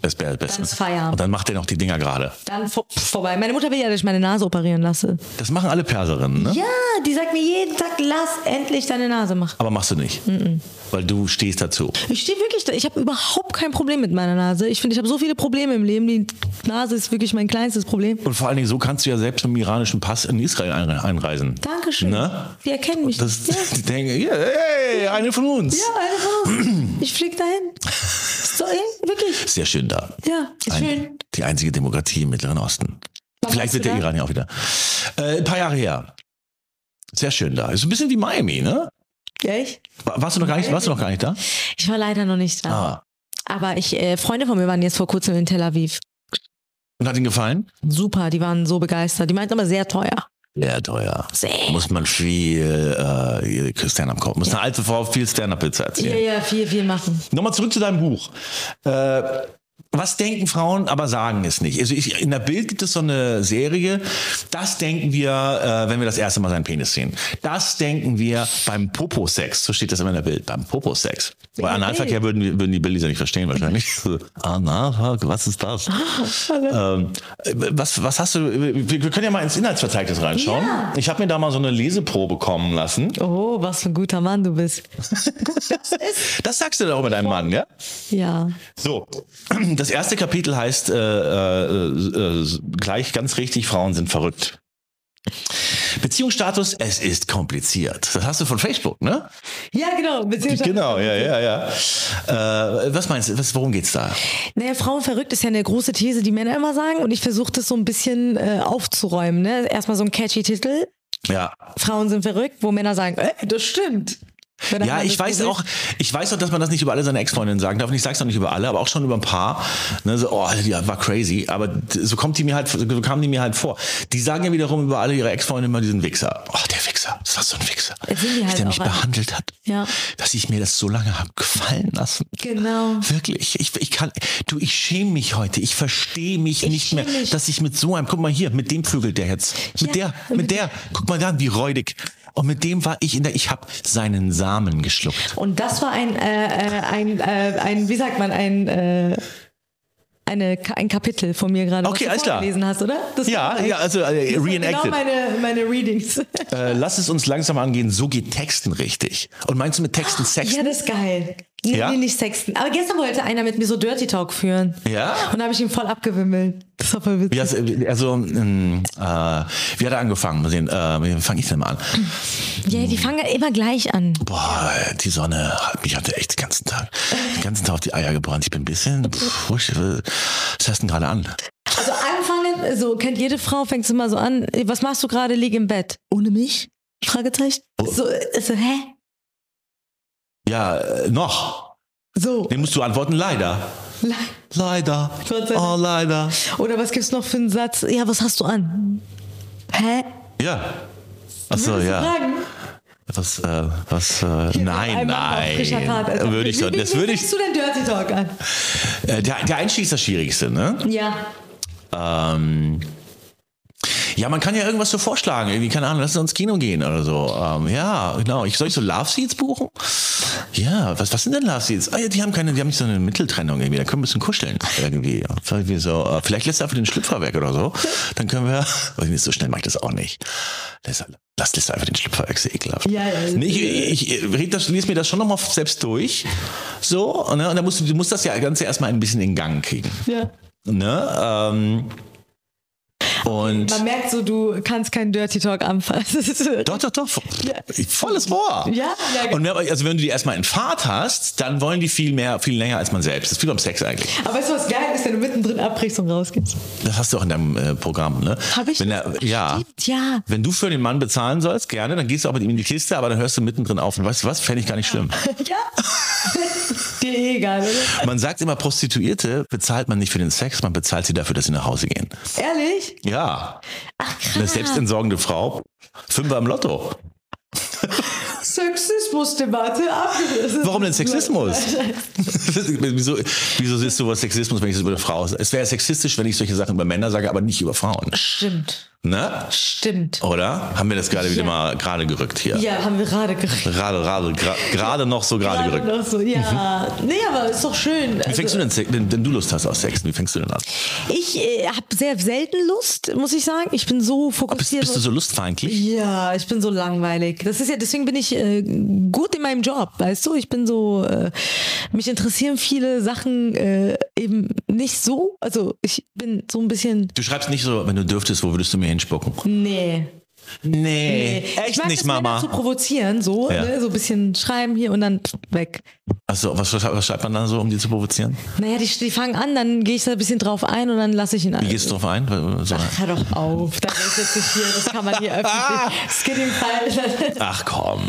[SPEAKER 1] Das wäre das Beste.
[SPEAKER 2] Ganz Feierabend.
[SPEAKER 1] Und dann macht er noch die Dinger gerade.
[SPEAKER 2] dann vor, pff, vorbei. Meine Mutter will ja, dass ich meine Nase operieren lasse.
[SPEAKER 1] Das machen alle Perserinnen, ne?
[SPEAKER 2] Ja, die sagt mir jeden Tag, lass endlich deine Nase machen.
[SPEAKER 1] Aber machst du nicht. Weil du stehst dazu.
[SPEAKER 2] Ich stehe wirklich da. Ich habe überhaupt kein Problem mit meiner Nase. Ich finde, ich habe so viele Probleme im Leben. Die Nase ist wirklich mein kleinstes Problem.
[SPEAKER 1] Und vor allen Dingen, so kannst du ja selbst mit dem iranischen Pass in Israel ein- einreisen.
[SPEAKER 2] Dankeschön.
[SPEAKER 1] Ne?
[SPEAKER 2] Die erkennen mich.
[SPEAKER 1] Das,
[SPEAKER 2] ja,
[SPEAKER 1] Die denken, yeah, hey, eine von uns.
[SPEAKER 2] ja, eine von uns. Ich flieg dahin. So, wirklich.
[SPEAKER 1] Ist sehr schön da.
[SPEAKER 2] Ja, ist
[SPEAKER 1] Ein-
[SPEAKER 2] schön.
[SPEAKER 1] Die einzige Demokratie im Mittleren Osten. Vielleicht
[SPEAKER 2] warst
[SPEAKER 1] wird
[SPEAKER 2] du
[SPEAKER 1] der
[SPEAKER 2] da?
[SPEAKER 1] Iran ja auch wieder. Äh, ein paar Jahre her. Sehr schön da. Ist ein bisschen wie Miami, ne?
[SPEAKER 2] Echt?
[SPEAKER 1] War- Warst du noch gar nicht, warst du noch gar nicht da?
[SPEAKER 2] Ich war leider noch nicht da.
[SPEAKER 1] Ah.
[SPEAKER 2] Aber ich, äh, Freunde von mir waren jetzt vor kurzem in Tel Aviv.
[SPEAKER 1] Und hat ihn gefallen?
[SPEAKER 2] Super, die waren so begeistert. Die meinten aber sehr teuer.
[SPEAKER 1] Sehr teuer.
[SPEAKER 2] Sehr.
[SPEAKER 1] Muss man viel äh, Stand-up kommen. Muss eine alte Frau viel Stand-up-Pizza erzählen.
[SPEAKER 2] Ja, ja, viel, viel machen.
[SPEAKER 1] Nochmal zurück zu deinem Buch. Äh, was denken Frauen, aber sagen es nicht? Also ich, in der Bild gibt es so eine Serie, das denken wir, äh, wenn wir das erste Mal seinen Penis sehen. Das denken wir beim Popo-Sex. So steht das immer in der Bild, beim Popo-Sex. Bei Analverkehr würden, wir- würden die Bildleser nicht verstehen wahrscheinlich. Analverkehr, was ist das? ähm, äh, was, was hast du, wir, wir können ja mal ins Inhaltsverzeichnis reinschauen. Ich habe mir da mal so eine Leseprobe kommen lassen.
[SPEAKER 2] Oh, was für ein guter Mann du bist.
[SPEAKER 1] Das sagst du doch über deinem Mann, ja?
[SPEAKER 2] Ja.
[SPEAKER 1] So, das erste Kapitel heißt äh, äh, äh, gleich ganz richtig, Frauen sind verrückt. Beziehungsstatus, es ist kompliziert. Das hast du von Facebook, ne?
[SPEAKER 2] Ja, genau. Beziehungsweise.
[SPEAKER 1] Genau, ja, ja, ja. Äh, was meinst du, was, worum geht's da?
[SPEAKER 2] Naja, Frauen verrückt ist ja eine große These, die Männer immer sagen. Und ich versuche das so ein bisschen äh, aufzuräumen. Ne? Erstmal so ein catchy Titel.
[SPEAKER 1] Ja,
[SPEAKER 2] äh, Frauen sind verrückt, wo Männer sagen, ey, das stimmt. Wenn
[SPEAKER 1] Ja,
[SPEAKER 2] man
[SPEAKER 1] ich
[SPEAKER 2] das
[SPEAKER 1] weiß
[SPEAKER 2] so
[SPEAKER 1] auch, ich weiß auch, dass man das nicht über alle seine Ex-Freundinnen sagen darf. Und ich sag's auch nicht über alle, aber auch schon über ein paar. Ne, so, oh, ja, war crazy. Aber d- so kommt die mir halt, so kamen die mir halt vor. Die sagen ja wiederum über alle ihre Ex-Freunde immer diesen Wichser. Oh, der Wichser. Das war so ein Wichser.
[SPEAKER 2] Das sind die
[SPEAKER 1] Wie
[SPEAKER 2] halt
[SPEAKER 1] der mich
[SPEAKER 2] auch alle.
[SPEAKER 1] behandelt hat.
[SPEAKER 2] Ja.
[SPEAKER 1] Dass ich mir das so lange hab gefallen lassen.
[SPEAKER 2] Genau.
[SPEAKER 1] Wirklich. Ich, ich kann, du, ich schäme mich heute. Ich verstehe mich nicht mehr,
[SPEAKER 2] schäme mich.
[SPEAKER 1] dass ich mit so einem, guck mal hier, mit dem Flügel der jetzt, mit
[SPEAKER 2] Ja,
[SPEAKER 1] der, mit der, guck mal da, wie räudig. Und mit dem war ich in der, ich hab seinen Samen geschluckt.
[SPEAKER 2] Und das war ein, äh, äh, ein, äh, ein wie sagt man, ein, äh, eine, Ka- ein Kapitel von mir gerade,
[SPEAKER 1] Okay,
[SPEAKER 2] was
[SPEAKER 1] alles
[SPEAKER 2] du
[SPEAKER 1] klar.
[SPEAKER 2] vorgelesen hast, oder? Das
[SPEAKER 1] Ja,
[SPEAKER 2] war-
[SPEAKER 1] ja, also äh,
[SPEAKER 2] das waren
[SPEAKER 1] reenacted.
[SPEAKER 2] Genau meine, meine Readings.
[SPEAKER 1] äh, lass es uns langsam angehen, so geht Texten richtig. Und meinst du mit
[SPEAKER 2] Ah,
[SPEAKER 1] Texten Sex?
[SPEAKER 2] Ja, das ist geil. Nee,
[SPEAKER 1] Ja?
[SPEAKER 2] nee, nicht sexten. Aber gestern wollte einer mit mir so Dirty Talk führen.
[SPEAKER 1] Ja?
[SPEAKER 2] Und da habe ich ihn voll abgewimmelt. Das war voll
[SPEAKER 1] Wie
[SPEAKER 2] witzig.
[SPEAKER 1] hast, also, ähm, äh, wie hat er angefangen? Mal sehen, äh, wie fange ich denn mal an?
[SPEAKER 2] Ja, die fangen immer gleich an.
[SPEAKER 1] Boah, die Sonne hat mich heute echt den ganzen Tag, den ganzen Tag auf die Eier gebrannt. Ich bin ein bisschen, pff, wurscht, äh, was hast du denn gerade an?
[SPEAKER 2] Also anfangen, so kennt jede Frau, fängt es immer so an. "Ey, Was machst du gerade? Lieg im Bett. Ohne mich? Fragezeichen.
[SPEAKER 1] Oh.
[SPEAKER 2] So, äh, so, hä?
[SPEAKER 1] Ja, äh, noch.
[SPEAKER 2] So.
[SPEAKER 1] Den musst du antworten, leider. Leider.
[SPEAKER 2] Gott sei Dank.
[SPEAKER 1] Oh, leider.
[SPEAKER 2] Oder was gibt's noch für einen Satz? Ja, was hast du an? Hä?
[SPEAKER 1] Ja. Achso,
[SPEAKER 2] Würdest du
[SPEAKER 1] ja.
[SPEAKER 2] Fragen?
[SPEAKER 1] Was, äh, was, äh, nein,
[SPEAKER 2] Einmal auf frischer
[SPEAKER 1] nein.
[SPEAKER 2] Tat, Alter.
[SPEAKER 1] Äh, Würde ich
[SPEAKER 2] Wie-
[SPEAKER 1] doch,
[SPEAKER 2] wie-
[SPEAKER 1] das
[SPEAKER 2] wie
[SPEAKER 1] würde ich,
[SPEAKER 2] fängst du denn Dirty Talk an?
[SPEAKER 1] Äh, der, der Einstieg ist das Schwierigste, ne?
[SPEAKER 2] Ja.
[SPEAKER 1] Ähm, ja, man kann ja irgendwas so vorschlagen. Irgendwie, keine Ahnung, lass uns ins Kino gehen oder so. Ähm, ja, genau. Ich, soll ich so Love Seats buchen? Ja, was, was sind denn Love Seats? Ah, ja, die haben keine, die haben nicht so eine Mitteltrennung irgendwie. Da können wir ein bisschen kuscheln. Irgendwie. Irgendwie so, äh, vielleicht lässt er einfach den Schlüpfer weg oder so. Dann können wir, aber so schnell mache ich das auch nicht. Lass, lass, lass einfach den Schlüpfer weg, ist ja ekelhaft.
[SPEAKER 2] Ja, ja.
[SPEAKER 1] Nee, ich, ich, ich red das, lese mir das schon nochmal selbst durch. So, ne? und dann musst du, du musst das ja Ganze erstmal ein bisschen in Gang kriegen.
[SPEAKER 2] ja.
[SPEAKER 1] Ne? Ähm, und
[SPEAKER 2] Man merkt so, du kannst keinen Dirty Talk anfassen.
[SPEAKER 1] doch, doch, doch. Volles Rohr.
[SPEAKER 2] Ja, ja, genau.
[SPEAKER 1] Und wenn, also wenn du die erstmal in Fahrt hast, dann wollen die viel mehr, viel länger als man selbst. Das ist viel beim Sex eigentlich.
[SPEAKER 2] Aber weißt du, was geil ist, wenn du mittendrin abbrichst und rausgehst?
[SPEAKER 1] Das hast du auch in deinem äh, Programm, ne?
[SPEAKER 2] Hab ich
[SPEAKER 1] Wenn
[SPEAKER 2] das?
[SPEAKER 1] er,
[SPEAKER 2] Ach,
[SPEAKER 1] ja.
[SPEAKER 2] stimmt, ja.
[SPEAKER 1] Wenn du für den Mann bezahlen sollst, gerne, dann gehst du auch mit ihm in die Kiste, aber dann hörst du mittendrin auf. Und weißt du was? Fände ich gar nicht schlimm.
[SPEAKER 2] Ja. Dir eh egal, oder?
[SPEAKER 1] Man sagt immer, Prostituierte bezahlt man nicht für den Sex, man bezahlt sie dafür, dass sie nach Hause gehen.
[SPEAKER 2] Ehrlich?
[SPEAKER 1] Ja.
[SPEAKER 2] Ach krass.
[SPEAKER 1] Eine selbstentsorgende Frau. Fünfer im Lotto.
[SPEAKER 2] Sexismus-Debatte abgerissen.
[SPEAKER 1] Warum denn Sexismus? wieso, wieso ist sowas Sexismus, wenn ich das über eine Frau sage? Es wäre sexistisch, wenn ich solche Sachen über Männer sage, aber nicht über Frauen.
[SPEAKER 2] Stimmt.
[SPEAKER 1] Ne?
[SPEAKER 2] Stimmt.
[SPEAKER 1] Oder? Haben wir das gerade wieder
[SPEAKER 2] Ja.
[SPEAKER 1] mal gerade gerückt hier?
[SPEAKER 2] Ja, haben wir gerade geredet.
[SPEAKER 1] Gerade, gerade, gra- gerade noch so gerade Mhm.
[SPEAKER 2] Gerade
[SPEAKER 1] gerückt.
[SPEAKER 2] noch so, ja. Nee, aber ist doch schön.
[SPEAKER 1] Wie fängst du denn, Sex- wenn, wenn du Lust hast auf Sex? Wie fängst du denn an?
[SPEAKER 2] Ich äh, habe sehr selten Lust, muss ich sagen. Ich bin so
[SPEAKER 1] Bist,
[SPEAKER 2] fokussiert.
[SPEAKER 1] bist du so lustfeindlich?
[SPEAKER 2] ja, ich bin so langweilig. Das ist ja, deswegen bin ich äh, gut in meinem Job, weißt du? Ich bin so, äh, mich interessieren viele Sachen äh, eben nicht so. Also ich bin so ein bisschen,
[SPEAKER 1] Du schreibst nicht so, wenn du dürftest, wo würdest du mir hinspucken?
[SPEAKER 2] nee,
[SPEAKER 1] Nee,
[SPEAKER 2] ich
[SPEAKER 1] echt
[SPEAKER 2] mag
[SPEAKER 1] nicht,
[SPEAKER 2] das, Männer
[SPEAKER 1] Mama.
[SPEAKER 2] zu provozieren, so,
[SPEAKER 1] Ja.
[SPEAKER 2] ne? so ein bisschen schreiben hier und dann weg.
[SPEAKER 1] Achso, was, schrei- was schreibt man dann so, um die zu provozieren?
[SPEAKER 2] Naja, die, die fangen an, dann gehe ich da ein bisschen drauf ein und dann lasse ich ihn an.
[SPEAKER 1] Wie gehst du drauf ein? Ah! So-
[SPEAKER 2] Hör doch auf, da ist jetzt nicht hier, das kann man hier öffentlich. Es geht ihm falsch.
[SPEAKER 1] Ach komm.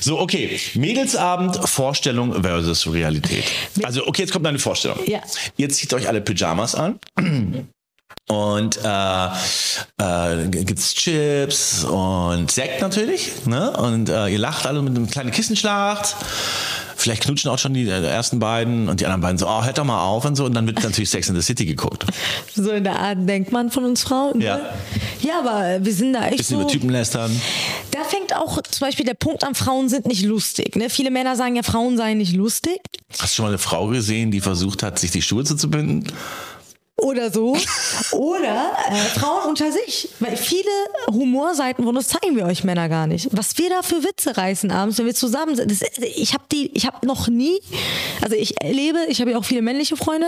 [SPEAKER 1] So, okay. Mädelsabend, Vorstellung versus Realität. Also, okay, jetzt kommt eine Vorstellung.
[SPEAKER 2] Ja.
[SPEAKER 1] Ihr zieht euch alle Pyjamas an. Und äh, äh, gibt's Chips und Sekt natürlich. Ne? Und äh, ihr lacht alle mit einem kleinen Kissenschlacht. Vielleicht knutschen auch schon die äh, ersten beiden und die anderen beiden so, oh, hört doch mal auf und so. Und dann wird natürlich Sex in the City geguckt.
[SPEAKER 2] So in der Art denkt man von uns Frauen. Ne?
[SPEAKER 1] Ja.
[SPEAKER 2] ja, aber wir sind da echt
[SPEAKER 1] Bisschen
[SPEAKER 2] so.
[SPEAKER 1] über Typen lästern.
[SPEAKER 2] Da fängt auch zum Beispiel der Punkt an, Frauen sind nicht lustig. Ne? Viele Männer sagen ja, Frauen seien nicht lustig
[SPEAKER 1] Hast du schon mal eine Frau gesehen, die versucht hat, sich die Schuhe zuzubinden?
[SPEAKER 2] oder so. oder äh, Frauen unter sich. Weil viele Humorseiten von uns zeigen wir euch Männer gar nicht. Was wir da für Witze reißen abends, wenn wir zusammen sind. Das, ich habe die, ich habe noch nie, also ich erlebe, ich habe ja auch viele männliche Freunde,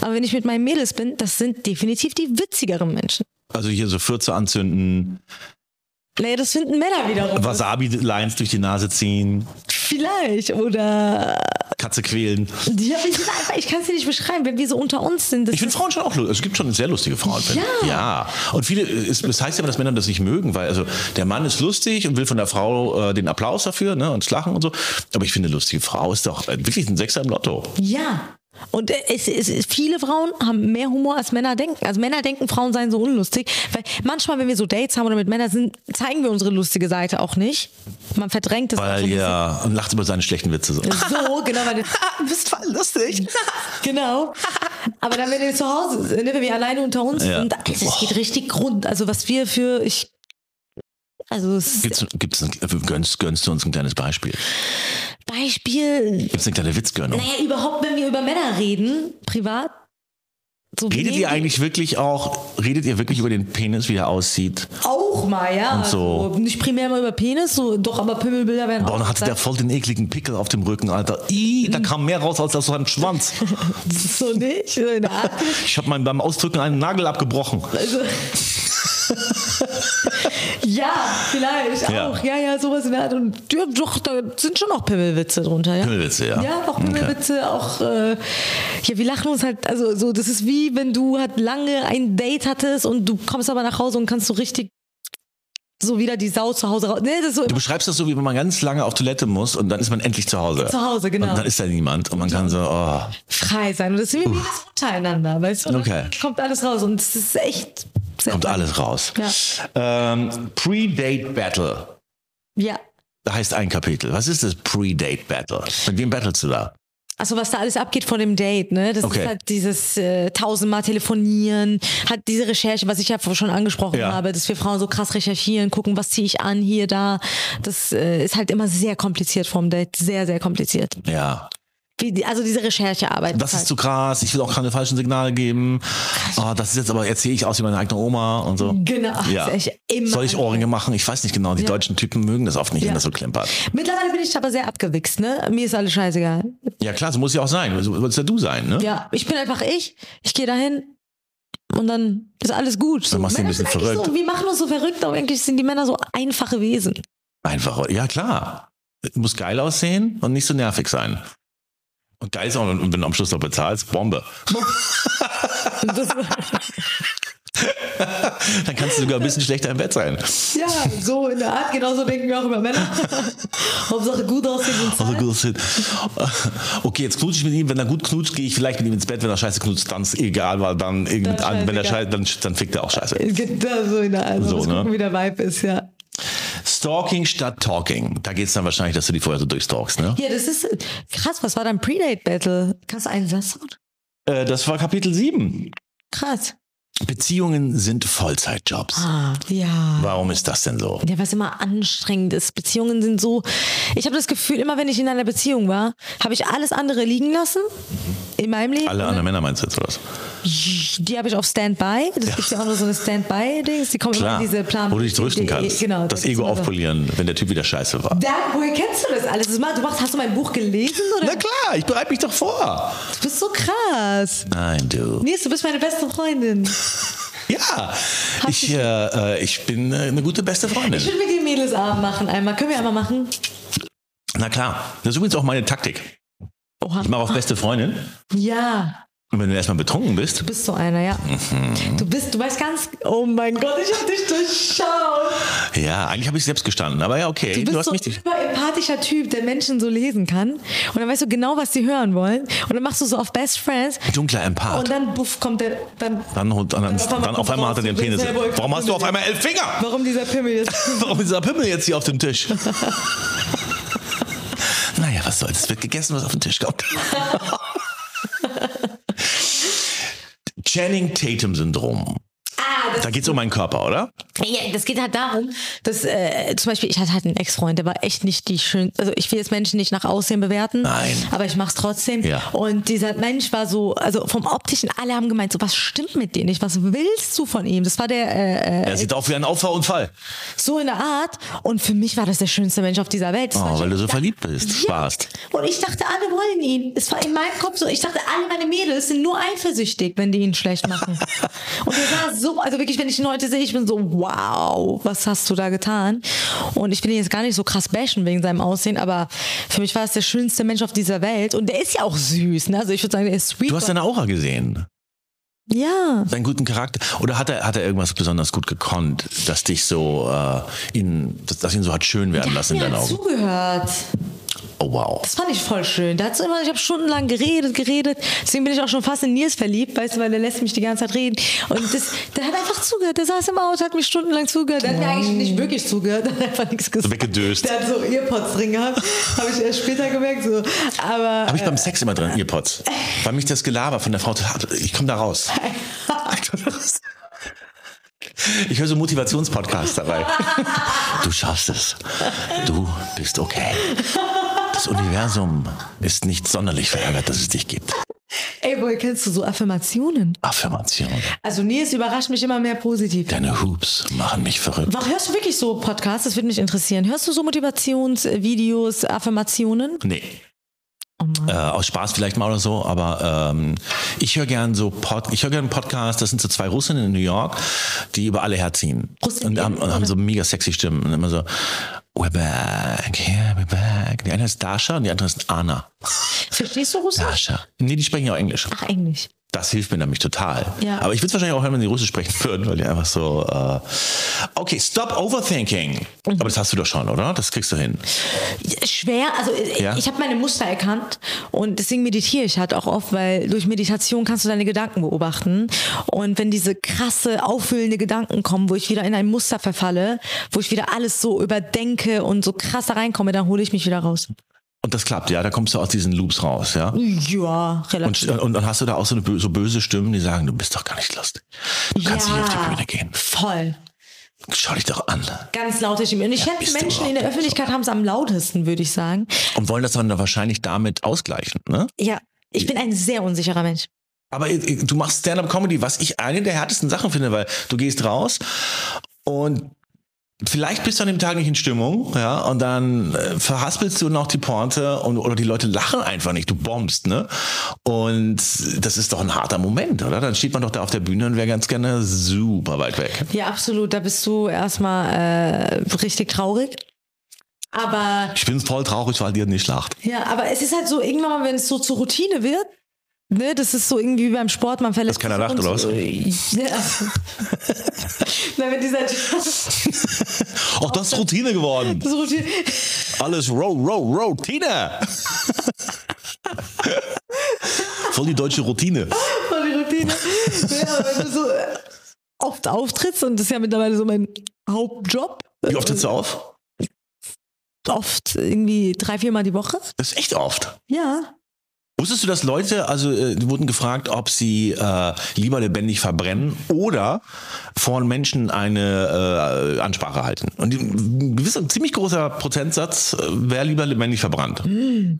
[SPEAKER 2] aber wenn ich mit meinen Mädels bin, das sind definitiv die witzigeren Menschen.
[SPEAKER 1] Also hier so Fürze anzünden,
[SPEAKER 2] Naja, das finden Männer wiederum.
[SPEAKER 1] Wasabi-Lines durch die Nase ziehen.
[SPEAKER 2] Vielleicht. Oder
[SPEAKER 1] Katze quälen.
[SPEAKER 2] Die hab ich einfach- ich kann es dir nicht beschreiben, wenn wir so unter uns sind. Das
[SPEAKER 1] Ich finde Frauen schon auch lustig. Es gibt schon sehr lustige Frauen. finde ich.
[SPEAKER 2] Ja.
[SPEAKER 1] ja. Und viele, äh, es, es heißt ja immer, dass Männer das nicht mögen, weil also der Mann ist lustig und will von der Frau äh, den Applaus dafür ne, und das Lachen und so. Aber ich finde, eine lustige Frau ist doch äh, wirklich ein Sechser im Lotto.
[SPEAKER 2] ja. Und äh, es, es, es, viele Frauen haben mehr Humor, als Männer denken. Also Männer denken, Frauen seien so unlustig. Weil manchmal, wenn wir so Dates haben oder mit Männern sind, zeigen wir unsere lustige Seite auch nicht. Man verdrängt das. auch so
[SPEAKER 1] Weil
[SPEAKER 2] ein
[SPEAKER 1] ja, und lacht über seine schlechten Witze so.
[SPEAKER 2] bisschen. So, genau. Weil
[SPEAKER 1] Du bist voll lustig.
[SPEAKER 2] Genau. Aber dann, wenn wir zu Hause sind, ne, wenn wir alleine unter uns
[SPEAKER 1] Ja.
[SPEAKER 2] sind, es es geht richtig rund. Also was wir für, ich, also es ist
[SPEAKER 1] Gibt's, gibt's ein, äh, gönnst, gönnst du uns ein kleines Beispiel?
[SPEAKER 2] Beispiel,
[SPEAKER 1] Gibt's eine kleine Witzgönnung?
[SPEAKER 2] naja, überhaupt, wenn wir über Männer reden, privat. So
[SPEAKER 1] Redet
[SPEAKER 2] nehmen
[SPEAKER 1] ihr
[SPEAKER 2] wir
[SPEAKER 1] eigentlich wirklich auch, redet ihr wirklich über den Penis, wie er aussieht?
[SPEAKER 2] Auch mal, ja.
[SPEAKER 1] so.
[SPEAKER 2] Also nicht primär mal über Penis, so, doch, aber Pimmelbilder werden
[SPEAKER 1] Boah,
[SPEAKER 2] auch
[SPEAKER 1] dann hatte der
[SPEAKER 2] gesagt.
[SPEAKER 1] voll den ekligen Pickel auf dem Rücken, Alter. Ih, da kam mehr raus als aus seinem Schwanz.
[SPEAKER 2] so nicht. So in der Art.
[SPEAKER 1] Ich habe beim Ausdrücken einen Nagel abgebrochen.
[SPEAKER 2] Also, ja, vielleicht
[SPEAKER 1] Ja.
[SPEAKER 2] auch. Ja, ja, sowas in der Art. Und ja, doch, da sind schon auch Pimmelwitze drunter, ja.
[SPEAKER 1] Pimmelwitze, ja.
[SPEAKER 2] Ja, auch
[SPEAKER 1] Okay.
[SPEAKER 2] Pimmelwitze, auch, äh, ja, wir lachen uns halt, also so, das ist wie, wenn du halt lange ein Date hattest und du kommst aber nach Hause und kannst so richtig so wieder die Sau zu Hause raus. Nee, das ist so
[SPEAKER 1] Du beschreibst das so, wie wenn man ganz lange auf Toilette muss und dann ist man endlich zu Hause.
[SPEAKER 2] Zu Hause, genau.
[SPEAKER 1] Und dann ist da niemand und man kann so, oh,
[SPEAKER 2] frei sein. Und das sind wir wie das untereinander, weißt du? Und dann
[SPEAKER 1] Okay.
[SPEAKER 2] Kommt alles raus und es ist echt sehr
[SPEAKER 1] kommt alles raus.
[SPEAKER 2] Ja.
[SPEAKER 1] Ähm, Pre-Date Battle
[SPEAKER 2] Ja.
[SPEAKER 1] da heißt ein Kapitel. Was ist das Pre-Date Battle? Mit wem battlest du da?
[SPEAKER 2] Also was da alles abgeht von dem Date, ne? Das
[SPEAKER 1] Okay.
[SPEAKER 2] ist halt dieses äh, tausendmal telefonieren, hat diese Recherche, was ich ja schon angesprochen
[SPEAKER 1] Ja.
[SPEAKER 2] habe, dass wir Frauen so krass recherchieren, gucken, was ziehe ich an hier da. Das äh, ist halt immer sehr kompliziert vom Date, sehr sehr kompliziert.
[SPEAKER 1] Ja.
[SPEAKER 2] Wie, die- also diese Recherchearbeit.
[SPEAKER 1] Das ist
[SPEAKER 2] halt.
[SPEAKER 1] zu krass, ich will auch keine falschen Signale geben. Oh, das ist jetzt aber, erzähle ich aus wie meine eigene Oma und so.
[SPEAKER 2] Genau,
[SPEAKER 1] Ja.
[SPEAKER 2] das ist echt immer
[SPEAKER 1] Soll ich Ohrringe machen? Ich weiß nicht genau. Die deutschen Typen mögen das oft nicht, wenn
[SPEAKER 2] Ja.
[SPEAKER 1] das so klimpert.
[SPEAKER 2] Mittlerweile bin ich aber sehr abgewichst, ne? Mir ist alles scheißegal.
[SPEAKER 1] Ja klar, so muss ja auch sein. So sollst ja du sein, ne?
[SPEAKER 2] Ja, ich bin einfach ich. Ich gehe dahin und dann ist alles gut.
[SPEAKER 1] Dann machst du ihn ein
[SPEAKER 2] Männer sind
[SPEAKER 1] bisschen
[SPEAKER 2] eigentlich
[SPEAKER 1] verrückt.
[SPEAKER 2] So, wir machen uns so verrückt, aber eigentlich sind die Männer so einfache Wesen.
[SPEAKER 1] Einfach, ja klar. Muss geil aussehen und nicht so nervig sein. Und geil ist auch, wenn du am Schluss noch bezahlst, Bombe.
[SPEAKER 2] Das,
[SPEAKER 1] Dann kannst du sogar ein bisschen schlechter im Bett sein.
[SPEAKER 2] ja, so in der Art, genauso denken wir auch über Männer. Hauptsache gut aussehen und
[SPEAKER 1] Also
[SPEAKER 2] zahlen.
[SPEAKER 1] gut, das ist- Okay, jetzt knutsche ich mit ihm. Wenn er gut knutscht, gehe ich vielleicht mit ihm ins Bett. Wenn er scheiße knutscht, dann ist egal, weil dann irgendwie,
[SPEAKER 2] Dann
[SPEAKER 1] an, wenn er scheiße,
[SPEAKER 2] scheißegal.
[SPEAKER 1] dann, dann fickt er auch scheiße.
[SPEAKER 2] Genau, so in der Art.
[SPEAKER 1] So,
[SPEAKER 2] So,
[SPEAKER 1] ne?
[SPEAKER 2] gucken, wie der Vibe ist, ja.
[SPEAKER 1] Stalking statt Talking. Da geht es dann wahrscheinlich, dass du die vorher so durchstalkst, ne?
[SPEAKER 2] Ja, das ist krass. Was war dein Predate-Battle? Kannst du einen Satz sagen?
[SPEAKER 1] Äh, das war Kapitel 7.
[SPEAKER 2] Krass.
[SPEAKER 1] Beziehungen sind Vollzeitjobs.
[SPEAKER 2] Ah, ja.
[SPEAKER 1] Warum ist das denn so?
[SPEAKER 2] Ja, was immer anstrengend ist. Beziehungen sind so. Ich habe das Gefühl, immer wenn ich in einer Beziehung war, habe ich alles andere liegen lassen in meinem Leben.
[SPEAKER 1] Alle anderen Männer meinst du jetzt oder was?
[SPEAKER 2] Die habe ich auf Standby. Das gibt's ja auch nur so eine Standby-Dings. Die kommen
[SPEAKER 1] Klar,
[SPEAKER 2] immer in diese Plan.
[SPEAKER 1] wo du dich trösten
[SPEAKER 2] die-
[SPEAKER 1] kannst.
[SPEAKER 2] Genau.
[SPEAKER 1] das
[SPEAKER 2] da gibt's
[SPEAKER 1] Ego
[SPEAKER 2] immer so-
[SPEAKER 1] aufpolieren, wenn der Typ wieder scheiße war.
[SPEAKER 2] Da, woher kennst du das alles? Das machst- Du machst, hast du mein Buch gelesen? Oder?
[SPEAKER 1] Na klar, ich bereite mich doch vor.
[SPEAKER 2] Du bist so krass.
[SPEAKER 1] Nein, du.
[SPEAKER 2] Nils, du bist meine beste Freundin.
[SPEAKER 1] Ja, ich, äh, äh, ich bin äh, eine gute beste Freundin.
[SPEAKER 2] Ich will mit dir Mädelsabend machen einmal. Können wir einmal machen?
[SPEAKER 1] Na klar, das ist übrigens auch meine Taktik.
[SPEAKER 2] Oha.
[SPEAKER 1] Ich mache auf beste Freundin.
[SPEAKER 2] Ja.
[SPEAKER 1] Und wenn du erstmal betrunken bist,
[SPEAKER 2] Du bist so einer, ja.
[SPEAKER 1] Mhm.
[SPEAKER 2] Du bist, du weißt ganz. Oh mein Gott, ich hab dich durchschaut.
[SPEAKER 1] ja, eigentlich habe ich selbst gestanden, aber ja, okay.
[SPEAKER 2] Du bist
[SPEAKER 1] hast
[SPEAKER 2] so
[SPEAKER 1] mich
[SPEAKER 2] ein überempathischer Typ, der Menschen so lesen kann. Und dann weißt du genau, was sie hören wollen. Und dann machst du so auf Best Friends.
[SPEAKER 1] dunkler
[SPEAKER 2] Und
[SPEAKER 1] Empath.
[SPEAKER 2] dann, buff, kommt der. Dann,
[SPEAKER 1] Dann, dann, dann,
[SPEAKER 2] auf
[SPEAKER 1] dann
[SPEAKER 2] einmal
[SPEAKER 1] auf
[SPEAKER 2] kommt
[SPEAKER 1] einmal hat
[SPEAKER 2] raus,
[SPEAKER 1] er den
[SPEAKER 2] du bist
[SPEAKER 1] Penis.
[SPEAKER 2] selber-
[SPEAKER 1] Warum hast du auf einmal elf Finger?
[SPEAKER 2] warum dieser Pimmel jetzt?
[SPEAKER 1] Warum ist dieser Pimmel jetzt hier auf dem Tisch? naja, was soll's. Es wird gegessen, was auf den Tisch kommt. Channing Tatum-Syndrom.
[SPEAKER 2] ah, das
[SPEAKER 1] Da geht's um meinen Körper, oder?
[SPEAKER 2] Ja, das geht halt darum, dass äh, zum Beispiel, ich hatte halt einen Ex-Freund, der war echt nicht die schönste, also ich will jetzt Menschen nicht nach Aussehen bewerten,
[SPEAKER 1] Nein.
[SPEAKER 2] aber ich mach's trotzdem.
[SPEAKER 1] Ja.
[SPEAKER 2] Und dieser Mensch war so, also vom Optischen, alle haben gemeint, so was stimmt mit dir nicht, was willst du von ihm? Das war der, äh, äh,
[SPEAKER 1] Er sieht auch wie ein Auffahrunfall.
[SPEAKER 2] so in der Art und für mich war das der schönste Mensch auf dieser Welt. Das war
[SPEAKER 1] Oh, weil du so
[SPEAKER 2] da-
[SPEAKER 1] verliebt bist. Warst.
[SPEAKER 2] Und ich dachte, alle wollen ihn. Es war in meinem Kopf so, ich dachte, alle meine Mädels sind nur eifersüchtig, wenn die ihn schlecht machen. und er war so, also wirklich, wenn ich ihn heute sehe, ich bin so, wow, was hast du da getan? Und ich will ihn jetzt gar nicht so krass bashen wegen seinem Aussehen, aber für mich war es der schönste Mensch auf dieser Welt. Und der ist ja auch süß, ne? Also ich würde sagen, der ist sweet.
[SPEAKER 1] Du hast seine Aura gesehen,
[SPEAKER 2] ja.
[SPEAKER 1] seinen guten Charakter. Oder hat er, hat er irgendwas besonders gut gekonnt, das dich so, äh, ihn, das, das ihn so hat schön werden lassen in
[SPEAKER 2] Mir
[SPEAKER 1] deinen
[SPEAKER 2] hat
[SPEAKER 1] Augen?
[SPEAKER 2] zugehört.
[SPEAKER 1] Oh wow.
[SPEAKER 2] Das fand ich voll schön. Da hat so immer, ich habe stundenlang geredet, geredet. Deswegen bin ich auch schon fast in Nils verliebt, weißt du, weil der lässt mich die ganze Zeit reden. Und das, der hat einfach zugehört. Der saß im Auto, hat mir stundenlang zugehört. Der hat mir eigentlich nicht wirklich zugehört, der hat einfach nichts gesagt.
[SPEAKER 1] Weggedöst.
[SPEAKER 2] Der hat so Earpods drin gehabt, habe ich erst später gemerkt. So. Aber
[SPEAKER 1] Habe ich beim Sex immer drin, Earpods. Weil mich das Gelaber von der Frau, total- ich komme da raus. Ich komm da raus. Ich höre so Motivationspodcasts dabei. Du schaffst es. Du bist okay. Das Universum ist nicht sonderlich verärgert, dass es dich gibt.
[SPEAKER 2] ey, woher kennst du so Affirmationen?
[SPEAKER 1] Affirmation.
[SPEAKER 2] Also Nils überrascht mich immer mehr positiv.
[SPEAKER 1] Deine Hoops machen mich verrückt.
[SPEAKER 2] Wach, hörst du wirklich so Podcasts? Das würde mich interessieren. Hörst du so Motivationsvideos, Affirmationen?
[SPEAKER 1] Nee. äh, aus Spaß vielleicht mal oder so, aber ähm, ich höre gern so Pod ich höre gern Podcasts, das sind so zwei Russinnen in New York, die über alle herziehen.
[SPEAKER 2] Russinnen?
[SPEAKER 1] Und haben, und haben so mega sexy Stimmen und immer so We're back, yeah, we're back. Die eine ist Dasha und die andere ist Anna.
[SPEAKER 2] Verstehst du Russisch?
[SPEAKER 1] Dasha. Nee, die sprechen ja auch Englisch.
[SPEAKER 2] Ach, Englisch.
[SPEAKER 1] Das hilft mir nämlich total.
[SPEAKER 2] Ja.
[SPEAKER 1] Aber ich würde es wahrscheinlich auch hören, wenn sie Russisch sprechen würden, weil die einfach so. Äh okay, stop overthinking. Aber das hast du doch schon, oder? Das kriegst du hin.
[SPEAKER 2] Schwer, also äh,
[SPEAKER 1] Ja.
[SPEAKER 2] ich habe meine Muster erkannt und deswegen meditiere ich halt auch oft, weil durch Meditation kannst du deine Gedanken beobachten und wenn diese krasse, auffüllende Gedanken kommen, wo ich wieder in ein Muster verfalle, wo ich wieder alles so überdenke und so krass da reinkomme, dann hole ich mich wieder raus.
[SPEAKER 1] Und das klappt, ja. Da kommst du aus diesen Loops raus, ja.
[SPEAKER 2] Ja,
[SPEAKER 1] Und,
[SPEAKER 2] relativ.
[SPEAKER 1] und, und hast du da auch so, eine, bö- so böse Stimmen, die sagen, du bist doch gar nicht lustig. Du kannst
[SPEAKER 2] ja,
[SPEAKER 1] nicht auf die Bühne gehen.
[SPEAKER 2] Voll.
[SPEAKER 1] Schau dich doch an.
[SPEAKER 2] Ganz laut. Ich, und ich schätze,
[SPEAKER 1] bist du
[SPEAKER 2] Menschen in
[SPEAKER 1] laut.
[SPEAKER 2] der Öffentlichkeit haben es am lautesten, würde ich sagen.
[SPEAKER 1] Und wollen das dann da wahrscheinlich damit ausgleichen. Ne?
[SPEAKER 2] Ja, ich bin ein sehr unsicherer Mensch.
[SPEAKER 1] Aber i- i- du machst Stand-up-Comedy, was ich eine der härtesten Sachen finde, weil du gehst raus und vielleicht bist du an dem Tag nicht in Stimmung, ja, und dann äh, verhaspelst du noch die Porte und, oder die Leute lachen einfach nicht, du bombst, ne? Und das ist doch ein harter Moment, oder? Dann steht man doch da auf der Bühne und wäre ganz gerne super weit weg.
[SPEAKER 2] Ja, absolut. Da bist du erstmal äh, richtig traurig. Aber
[SPEAKER 1] Ich bin voll traurig, weil dir nicht lacht.
[SPEAKER 2] ja, aber es ist halt so, irgendwann mal, wenn es so zur Routine wird, ne, das ist so irgendwie wie beim Sport, man verlässt.
[SPEAKER 1] Dass keiner lacht,
[SPEAKER 2] und- Äh,
[SPEAKER 1] oder was?
[SPEAKER 2] Ja. Na, wenn dieser das
[SPEAKER 1] Auch das ist Routine geworden.
[SPEAKER 2] ist Routine.
[SPEAKER 1] Alles Row, Row, Routine. Voll die deutsche Routine.
[SPEAKER 2] Voll die Routine. Ja, aber wenn du so äh, oft auftrittst, und das ist ja mittlerweile so mein Hauptjob,
[SPEAKER 1] Wie oft trittst du auf?
[SPEAKER 2] oft irgendwie drei, viermal die Woche.
[SPEAKER 1] Das ist echt oft.
[SPEAKER 2] Ja.
[SPEAKER 1] Wusstest du, dass Leute, also äh, die wurden gefragt, ob sie äh, lieber lebendig verbrennen oder vor Menschen eine äh, Ansprache halten? Und die- ein gewisser, ein ziemlich großer Prozentsatz äh, wäre lieber lebendig verbrannt.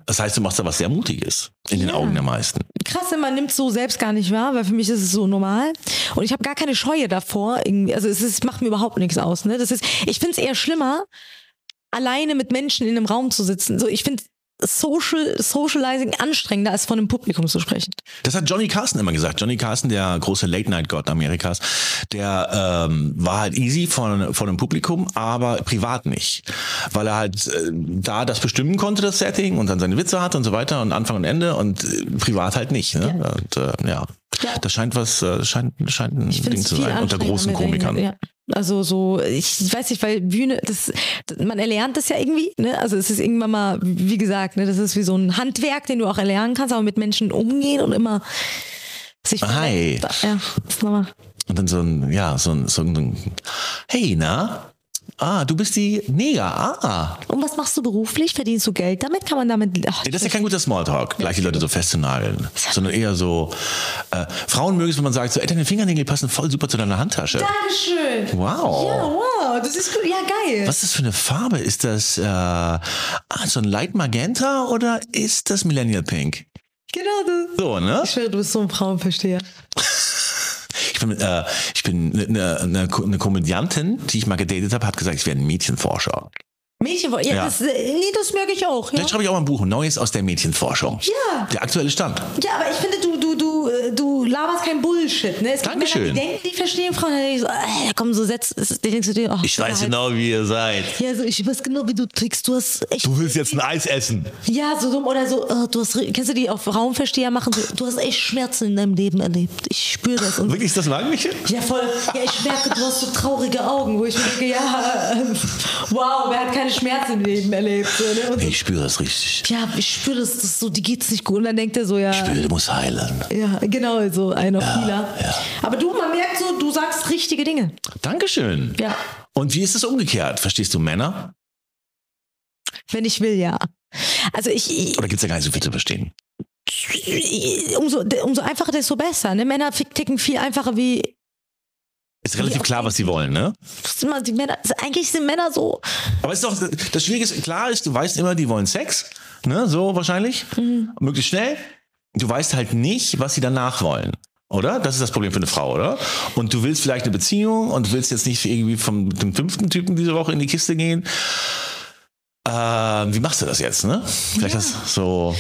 [SPEAKER 1] Das heißt, du machst da was sehr Mutiges in den Augen der meisten.
[SPEAKER 2] krass, man nimmt so selbst gar nicht wahr, weil für mich ist es so normal. Und ich habe gar keine Scheue davor. Irgendwie. Also es ist, macht mir überhaupt nichts aus. Ne? Das ist, ich finde es eher schlimmer, alleine mit Menschen in einem Raum zu sitzen. So, ich finde Social, Socializing anstrengender, als vor einem Publikum zu sprechen.
[SPEAKER 1] Das hat Johnny Carson immer gesagt. Johnny Carson, der große Late-Night-Gott Amerikas, der ähm, war halt easy von, von dem Publikum, aber privat nicht. Weil er halt äh, da das bestimmen konnte, das Setting, und dann seine Witze hatte und so weiter und Anfang und Ende und äh, privat halt nicht. Ne? Und äh, ja. das scheint was, äh, scheint, scheint ein
[SPEAKER 2] Ich finde
[SPEAKER 1] Ding
[SPEAKER 2] es
[SPEAKER 1] zu
[SPEAKER 2] viel
[SPEAKER 1] sein unter
[SPEAKER 2] anstrengender
[SPEAKER 1] großen
[SPEAKER 2] mit denen,
[SPEAKER 1] Komikern.
[SPEAKER 2] Ja. Also so, ich weiß nicht, weil Bühne, das, man erlernt das ja irgendwie. Ne? Also es ist irgendwann mal, wie gesagt, ne, das ist wie so ein Handwerk, den du auch erlernen kannst, aber mit Menschen umgehen und immer sich
[SPEAKER 1] Hi.
[SPEAKER 2] Ja, ist nochmal.
[SPEAKER 1] Und dann so ein, ja, so ein, so ein Hey, na? Ah, du bist die Neger. Ah.
[SPEAKER 2] Und was machst du beruflich? Verdienst du Geld damit? Kann man damit. Ach,
[SPEAKER 1] Nee, das ist ja kein guter Smalltalk, gleich die Leute so festzunageln, sondern eher so, äh, Frauen mögen es, wenn man sagt, so, ey, deine Fingernägel passen voll super zu deiner Handtasche.
[SPEAKER 2] Dankeschön.
[SPEAKER 1] Wow.
[SPEAKER 2] Ja, wow, das ist gut. Ja, geil.
[SPEAKER 1] Was ist das für eine Farbe? Ist das äh, ah, so ein Light Magenta oder ist das Millennial Pink?
[SPEAKER 2] Genau das.
[SPEAKER 1] So, ne?
[SPEAKER 2] Ich schwöre, du bist so ein Frauenversteher.
[SPEAKER 1] Ich bin, äh, ich bin eine ne, ne Ko- ne Komödiantin, die ich mal gedatet habe, hat gesagt, ich werde ein Mädchenforscher.
[SPEAKER 2] Mädchenforschung. Ja,
[SPEAKER 1] Ja.
[SPEAKER 2] Das, äh, nee, das merke ich auch. Ja,
[SPEAKER 1] Vielleicht schreibe ich auch mal ein Buch, Neues aus der Mädchenforschung.
[SPEAKER 2] Ja.
[SPEAKER 1] Der aktuelle Stand.
[SPEAKER 2] ja aber ich finde, du, du, du, äh, du laberst kein Bullshit. Ne? Es gibt
[SPEAKER 1] Dankeschön.
[SPEAKER 2] Männer, die denken, die verstehen Frauen. Dann denke ich so, äh, da kommen so Sätze. es ist- die denkst du dir, oh,
[SPEAKER 1] Ich weiß
[SPEAKER 2] halt.
[SPEAKER 1] genau, wie ihr seid.
[SPEAKER 2] Ja, so, ich weiß genau, wie du trickst. Du hast echt.
[SPEAKER 1] Du willst jetzt ein Eis essen.
[SPEAKER 2] Ja, so dumm oder so. äh, du hast, ri- kennst du die auf Raumversteher machen? So, du hast echt Schmerzen in deinem Leben erlebt. Ich spüre das. Und
[SPEAKER 1] Wirklich, ist das Magenmädchen?
[SPEAKER 2] Ja, voll. Ja, ich merke, du hast so traurige Augen, wo ich mir denke, ja, ähm, wow, wer hat keine Schmerzen im Leben erlebt? So, ne? Und so,
[SPEAKER 1] Ich spüre das richtig.
[SPEAKER 2] ja, ich spüre das, das ist so, die geht's nicht gut. Und dann denkt er so, ja,
[SPEAKER 1] Ich spüre, du musst heilen.
[SPEAKER 2] ja, genau, so ein auf Kieler.
[SPEAKER 1] ja.
[SPEAKER 2] Aber du, man merkt so, du sagst richtige Dinge.
[SPEAKER 1] Dankeschön.
[SPEAKER 2] Ja.
[SPEAKER 1] Und wie ist es umgekehrt? Verstehst du Männer?
[SPEAKER 2] Wenn ich will, ja. Also ich, ich
[SPEAKER 1] Oder gibt es da gar nicht so viel zu verstehen?
[SPEAKER 2] ich- umso, umso einfacher, desto besser. Ne? Männer fick- ticken viel einfacher wie.
[SPEAKER 1] Ist relativ
[SPEAKER 2] Ja.
[SPEAKER 1] klar, was sie wollen, ne?
[SPEAKER 2] Immer die Männer, eigentlich sind Männer so.
[SPEAKER 1] Aber es ist doch, das Schwierige ist, klar ist, du weißt immer, die wollen Sex, ne? So wahrscheinlich. Möglichst schnell. Du weißt halt nicht, was sie danach wollen. Oder? Das ist das Problem für eine Frau, oder? Und du willst vielleicht eine Beziehung und du willst jetzt nicht irgendwie vom dem fünften Typen diese Woche in die Kiste gehen. Ähm, wie machst du das jetzt, ne? Vielleicht hast so.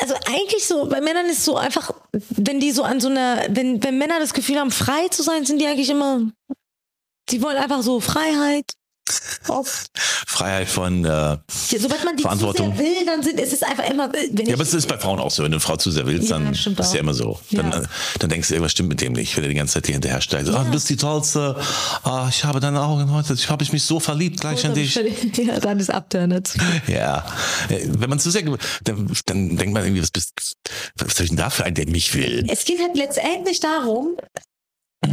[SPEAKER 2] Also eigentlich so, bei Männern ist so einfach, wenn die so an so einer, wenn, wenn Männer das Gefühl haben, frei zu sein, sind die eigentlich immer, die wollen einfach so Freiheit. Oft.
[SPEAKER 1] Freiheit von. Äh,
[SPEAKER 2] Ja, sobald man die zu
[SPEAKER 1] Verantwortung.
[SPEAKER 2] sehr will, dann sind, es ist einfach immer, wenn
[SPEAKER 1] ja,
[SPEAKER 2] ich,
[SPEAKER 1] aber es ist bei Frauen auch so. Wenn du eine Frau zu sehr willst,
[SPEAKER 2] Ja,
[SPEAKER 1] dann ist
[SPEAKER 2] stimmt auch.
[SPEAKER 1] ja immer so. Dann,
[SPEAKER 2] Ja.
[SPEAKER 1] äh, dann denkst du, irgendwas stimmt mit dem nicht, wenn er die ganze Zeit dir hinterher steigt. So, Ah, du bist die Tollste. Ah, ich habe deine Augen heute. Ich habe mich so verliebt
[SPEAKER 2] Oh,
[SPEAKER 1] gleich an dich.
[SPEAKER 2] ja, dann ist abtörnet.
[SPEAKER 1] Ja. Äh, Wenn man zu sehr. ge- Dann, dann denkt man irgendwie, was bist Was habe ich denn da für einen, der mich will?
[SPEAKER 2] Es geht halt letztendlich darum,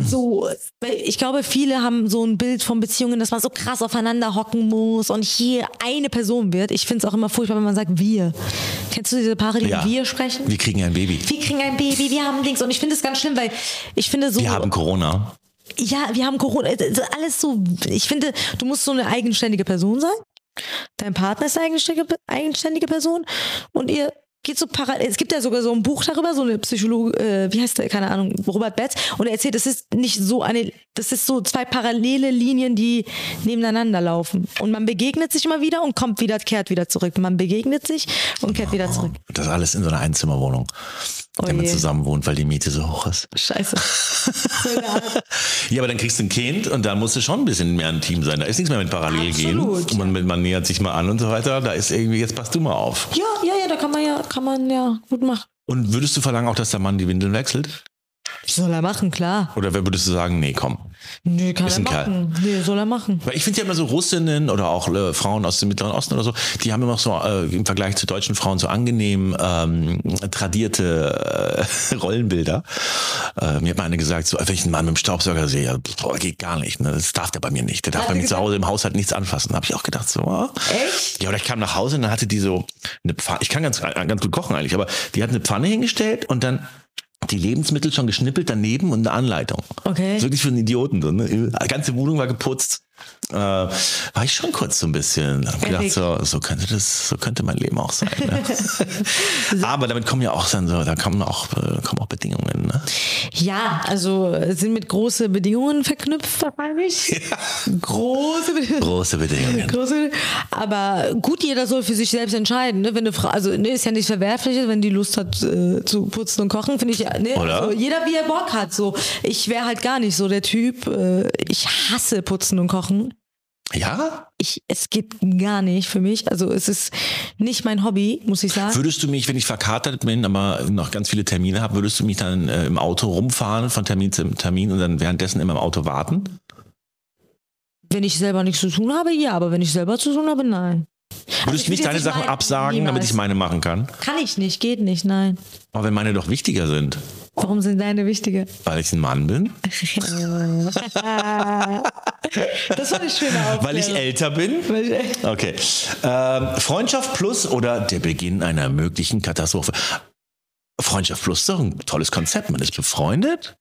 [SPEAKER 2] so, weil ich glaube, viele haben so ein Bild von Beziehungen, dass man so krass aufeinander hocken muss und hier eine Person wird. Ich finde es auch immer furchtbar, wenn man sagt, wir. Kennst du diese Paare, die
[SPEAKER 1] Ja.
[SPEAKER 2] wir sprechen?
[SPEAKER 1] Wir kriegen ein Baby.
[SPEAKER 2] wir kriegen ein Baby, wir haben Dings. Und ich finde es ganz schlimm, weil ich finde so,
[SPEAKER 1] Wir haben Corona.
[SPEAKER 2] ja, wir haben Corona, es ist alles so, ich finde, du musst so eine eigenständige Person sein. Dein Partner ist eine eigenständige, eigenständige Person und ihr geht so parallel. Es gibt ja sogar so ein Buch darüber, so eine Psychologe, äh, wie heißt der, keine Ahnung, Robert Betz. Und er erzählt, das ist nicht so eine, das ist so zwei parallele Linien, die nebeneinander laufen. Und man begegnet sich immer wieder und kommt wieder, kehrt wieder zurück. Man begegnet sich und kehrt wieder zurück.
[SPEAKER 1] Das alles in so einer Einzimmerwohnung.
[SPEAKER 2] Oh
[SPEAKER 1] wenn man
[SPEAKER 2] je.
[SPEAKER 1] zusammen wohnt, weil die Miete so hoch ist.
[SPEAKER 2] Scheiße. So eine Art
[SPEAKER 1] Ja, aber dann kriegst du ein Kind und dann musst du schon ein bisschen mehr intim sein. Da ist nichts mehr mit parallel
[SPEAKER 2] Absolut.
[SPEAKER 1] gehen. Und man, man nähert sich mal an und so weiter. Da ist irgendwie, jetzt passt du mal auf.
[SPEAKER 2] Ja, ja, ja, da kann man ja, kann man ja gut machen.
[SPEAKER 1] Und würdest du verlangen auch, dass der Mann die Windeln wechselt?
[SPEAKER 2] Soll er machen, klar.
[SPEAKER 1] Oder würdest du sagen, nee, komm.
[SPEAKER 2] Nö, kann
[SPEAKER 1] Ist
[SPEAKER 2] er
[SPEAKER 1] ein Kerl.
[SPEAKER 2] machen. Nö, soll er machen.
[SPEAKER 1] Weil ich finde ja immer so Russinnen oder auch äh, Frauen aus dem Mittleren Osten oder so, die haben immer noch so äh, im Vergleich zu deutschen Frauen so angenehm ähm, tradierte äh, Rollenbilder. Äh, mir hat mal eine gesagt, so, wenn ich einen Mann mit dem Staubsauger sehe, ja, boah, geht gar nicht. Ne? Das darf der bei mir nicht. Der darf
[SPEAKER 2] Hat
[SPEAKER 1] bei
[SPEAKER 2] er
[SPEAKER 1] mir zu
[SPEAKER 2] gesagt?
[SPEAKER 1] Hause im Haushalt nichts anfassen. Da habe ich auch gedacht, so, ah.
[SPEAKER 2] Echt?
[SPEAKER 1] Ja, oder ich kam nach Hause und dann hatte die so eine Pfanne. Ich kann ganz, äh, ganz gut kochen eigentlich, aber die hat eine Pfanne hingestellt und dann die Lebensmittel schon geschnippelt daneben und eine Anleitung.
[SPEAKER 2] Okay.
[SPEAKER 1] Ist wirklich für einen Idioten. So, ne? Die ganze Wohnung war geputzt. Äh, war ich schon kurz so ein bisschen. Hab gedacht,
[SPEAKER 2] Epic.
[SPEAKER 1] so, so könnte das, so könnte mein Leben auch sein. Ne? aber damit kommen ja auch dann so, da kommen auch, äh, kommen auch Bedingungen. Ne?
[SPEAKER 2] Ja, also äh, sind mit große Bedingungen verknüpft, wahrscheinlich. Große Bedingungen.
[SPEAKER 1] Große Bedingungen.
[SPEAKER 2] Große, aber gut, jeder soll für sich selbst entscheiden. Ne? Wenn eine Frau, also ne, ist ja nichts Verwerfliches, wenn die Lust hat äh, zu putzen und kochen, finde ich. ja, Ne?
[SPEAKER 1] Oder?
[SPEAKER 2] Also, jeder wie er Bock hat. So, ich wäre halt gar nicht so der Typ. Äh, ich hasse Putzen und Kochen.
[SPEAKER 1] Ja?
[SPEAKER 2] ich, es geht gar nicht für mich. Also es ist nicht mein Hobby, muss ich sagen.
[SPEAKER 1] Würdest du mich, wenn ich verkatert bin, aber noch ganz viele Termine habe, würdest du mich dann äh, im Auto rumfahren von Termin zu Termin und dann währenddessen immer im Auto warten?
[SPEAKER 2] Wenn ich selber nichts zu tun habe, ja, aber wenn ich selber zu tun habe, nein.
[SPEAKER 1] Würdest
[SPEAKER 2] Also ich
[SPEAKER 1] du
[SPEAKER 2] will
[SPEAKER 1] nicht
[SPEAKER 2] jetzt
[SPEAKER 1] deine
[SPEAKER 2] nicht
[SPEAKER 1] Sachen
[SPEAKER 2] meinen-
[SPEAKER 1] absagen, damit
[SPEAKER 2] niemals.
[SPEAKER 1] ich meine machen kann?
[SPEAKER 2] Kann ich nicht, geht nicht, nein.
[SPEAKER 1] Aber wenn meine doch wichtiger sind,
[SPEAKER 2] Warum sind deine wichtige?
[SPEAKER 1] weil ich ein Mann bin,
[SPEAKER 2] Das war eine schöne Aufklärung.
[SPEAKER 1] weil ich älter bin.
[SPEAKER 2] Weil ich älter-
[SPEAKER 1] Okay. Ähm, Freundschaft plus oder der Beginn einer möglichen Katastrophe. Freundschaft plus ist doch ein tolles Konzept. Man ist befreundet,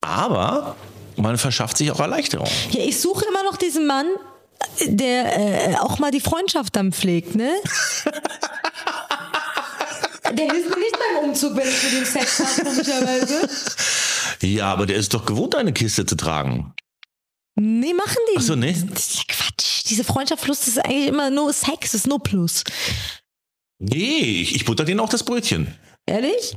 [SPEAKER 1] aber man verschafft sich auch Erleichterung.
[SPEAKER 2] Ja, ich suche immer noch diesen Mann, der äh, auch mal die Freundschaft dann pflegt, ne? Der hilft mir nicht beim Umzug, wenn ich mit ihm Sex habe, komischerweise.
[SPEAKER 1] Ja, aber der ist doch gewohnt, eine Kiste zu tragen.
[SPEAKER 2] Nee, machen die
[SPEAKER 1] Ach so, nee.
[SPEAKER 2] Das ist ja Quatsch. Die diese Freundschaft plus, das ist eigentlich immer nur Sex, ist nur Plus.
[SPEAKER 1] Nee, ich, ich butter denen auch das Brötchen.
[SPEAKER 2] Ehrlich?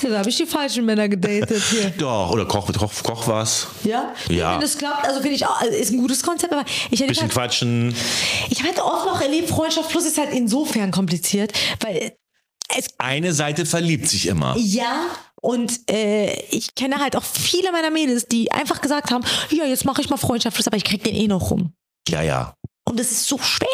[SPEAKER 2] Da habe ich die falschen Männer gedatet hier.
[SPEAKER 1] Doch, oder Koch, Koch, Koch was.
[SPEAKER 2] Ja?
[SPEAKER 1] Ja.
[SPEAKER 2] Wenn das klappt, also finde ich auch, also ist ein gutes Konzept, aber ich hätte
[SPEAKER 1] Bisschen
[SPEAKER 2] gedacht,
[SPEAKER 1] quatschen.
[SPEAKER 2] Ich habe halt oft noch erlebt, Freundschaft plus ist halt insofern kompliziert, weil es
[SPEAKER 1] Eine Seite verliebt sich immer.
[SPEAKER 2] ja und äh, ich kenne halt auch viele meiner Mädels, die einfach gesagt haben, ja, jetzt mache ich mal Freundschaft plus, aber ich krieg den eh noch rum.
[SPEAKER 1] Ja, ja.
[SPEAKER 2] Und das ist so schwer,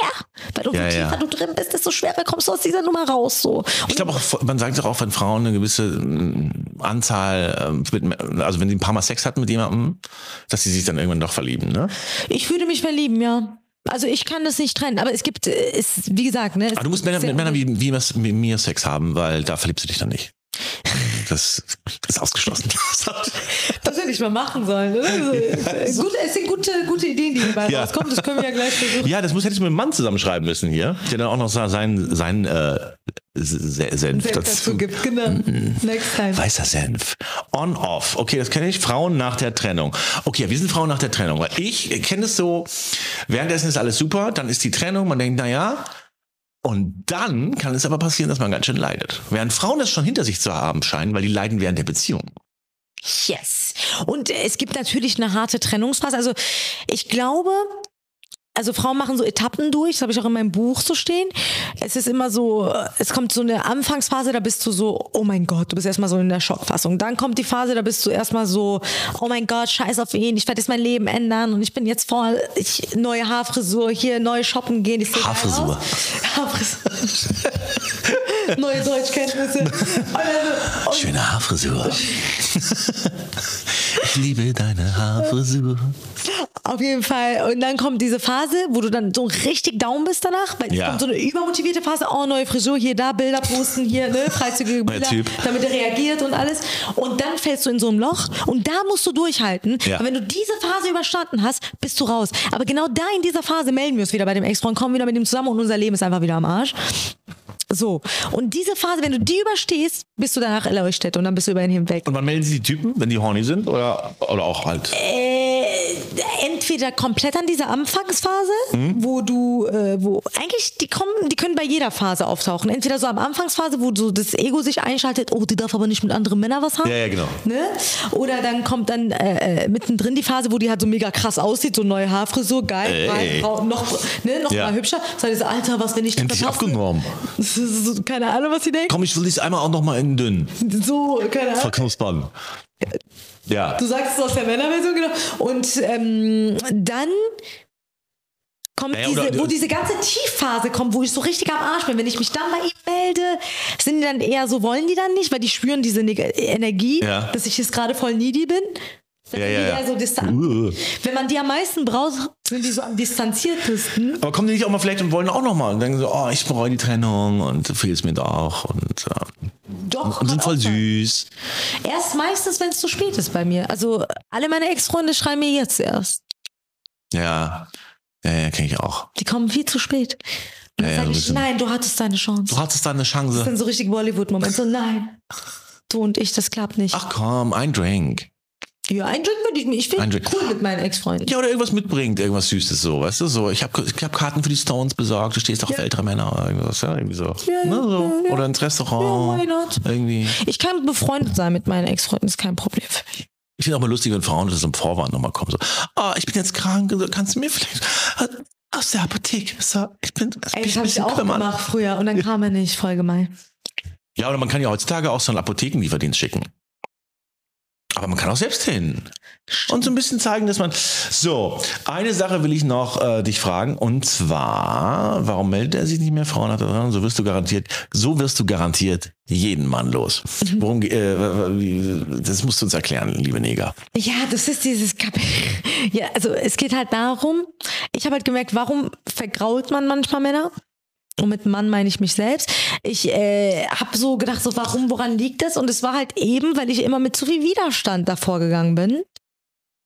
[SPEAKER 2] weil umso
[SPEAKER 1] Ja, ja.
[SPEAKER 2] tiefer du drin bist, desto schwerer kommst du aus dieser Nummer raus. So.
[SPEAKER 1] Ich glaube auch, man sagt doch auch, wenn Frauen eine gewisse ähm, Anzahl, ähm, mit- also wenn sie ein paar Mal Sex hatten mit jemandem, dass sie sich dann irgendwann doch verlieben, ne?
[SPEAKER 2] Ich würde mich verlieben, ja. Also ich kann das nicht trennen, aber es gibt, äh, es, wie gesagt, ne. es
[SPEAKER 1] Aber du musst
[SPEAKER 2] ist
[SPEAKER 1] Männer,
[SPEAKER 2] sehr-
[SPEAKER 1] mit Männern wie, wie Mas- mit mir Sex haben, weil da verliebst du dich dann nicht. Das ist ausgeschlossen.
[SPEAKER 2] Das hätte ich mal machen sollen. oder? Also, gut, es sind gute, gute Ideen, die dabei
[SPEAKER 1] Ja.
[SPEAKER 2] rauskommen. Das können wir ja gleich versuchen.
[SPEAKER 1] ja, das muss hättest du mit einem Mann zusammenschreiben müssen hier, der dann auch noch sa- sein, sein äh, Se- Senf
[SPEAKER 2] Selbst
[SPEAKER 1] dazu.
[SPEAKER 2] dazu gibt, genau. Next time.
[SPEAKER 1] Weißer Senf. On, off. Okay, das kenne ich. Frauen nach der Trennung. Okay, wir sind Frauen nach der Trennung. Weil ich kenne es so, währenddessen ist alles super, dann ist die Trennung, man denkt, naja, und dann kann es aber passieren, dass man ganz schön leidet. Während Frauen das schon hinter sich zu haben scheinen, weil die leiden während der Beziehung.
[SPEAKER 2] Yes. Und es gibt natürlich eine harte Trennungsphase. Also ich glaube, also Frauen machen so Etappen durch, das habe ich auch in meinem Buch so stehen. Es ist immer so, äh, es kommt so eine Anfangsphase, da bist du so, oh mein Gott, du bist erstmal so in der Schockfassung. Dann kommt die Phase, da bist du erstmal so, oh mein Gott, scheiß auf ihn, ich werde jetzt mein Leben ändern und ich bin jetzt voll, ich, neue Haarfrisur, hier neue shoppen gehen. Ich sehe geil
[SPEAKER 1] Haarfrisur.
[SPEAKER 2] aus. Haarfrisur. neue Deutschkenntnisse. Und dann so, oh
[SPEAKER 1] Schöne Haarfrisur. ich liebe deine Haarfrisur.
[SPEAKER 2] Auf jeden Fall. Und dann kommt diese Phase, wo du dann so richtig down bist danach, weil es
[SPEAKER 1] Ja.
[SPEAKER 2] kommt so eine übermotivierte Phase. Oh, neue Frisur, hier, da, Bilder posten, hier, ne, freizügige
[SPEAKER 1] Neuer
[SPEAKER 2] Bilder,
[SPEAKER 1] Typ.
[SPEAKER 2] damit er reagiert und alles. Und dann fällst du in so ein Loch und da musst du durchhalten.
[SPEAKER 1] Ja.
[SPEAKER 2] Aber wenn du diese Phase überstanden hast, bist du raus. Aber genau da in dieser Phase melden wir uns wieder bei dem Ex-Freund, kommen wieder mit ihm zusammen und unser Leben ist einfach wieder am Arsch. So. Und diese Phase, wenn du die überstehst, bist du danach erleuchtet und dann bist du über ihn hinweg.
[SPEAKER 1] Und wann melden sie die Typen, wenn die horny sind? Oder, oder auch halt?
[SPEAKER 2] Äh, entweder komplett an dieser Anfangsphase,
[SPEAKER 1] Hm?
[SPEAKER 2] wo du, äh, wo eigentlich die kommen, die können bei jeder Phase auftauchen. Entweder so am Anfangsphase, wo so das Ego sich einschaltet, oh, die darf aber nicht mit anderen Männern was haben.
[SPEAKER 1] Ja, ja, genau.
[SPEAKER 2] Ne? Oder dann kommt dann äh, äh, mittendrin die Phase, wo die halt so mega krass aussieht, so neue Haarfrisur, geil,
[SPEAKER 1] Ey.
[SPEAKER 2] breit, braun, noch, ne, noch
[SPEAKER 1] Ja.
[SPEAKER 2] mal hübscher. Sag das Alter, was wenn ich
[SPEAKER 1] Endlich abgenommen.
[SPEAKER 2] Das ist so, keine Ahnung, was sie denkt.
[SPEAKER 1] Komm, ich will dich einmal auch noch mal in dünn
[SPEAKER 2] So, keine Ahnung.
[SPEAKER 1] verknuspern. Ja.
[SPEAKER 2] Du sagst es aus der Männerversion, genau. Und ähm, dann kommt
[SPEAKER 1] Naja,
[SPEAKER 2] diese,
[SPEAKER 1] oder- ne-
[SPEAKER 2] wo diese ganze Tiefphase kommt, wo ich so richtig am Arsch bin. Wenn ich mich dann bei ihm melde, sind die dann eher so, wollen die dann nicht, weil die spüren diese Neg Energie,
[SPEAKER 1] Ja.
[SPEAKER 2] dass ich jetzt gerade voll needy bin. Dann
[SPEAKER 1] Ja, ja,
[SPEAKER 2] sind die
[SPEAKER 1] ja. Mhm.
[SPEAKER 2] eher So distan-
[SPEAKER 1] Uah.
[SPEAKER 2] Wenn man die am meisten braucht, sind die so am distanziertesten.
[SPEAKER 1] Aber kommen die nicht auch mal vielleicht und wollen auch noch mal und denken so, oh, ich bereue die Trennung und fehlt mir doch und, äh,
[SPEAKER 2] Doch,
[SPEAKER 1] und sind
[SPEAKER 2] kann
[SPEAKER 1] voll
[SPEAKER 2] Oh, auch sein.
[SPEAKER 1] süß.
[SPEAKER 2] Erst meistens, wenn es zu spät ist bei mir. Also alle meine Ex-Freunde schreiben mir jetzt erst.
[SPEAKER 1] Ja, ja, ja kenne ich auch.
[SPEAKER 2] Die kommen viel zu spät. Und dann
[SPEAKER 1] Ja, ja, so
[SPEAKER 2] sage
[SPEAKER 1] ein
[SPEAKER 2] ich,
[SPEAKER 1] bisschen.
[SPEAKER 2] nein, du hattest deine Chance.
[SPEAKER 1] Du hattest da eine
[SPEAKER 2] Das
[SPEAKER 1] Chance.
[SPEAKER 2] sind so richtig Bollywood-Momente. So, nein. Du und ich, das klappt nicht.
[SPEAKER 1] Ach komm, ein Drink.
[SPEAKER 2] Ja, ein Drink würde ich mir. Ich
[SPEAKER 1] Ein
[SPEAKER 2] bin
[SPEAKER 1] Drink.
[SPEAKER 2] cool mit meinen Ex-Freunden.
[SPEAKER 1] Ja, oder irgendwas mitbringt, irgendwas Süßes so, weißt du? So, ich habe ich hab Karten für die Stones besorgt, du stehst doch auf ältere Männer oder irgendwas, ja, irgendwie so. Ne, so. Oder ins Restaurant.
[SPEAKER 2] Ja, why not?
[SPEAKER 1] Irgendwie.
[SPEAKER 2] Ich kann befreundet sein mit meinen Ex-Freunden, ist kein Problem für mich.
[SPEAKER 1] Ich finde auch mal lustig, wenn Frauen das im Vorwand nochmal kommen. So, ah, ich bin jetzt krank, kannst du mir vielleicht äh, aus der Apotheke, so, ich bin, bin
[SPEAKER 2] Ey, das habe ich auch
[SPEAKER 1] kümmern.
[SPEAKER 2] gemacht früher und dann kam er nicht, voll gemein.
[SPEAKER 1] Ja, oder man kann ja heutzutage auch so einen Apothekenlieferdienst schicken. Aber man kann auch selbst hin. Und so ein bisschen zeigen, dass man. So, eine Sache will ich noch äh, dich fragen. Und zwar, warum meldet er sich nicht mehr? Frauen hat er dran. So wirst du garantiert, so wirst du garantiert jeden Mann los.
[SPEAKER 2] Mhm.
[SPEAKER 1] Worum, ge- äh, wie- das musst du uns erklären, liebe Neger.
[SPEAKER 2] Ja, das ist dieses Kapitel. Ja, also es geht halt darum, ich habe halt gemerkt, warum vergrault man manchmal Männer? Und mit Mann meine ich mich selbst. Ich äh, habe so gedacht, so warum, woran liegt das? Und es war halt eben, weil ich immer mit zu viel Widerstand davor gegangen bin.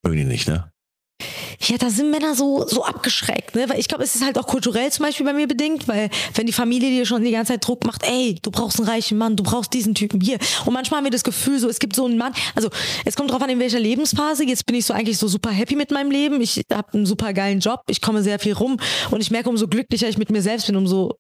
[SPEAKER 1] Irgendwie nicht, ne?
[SPEAKER 2] ja, da sind Männer so, so abgeschreckt, ne? Weil ich glaube, es ist halt auch kulturell zum Beispiel bei mir bedingt, weil wenn die Familie dir schon die ganze Zeit Druck macht, ey, du brauchst einen reichen Mann, du brauchst diesen Typen hier. Und manchmal haben wir das Gefühl, so, es gibt so einen Mann. Also, es kommt drauf an, in welcher Lebensphase. Jetzt bin ich so eigentlich so super happy mit meinem Leben. Ich habe einen super geilen Job. Ich komme sehr viel rum. Und ich merke, umso glücklicher ich mit mir selbst bin, umso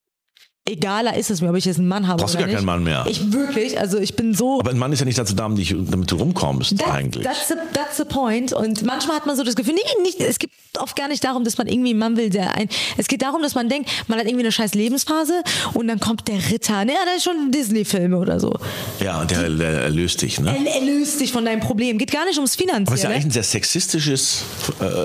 [SPEAKER 2] egaler ist es mir, ob ich jetzt einen Mann habe
[SPEAKER 1] Brauchst du
[SPEAKER 2] oder
[SPEAKER 1] gar
[SPEAKER 2] nicht.
[SPEAKER 1] keinen Mann mehr.
[SPEAKER 2] Ich wirklich, also ich bin so
[SPEAKER 1] Aber ein Mann ist ja nicht dazu da, um dich- damit du rumkommst,
[SPEAKER 2] That-
[SPEAKER 1] eigentlich.
[SPEAKER 2] That's the, that's the point. Und manchmal hat man so das Gefühl, nee, nicht, es geht oft gar nicht darum, dass man irgendwie einen Mann will, der ein. Es geht darum, dass man denkt, man hat irgendwie eine scheiß Lebensphase und dann kommt der Ritter. Ne, ja, das ist schon Disney-Filme oder so.
[SPEAKER 1] ja, und der, der erlöst dich, ne?
[SPEAKER 2] Er er löst dich von deinem Problem. Geht gar nicht ums
[SPEAKER 1] Aber es ist ja
[SPEAKER 2] Finanzielle.
[SPEAKER 1] eigentlich ein sehr sexistisches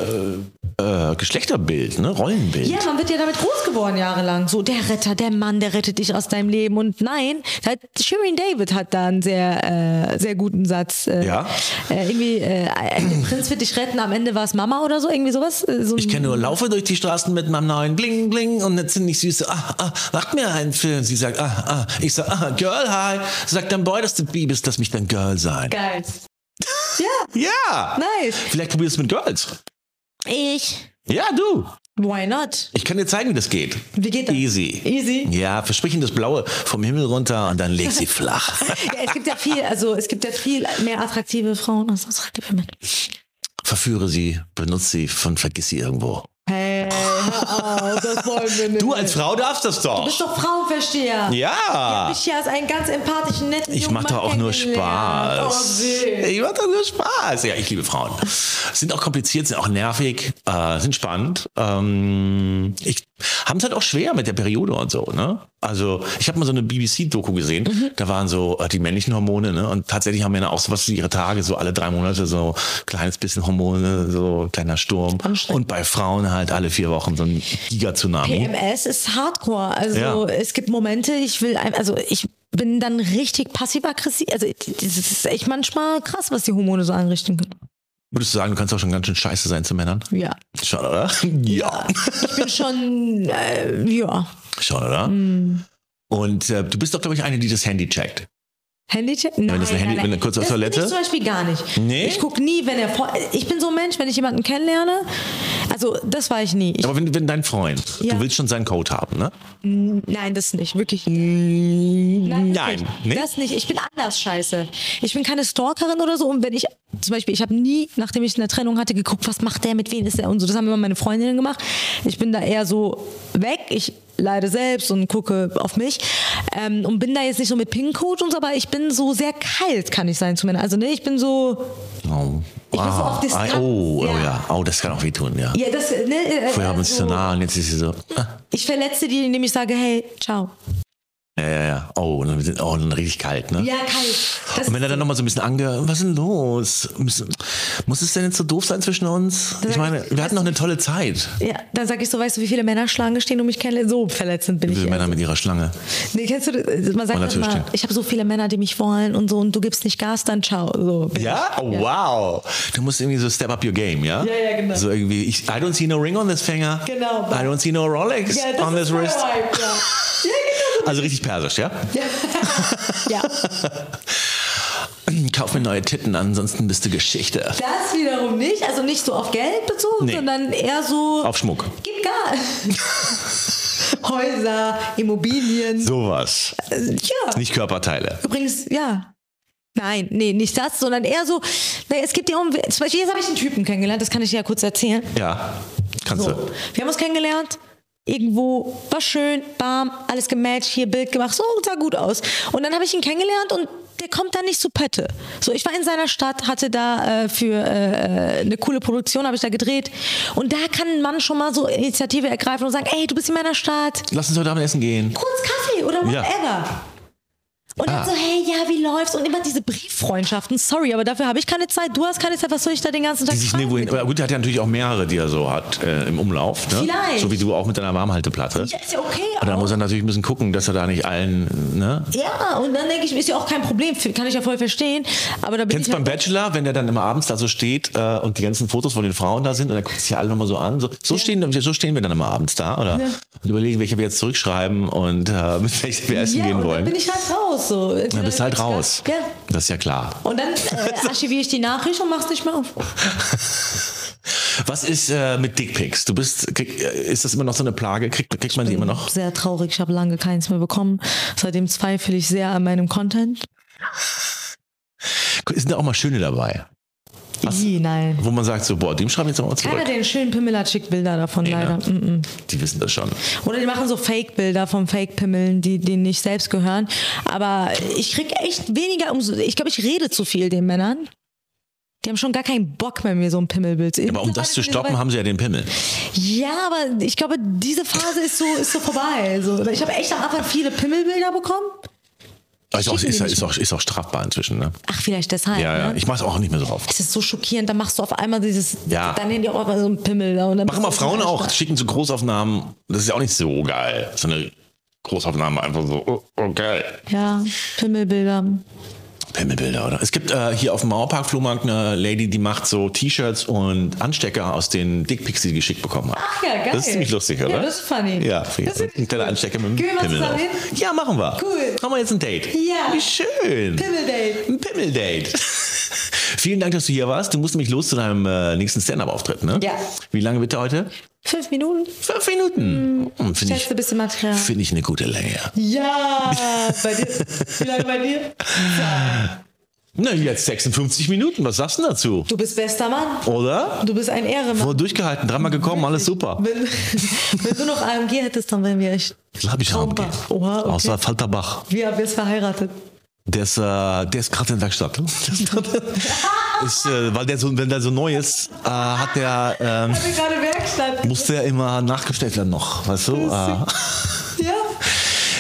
[SPEAKER 1] äh, äh, Geschlechterbild, ne? Rollenbild.
[SPEAKER 2] Ja, man wird ja damit groß geworden jahrelang. So der Retter, der Mann, der rettet dich aus deinem Leben. Und nein, da hat, Shirin David hat da einen sehr, äh, sehr guten Satz. Äh,
[SPEAKER 1] Ja.
[SPEAKER 2] Äh, irgendwie, äh, der Prinz wird dich retten, am Ende war es Mama oder so, irgendwie sowas. Äh, So
[SPEAKER 1] Ich
[SPEAKER 2] ein-
[SPEAKER 1] kenne nur Laufe durch die Straßen mit meinem neuen Bling Bling und eine ziemlich süße, ah, ah, macht mir einen Film. Sie sagt, ah, ah. Ich sag, ah, Girl, hi. Sagt dein Boy, dass du B bist, lass mich dein Girl sein.
[SPEAKER 2] Geil. Ja,
[SPEAKER 1] Ja!
[SPEAKER 2] nice.
[SPEAKER 1] Vielleicht probierst du es mit Girls.
[SPEAKER 2] Ich.
[SPEAKER 1] Ja, du.
[SPEAKER 2] Why not?
[SPEAKER 1] Ich kann dir zeigen, wie das geht.
[SPEAKER 2] Wie geht das?
[SPEAKER 1] Easy.
[SPEAKER 2] Easy.
[SPEAKER 1] Ja, versprich ihm das Blaue vom Himmel runter und dann leg sie flach.
[SPEAKER 2] Ja, es gibt ja viel, also es gibt ja viel mehr attraktive Frauen als attraktive Männer.
[SPEAKER 1] Verführe sie, benutze sie und vergiss sie irgendwo.
[SPEAKER 2] Hey, hör auf, Oh, das wollen wir nicht.
[SPEAKER 1] Du als Frau darfst das
[SPEAKER 2] Du bist
[SPEAKER 1] doch.
[SPEAKER 2] doch Frauenversteher.
[SPEAKER 1] Ja.
[SPEAKER 2] Ich hier als einen ganz empathischen, netten
[SPEAKER 1] Ich
[SPEAKER 2] jungen
[SPEAKER 1] mache
[SPEAKER 2] Mann
[SPEAKER 1] doch auch nur
[SPEAKER 2] kennengelernt. Oh,
[SPEAKER 1] Spaß. Hm?
[SPEAKER 2] süß.
[SPEAKER 1] ich mache doch nur Spaß. Ja, ich liebe Frauen. Sind auch kompliziert, sind auch nervig, äh, sind spannend. Ähm, ich haben es halt auch schwer mit der Periode und so. Ne? Also ich habe mal so eine BBC-Doku gesehen. Da waren so äh, die männlichen Hormone. Ne? Und tatsächlich haben Männer auch sowas wie ihre Tage, so alle drei Monate so kleines bisschen Hormone, so kleiner Sturm. Und bei Frauen halt alle vier Wochen so ein Giga-Tsunami.
[SPEAKER 2] PMS E ist Hardcore. Also
[SPEAKER 1] Ja.
[SPEAKER 2] es gibt Momente, ich will, ein- also ich bin dann richtig passiv-aggressiv. Also das ist echt manchmal krass, was die Hormone so anrichten können.
[SPEAKER 1] Würdest du sagen, du kannst auch schon ganz schön scheiße sein zu Männern?
[SPEAKER 2] Ja.
[SPEAKER 1] Schon, oder? ja.
[SPEAKER 2] Ich bin schon, äh, ja.
[SPEAKER 1] Schon, oder?
[SPEAKER 2] Mm.
[SPEAKER 1] Und äh, du bist doch, glaube ich, eine, die das Handy checkt.
[SPEAKER 2] Handycheck? Nein,
[SPEAKER 1] Wenn das ein Handy- wenn er kurz auf
[SPEAKER 2] das
[SPEAKER 1] Toilette-
[SPEAKER 2] bin ich zum Beispiel gar nicht.
[SPEAKER 1] Nee?
[SPEAKER 2] Ich gucke nie, wenn er vor. Ich bin so ein Mensch, wenn ich jemanden kennenlerne. Also, das war ich nie. Ich,
[SPEAKER 1] Aber wenn, wenn dein Freund,
[SPEAKER 2] Ja.
[SPEAKER 1] du willst schon seinen Code haben, ne?
[SPEAKER 2] nein, das nicht. Wirklich. Nein.
[SPEAKER 1] Nein,
[SPEAKER 2] Das nicht.
[SPEAKER 1] ne?
[SPEAKER 2] Das nicht. Ich bin anders scheiße. Ich bin keine Stalkerin oder so. Und wenn ich, zum Beispiel, ich habe nie, nachdem ich eine Trennung hatte, geguckt, was macht der, mit wem ist der und so. Das haben immer meine Freundinnen gemacht. Ich bin da eher so weg. Ich leide selbst und gucke auf mich. Ähm, und bin da jetzt nicht so mit Pin-Code und so, aber ich bin so sehr kalt, kann ich sein zu Männern. Also, ne, ich bin so.
[SPEAKER 1] Oh.
[SPEAKER 2] Ich bin so auf Distanz,
[SPEAKER 1] Ah, oh, oh
[SPEAKER 2] ja.
[SPEAKER 1] ja. Oh, das kann auch wehtun, ja.
[SPEAKER 2] Ja, das, ne, äh,
[SPEAKER 1] Vorher haben wir uns so
[SPEAKER 2] also,
[SPEAKER 1] nah und jetzt ist sie so. ah.
[SPEAKER 2] ich verletze die, indem ich sage, hey, ciao.
[SPEAKER 1] Ja, ja, ja. Oh, und dann, sind- oh, dann richtig kalt, ne?
[SPEAKER 2] Ja, kalt. Das,
[SPEAKER 1] Und wenn er dann nochmal so ein bisschen ange... Was ist denn los? Müssen- Muss es denn jetzt so doof sein zwischen uns? Ich meine, wir hatten noch eine tolle Zeit.
[SPEAKER 2] ja, dann sag ich so, weißt du, wie viele Männer Schlange stehen und mich kennenlernen? So verletzend bin ich.
[SPEAKER 1] Diese
[SPEAKER 2] eher.
[SPEAKER 1] Männer mit ihrer Schlange.
[SPEAKER 2] Nee, kennst du das? Also Man sagt
[SPEAKER 1] Und
[SPEAKER 2] das
[SPEAKER 1] natürlich
[SPEAKER 2] immer,
[SPEAKER 1] stehen.
[SPEAKER 2] ich habe so viele Männer, die mich wollen und so und du gibst nicht Gas, dann ciao. So.
[SPEAKER 1] Ja? Oh, wow. Du musst irgendwie so step up your game, ja? Ja, ja, genau. So irgendwie, ich, I don't see no ring on this finger.
[SPEAKER 2] Genau.
[SPEAKER 1] I don't see no Rolex on this wrist.
[SPEAKER 2] ja.
[SPEAKER 1] Also richtig persisch, ja?
[SPEAKER 2] ja,
[SPEAKER 1] Kauf mir neue Titten, ansonsten bist du Geschichte.
[SPEAKER 2] das wiederum nicht. Also nicht so auf Geld bezogen,
[SPEAKER 1] Nee.
[SPEAKER 2] sondern eher so,
[SPEAKER 1] Auf Schmuck.
[SPEAKER 2] gib Gas. Häuser, Immobilien.
[SPEAKER 1] Sowas.
[SPEAKER 2] Äh, Ja.
[SPEAKER 1] Nicht Körperteile.
[SPEAKER 2] Übrigens, ja. Nein, nee, nicht das, sondern eher so, naja, es gibt ja auch, zum Beispiel, jetzt habe ich einen Typen kennengelernt, das kann ich dir ja kurz erzählen.
[SPEAKER 1] Ja. Kannst
[SPEAKER 2] So,
[SPEAKER 1] du.
[SPEAKER 2] wir haben uns kennengelernt, irgendwo, war schön, bam, alles gematcht, hier Bild gemacht, so, sah gut aus. Und dann habe ich ihn kennengelernt und der kommt dann nicht zu Pötte. So, ich war in seiner Stadt, hatte da äh, für äh, eine coole Produktion, habe ich da gedreht. Und da kann ein Mann schon mal so Initiative ergreifen und sagen, ey, du bist in meiner Stadt,
[SPEAKER 1] Lass uns heute Abend essen gehen.
[SPEAKER 2] kurz Kaffee oder
[SPEAKER 1] Ja.
[SPEAKER 2] whatever. Und dann so, hey, ja, wie läuft's? Und immer diese Brieffreundschaften. Sorry, aber dafür habe ich keine Zeit. Du hast keine Zeit. Was soll ich da den ganzen Tag
[SPEAKER 1] Die sich
[SPEAKER 2] fragen?
[SPEAKER 1] nirgendwo hin. Aber gut, der hat ja natürlich auch mehrere, die er so hat äh, im Umlauf. Ne?
[SPEAKER 2] Vielleicht.
[SPEAKER 1] So wie du auch mit deiner Warmhalteplatte.
[SPEAKER 2] Ja, ist ja okay.
[SPEAKER 1] Und dann
[SPEAKER 2] auch.
[SPEAKER 1] muss er natürlich ein bisschen gucken, dass er da nicht allen, ne?
[SPEAKER 2] ja, und dann denke ich, ist ja auch kein Problem. Kann ich ja voll verstehen. Aber da bin
[SPEAKER 1] Kennst
[SPEAKER 2] ich
[SPEAKER 1] du beim Bachelor, wenn der dann immer abends da so steht äh, und die ganzen Fotos von den Frauen da sind und er guckt sich ja alle nochmal so an. So, so, stehen, so stehen wir dann immer abends da, oder? Und überlegen, welche wir jetzt zurückschreiben und äh, mit welchen wir essen
[SPEAKER 2] ja,
[SPEAKER 1] gehen
[SPEAKER 2] und dann
[SPEAKER 1] wollen.
[SPEAKER 2] bin ich halt raus. So.
[SPEAKER 1] Dann bist du halt raus.
[SPEAKER 2] Ja.
[SPEAKER 1] Das ist ja klar.
[SPEAKER 2] Oh, Und dann äh, archiviere ich die Nachricht und mach's nicht mehr auf.
[SPEAKER 1] Was ist äh, mit Dickpics? Du bist, krieg, äh, ist das immer noch so eine Plage? Kriegt, kriegt man die immer noch?
[SPEAKER 2] Sehr traurig, ich habe lange keins mehr bekommen. Seitdem zweifle ich sehr an meinem Content.
[SPEAKER 1] Sind da auch mal schöne dabei? Was?
[SPEAKER 2] Ih, nein.
[SPEAKER 1] Wo man sagt so, boah, dem schreibe ich jetzt auch mal
[SPEAKER 2] Keiner
[SPEAKER 1] zurück.
[SPEAKER 2] der schönen Pimmel hat schickt Bilder davon, leider. Mm -mm.
[SPEAKER 1] Die wissen das schon.
[SPEAKER 2] Oder die machen so Fake-Bilder von Fake-Pimmeln, die denen nicht selbst gehören. Aber ich krieg echt weniger umso. Ich glaube, ich rede zu viel den Männern. Die haben schon gar keinen Bock mehr, mir so ein Pimmelbild zu
[SPEAKER 1] Aber um das zu stoppen,
[SPEAKER 2] haben
[SPEAKER 1] haben sie ja den Pimmel.
[SPEAKER 2] Ja, aber ich glaube, diese Phase ist so, ist so vorbei. So, ich habe echt am Anfang viele Pimmelbilder bekommen.
[SPEAKER 1] Ist auch,
[SPEAKER 2] Schicken die
[SPEAKER 1] ist,
[SPEAKER 2] nicht
[SPEAKER 1] ist, auch, ist auch strafbar inzwischen, ne?
[SPEAKER 2] Ach, vielleicht deshalb.
[SPEAKER 1] Ja, ja.
[SPEAKER 2] Ne?
[SPEAKER 1] Ich mach's auch nicht mehr so drauf.
[SPEAKER 2] es ist so schockierend, dann machst du auf einmal dieses,
[SPEAKER 1] Ja.
[SPEAKER 2] dann nehmen die auch mal so einen Pimmel da und dann
[SPEAKER 1] Machen
[SPEAKER 2] bist
[SPEAKER 1] mal
[SPEAKER 2] du
[SPEAKER 1] Frauen
[SPEAKER 2] total
[SPEAKER 1] auch.
[SPEAKER 2] stark.
[SPEAKER 1] Schicken so Großaufnahmen. Das ist ja auch nicht so geil. So eine Großaufnahme einfach so, oh, okay.
[SPEAKER 2] Ja, Pimmelbilder.
[SPEAKER 1] Pimmelbilder, oder? Es gibt äh, hier auf dem Mauerpark-Flohmarkt eine Lady, die macht so T-Shirts und Anstecker aus den Dickpics, die sie geschickt bekommen hat.
[SPEAKER 2] Ach ja, geil.
[SPEAKER 1] Das ist ziemlich lustig, oder?
[SPEAKER 2] Ja, das ist funny.
[SPEAKER 1] Ja,
[SPEAKER 2] Das
[SPEAKER 1] ja.
[SPEAKER 2] ist wirklich
[SPEAKER 1] ein kleiner
[SPEAKER 2] cool.
[SPEAKER 1] Anstecker mit einem
[SPEAKER 2] Gehen wir mal
[SPEAKER 1] Pimmel
[SPEAKER 2] zusammen
[SPEAKER 1] drauf. Ja, machen wir.
[SPEAKER 2] Cool.
[SPEAKER 1] Haben wir jetzt ein Date?
[SPEAKER 2] Ja.
[SPEAKER 1] Wie schön.
[SPEAKER 2] Pimmeldate.
[SPEAKER 1] Ein Pimmeldate. Vielen Dank, dass du hier warst. Du musst nämlich los zu deinem äh, nächsten Stand-Up-Auftritt, ne?
[SPEAKER 2] Ja.
[SPEAKER 1] Wie lange bitte heute?
[SPEAKER 2] Fünf Minuten.
[SPEAKER 1] Fünf Minuten. Hm, Finde ich,
[SPEAKER 2] Schätze ein bisschen Material.
[SPEAKER 1] finde ich eine gute Länge.
[SPEAKER 2] Ja, bei dir. Wie lange bei dir?
[SPEAKER 1] Na, jetzt 56 Minuten. Was sagst du denn dazu?
[SPEAKER 2] Du bist bester Mann.
[SPEAKER 1] Oder?
[SPEAKER 2] Du bist ein Ehrenmann.
[SPEAKER 1] Voll durchgehalten, dreimal gekommen, alles super.
[SPEAKER 2] Wenn, wenn du noch AMG hättest, dann wären wir echt.
[SPEAKER 1] Hab ich auch.
[SPEAKER 2] Traumbach. Oha, Oh, okay.
[SPEAKER 1] Außer Falterbach.
[SPEAKER 2] Wir haben jetzt verheiratet.
[SPEAKER 1] Der ist, äh, der ist gerade in der Werkstatt. ist, äh, weil der so, wenn der so neu ist, äh, hat der, ähm,
[SPEAKER 2] Wir gerade Werkstatt.
[SPEAKER 1] muss der immer nachgestellt werden noch, weißt du? Äh,
[SPEAKER 2] Ja.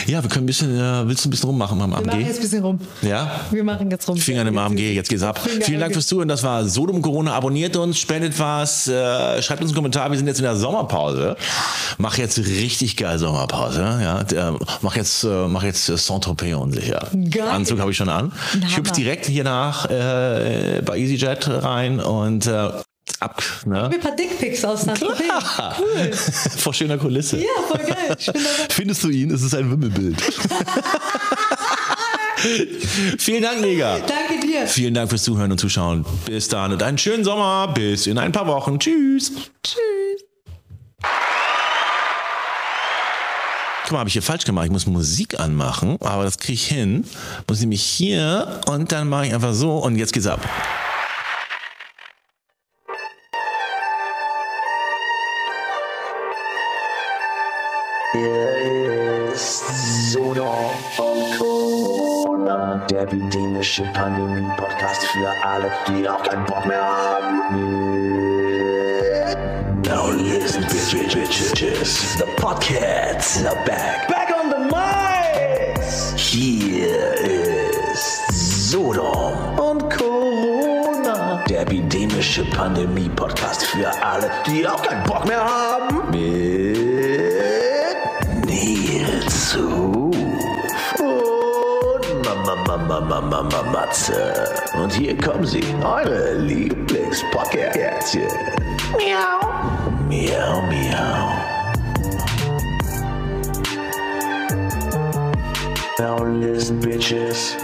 [SPEAKER 1] ja, wir können ein bisschen, äh, willst du ein bisschen rummachen beim
[SPEAKER 2] Wir machen
[SPEAKER 1] AMG?
[SPEAKER 2] jetzt ein bisschen rum.
[SPEAKER 1] Ja?
[SPEAKER 2] Wir machen jetzt rum.
[SPEAKER 1] Finger im AMG, jetzt geht's ab.
[SPEAKER 2] Finger
[SPEAKER 1] Vielen
[SPEAKER 2] im
[SPEAKER 1] Dank
[SPEAKER 2] AMG.
[SPEAKER 1] fürs Zuhören. Das war Sodom Corona. Abonniert uns, spendet was, äh, schreibt uns einen Kommentar. Wir sind jetzt in der Sommerpause. Mach jetzt richtig geil Sommerpause. Ja, D- äh, mach jetzt, äh, mach jetzt äh, Saint-Tropez unsicher.
[SPEAKER 2] Geil.
[SPEAKER 1] Anzug habe ich schon an.
[SPEAKER 2] Ein
[SPEAKER 1] Ich hüpf
[SPEAKER 2] Hammer.
[SPEAKER 1] direkt hier nach äh, bei EasyJet rein und äh, ab. Ne?
[SPEAKER 2] Mir ein paar Dickpics aus San Tropez. Cool.
[SPEAKER 1] Vor schöner Kulisse.
[SPEAKER 2] Ja, voll geil. Ich bin dabei.
[SPEAKER 1] Findest du ihn? Es ist ein Wimmelbild. Vielen Dank, Neger.
[SPEAKER 2] Danke dir.
[SPEAKER 1] Vielen Dank fürs Zuhören und Zuschauen. Bis dann und einen schönen Sommer. Bis in ein paar Wochen. Tschüss.
[SPEAKER 2] Tschüss.
[SPEAKER 1] Guck mal, habe ich hier falsch gemacht. Ich muss Musik anmachen, aber das kriege ich hin. Muss nämlich hier und dann mache ich einfach so und jetzt geht's ab.
[SPEAKER 3] Hier ist Sodom und Corona, der epidemische Pandemie-Podcast für alle, die auch keinen Bock mehr haben. Now listen, bitch, bitch, bitch, bitches. The Podcasts are back. Back on the mics. Hier ist Sodom und Corona, der epidemische Pandemie-Podcast für alle, die auch keinen Bock mehr haben. Mit Nils Ruf und Mama, Mama, Mama, Mama, Matze. Und hier kommen sie, eure Lieblingspocketkärtchen. Miau. Miau, miau. Now listen, bitches.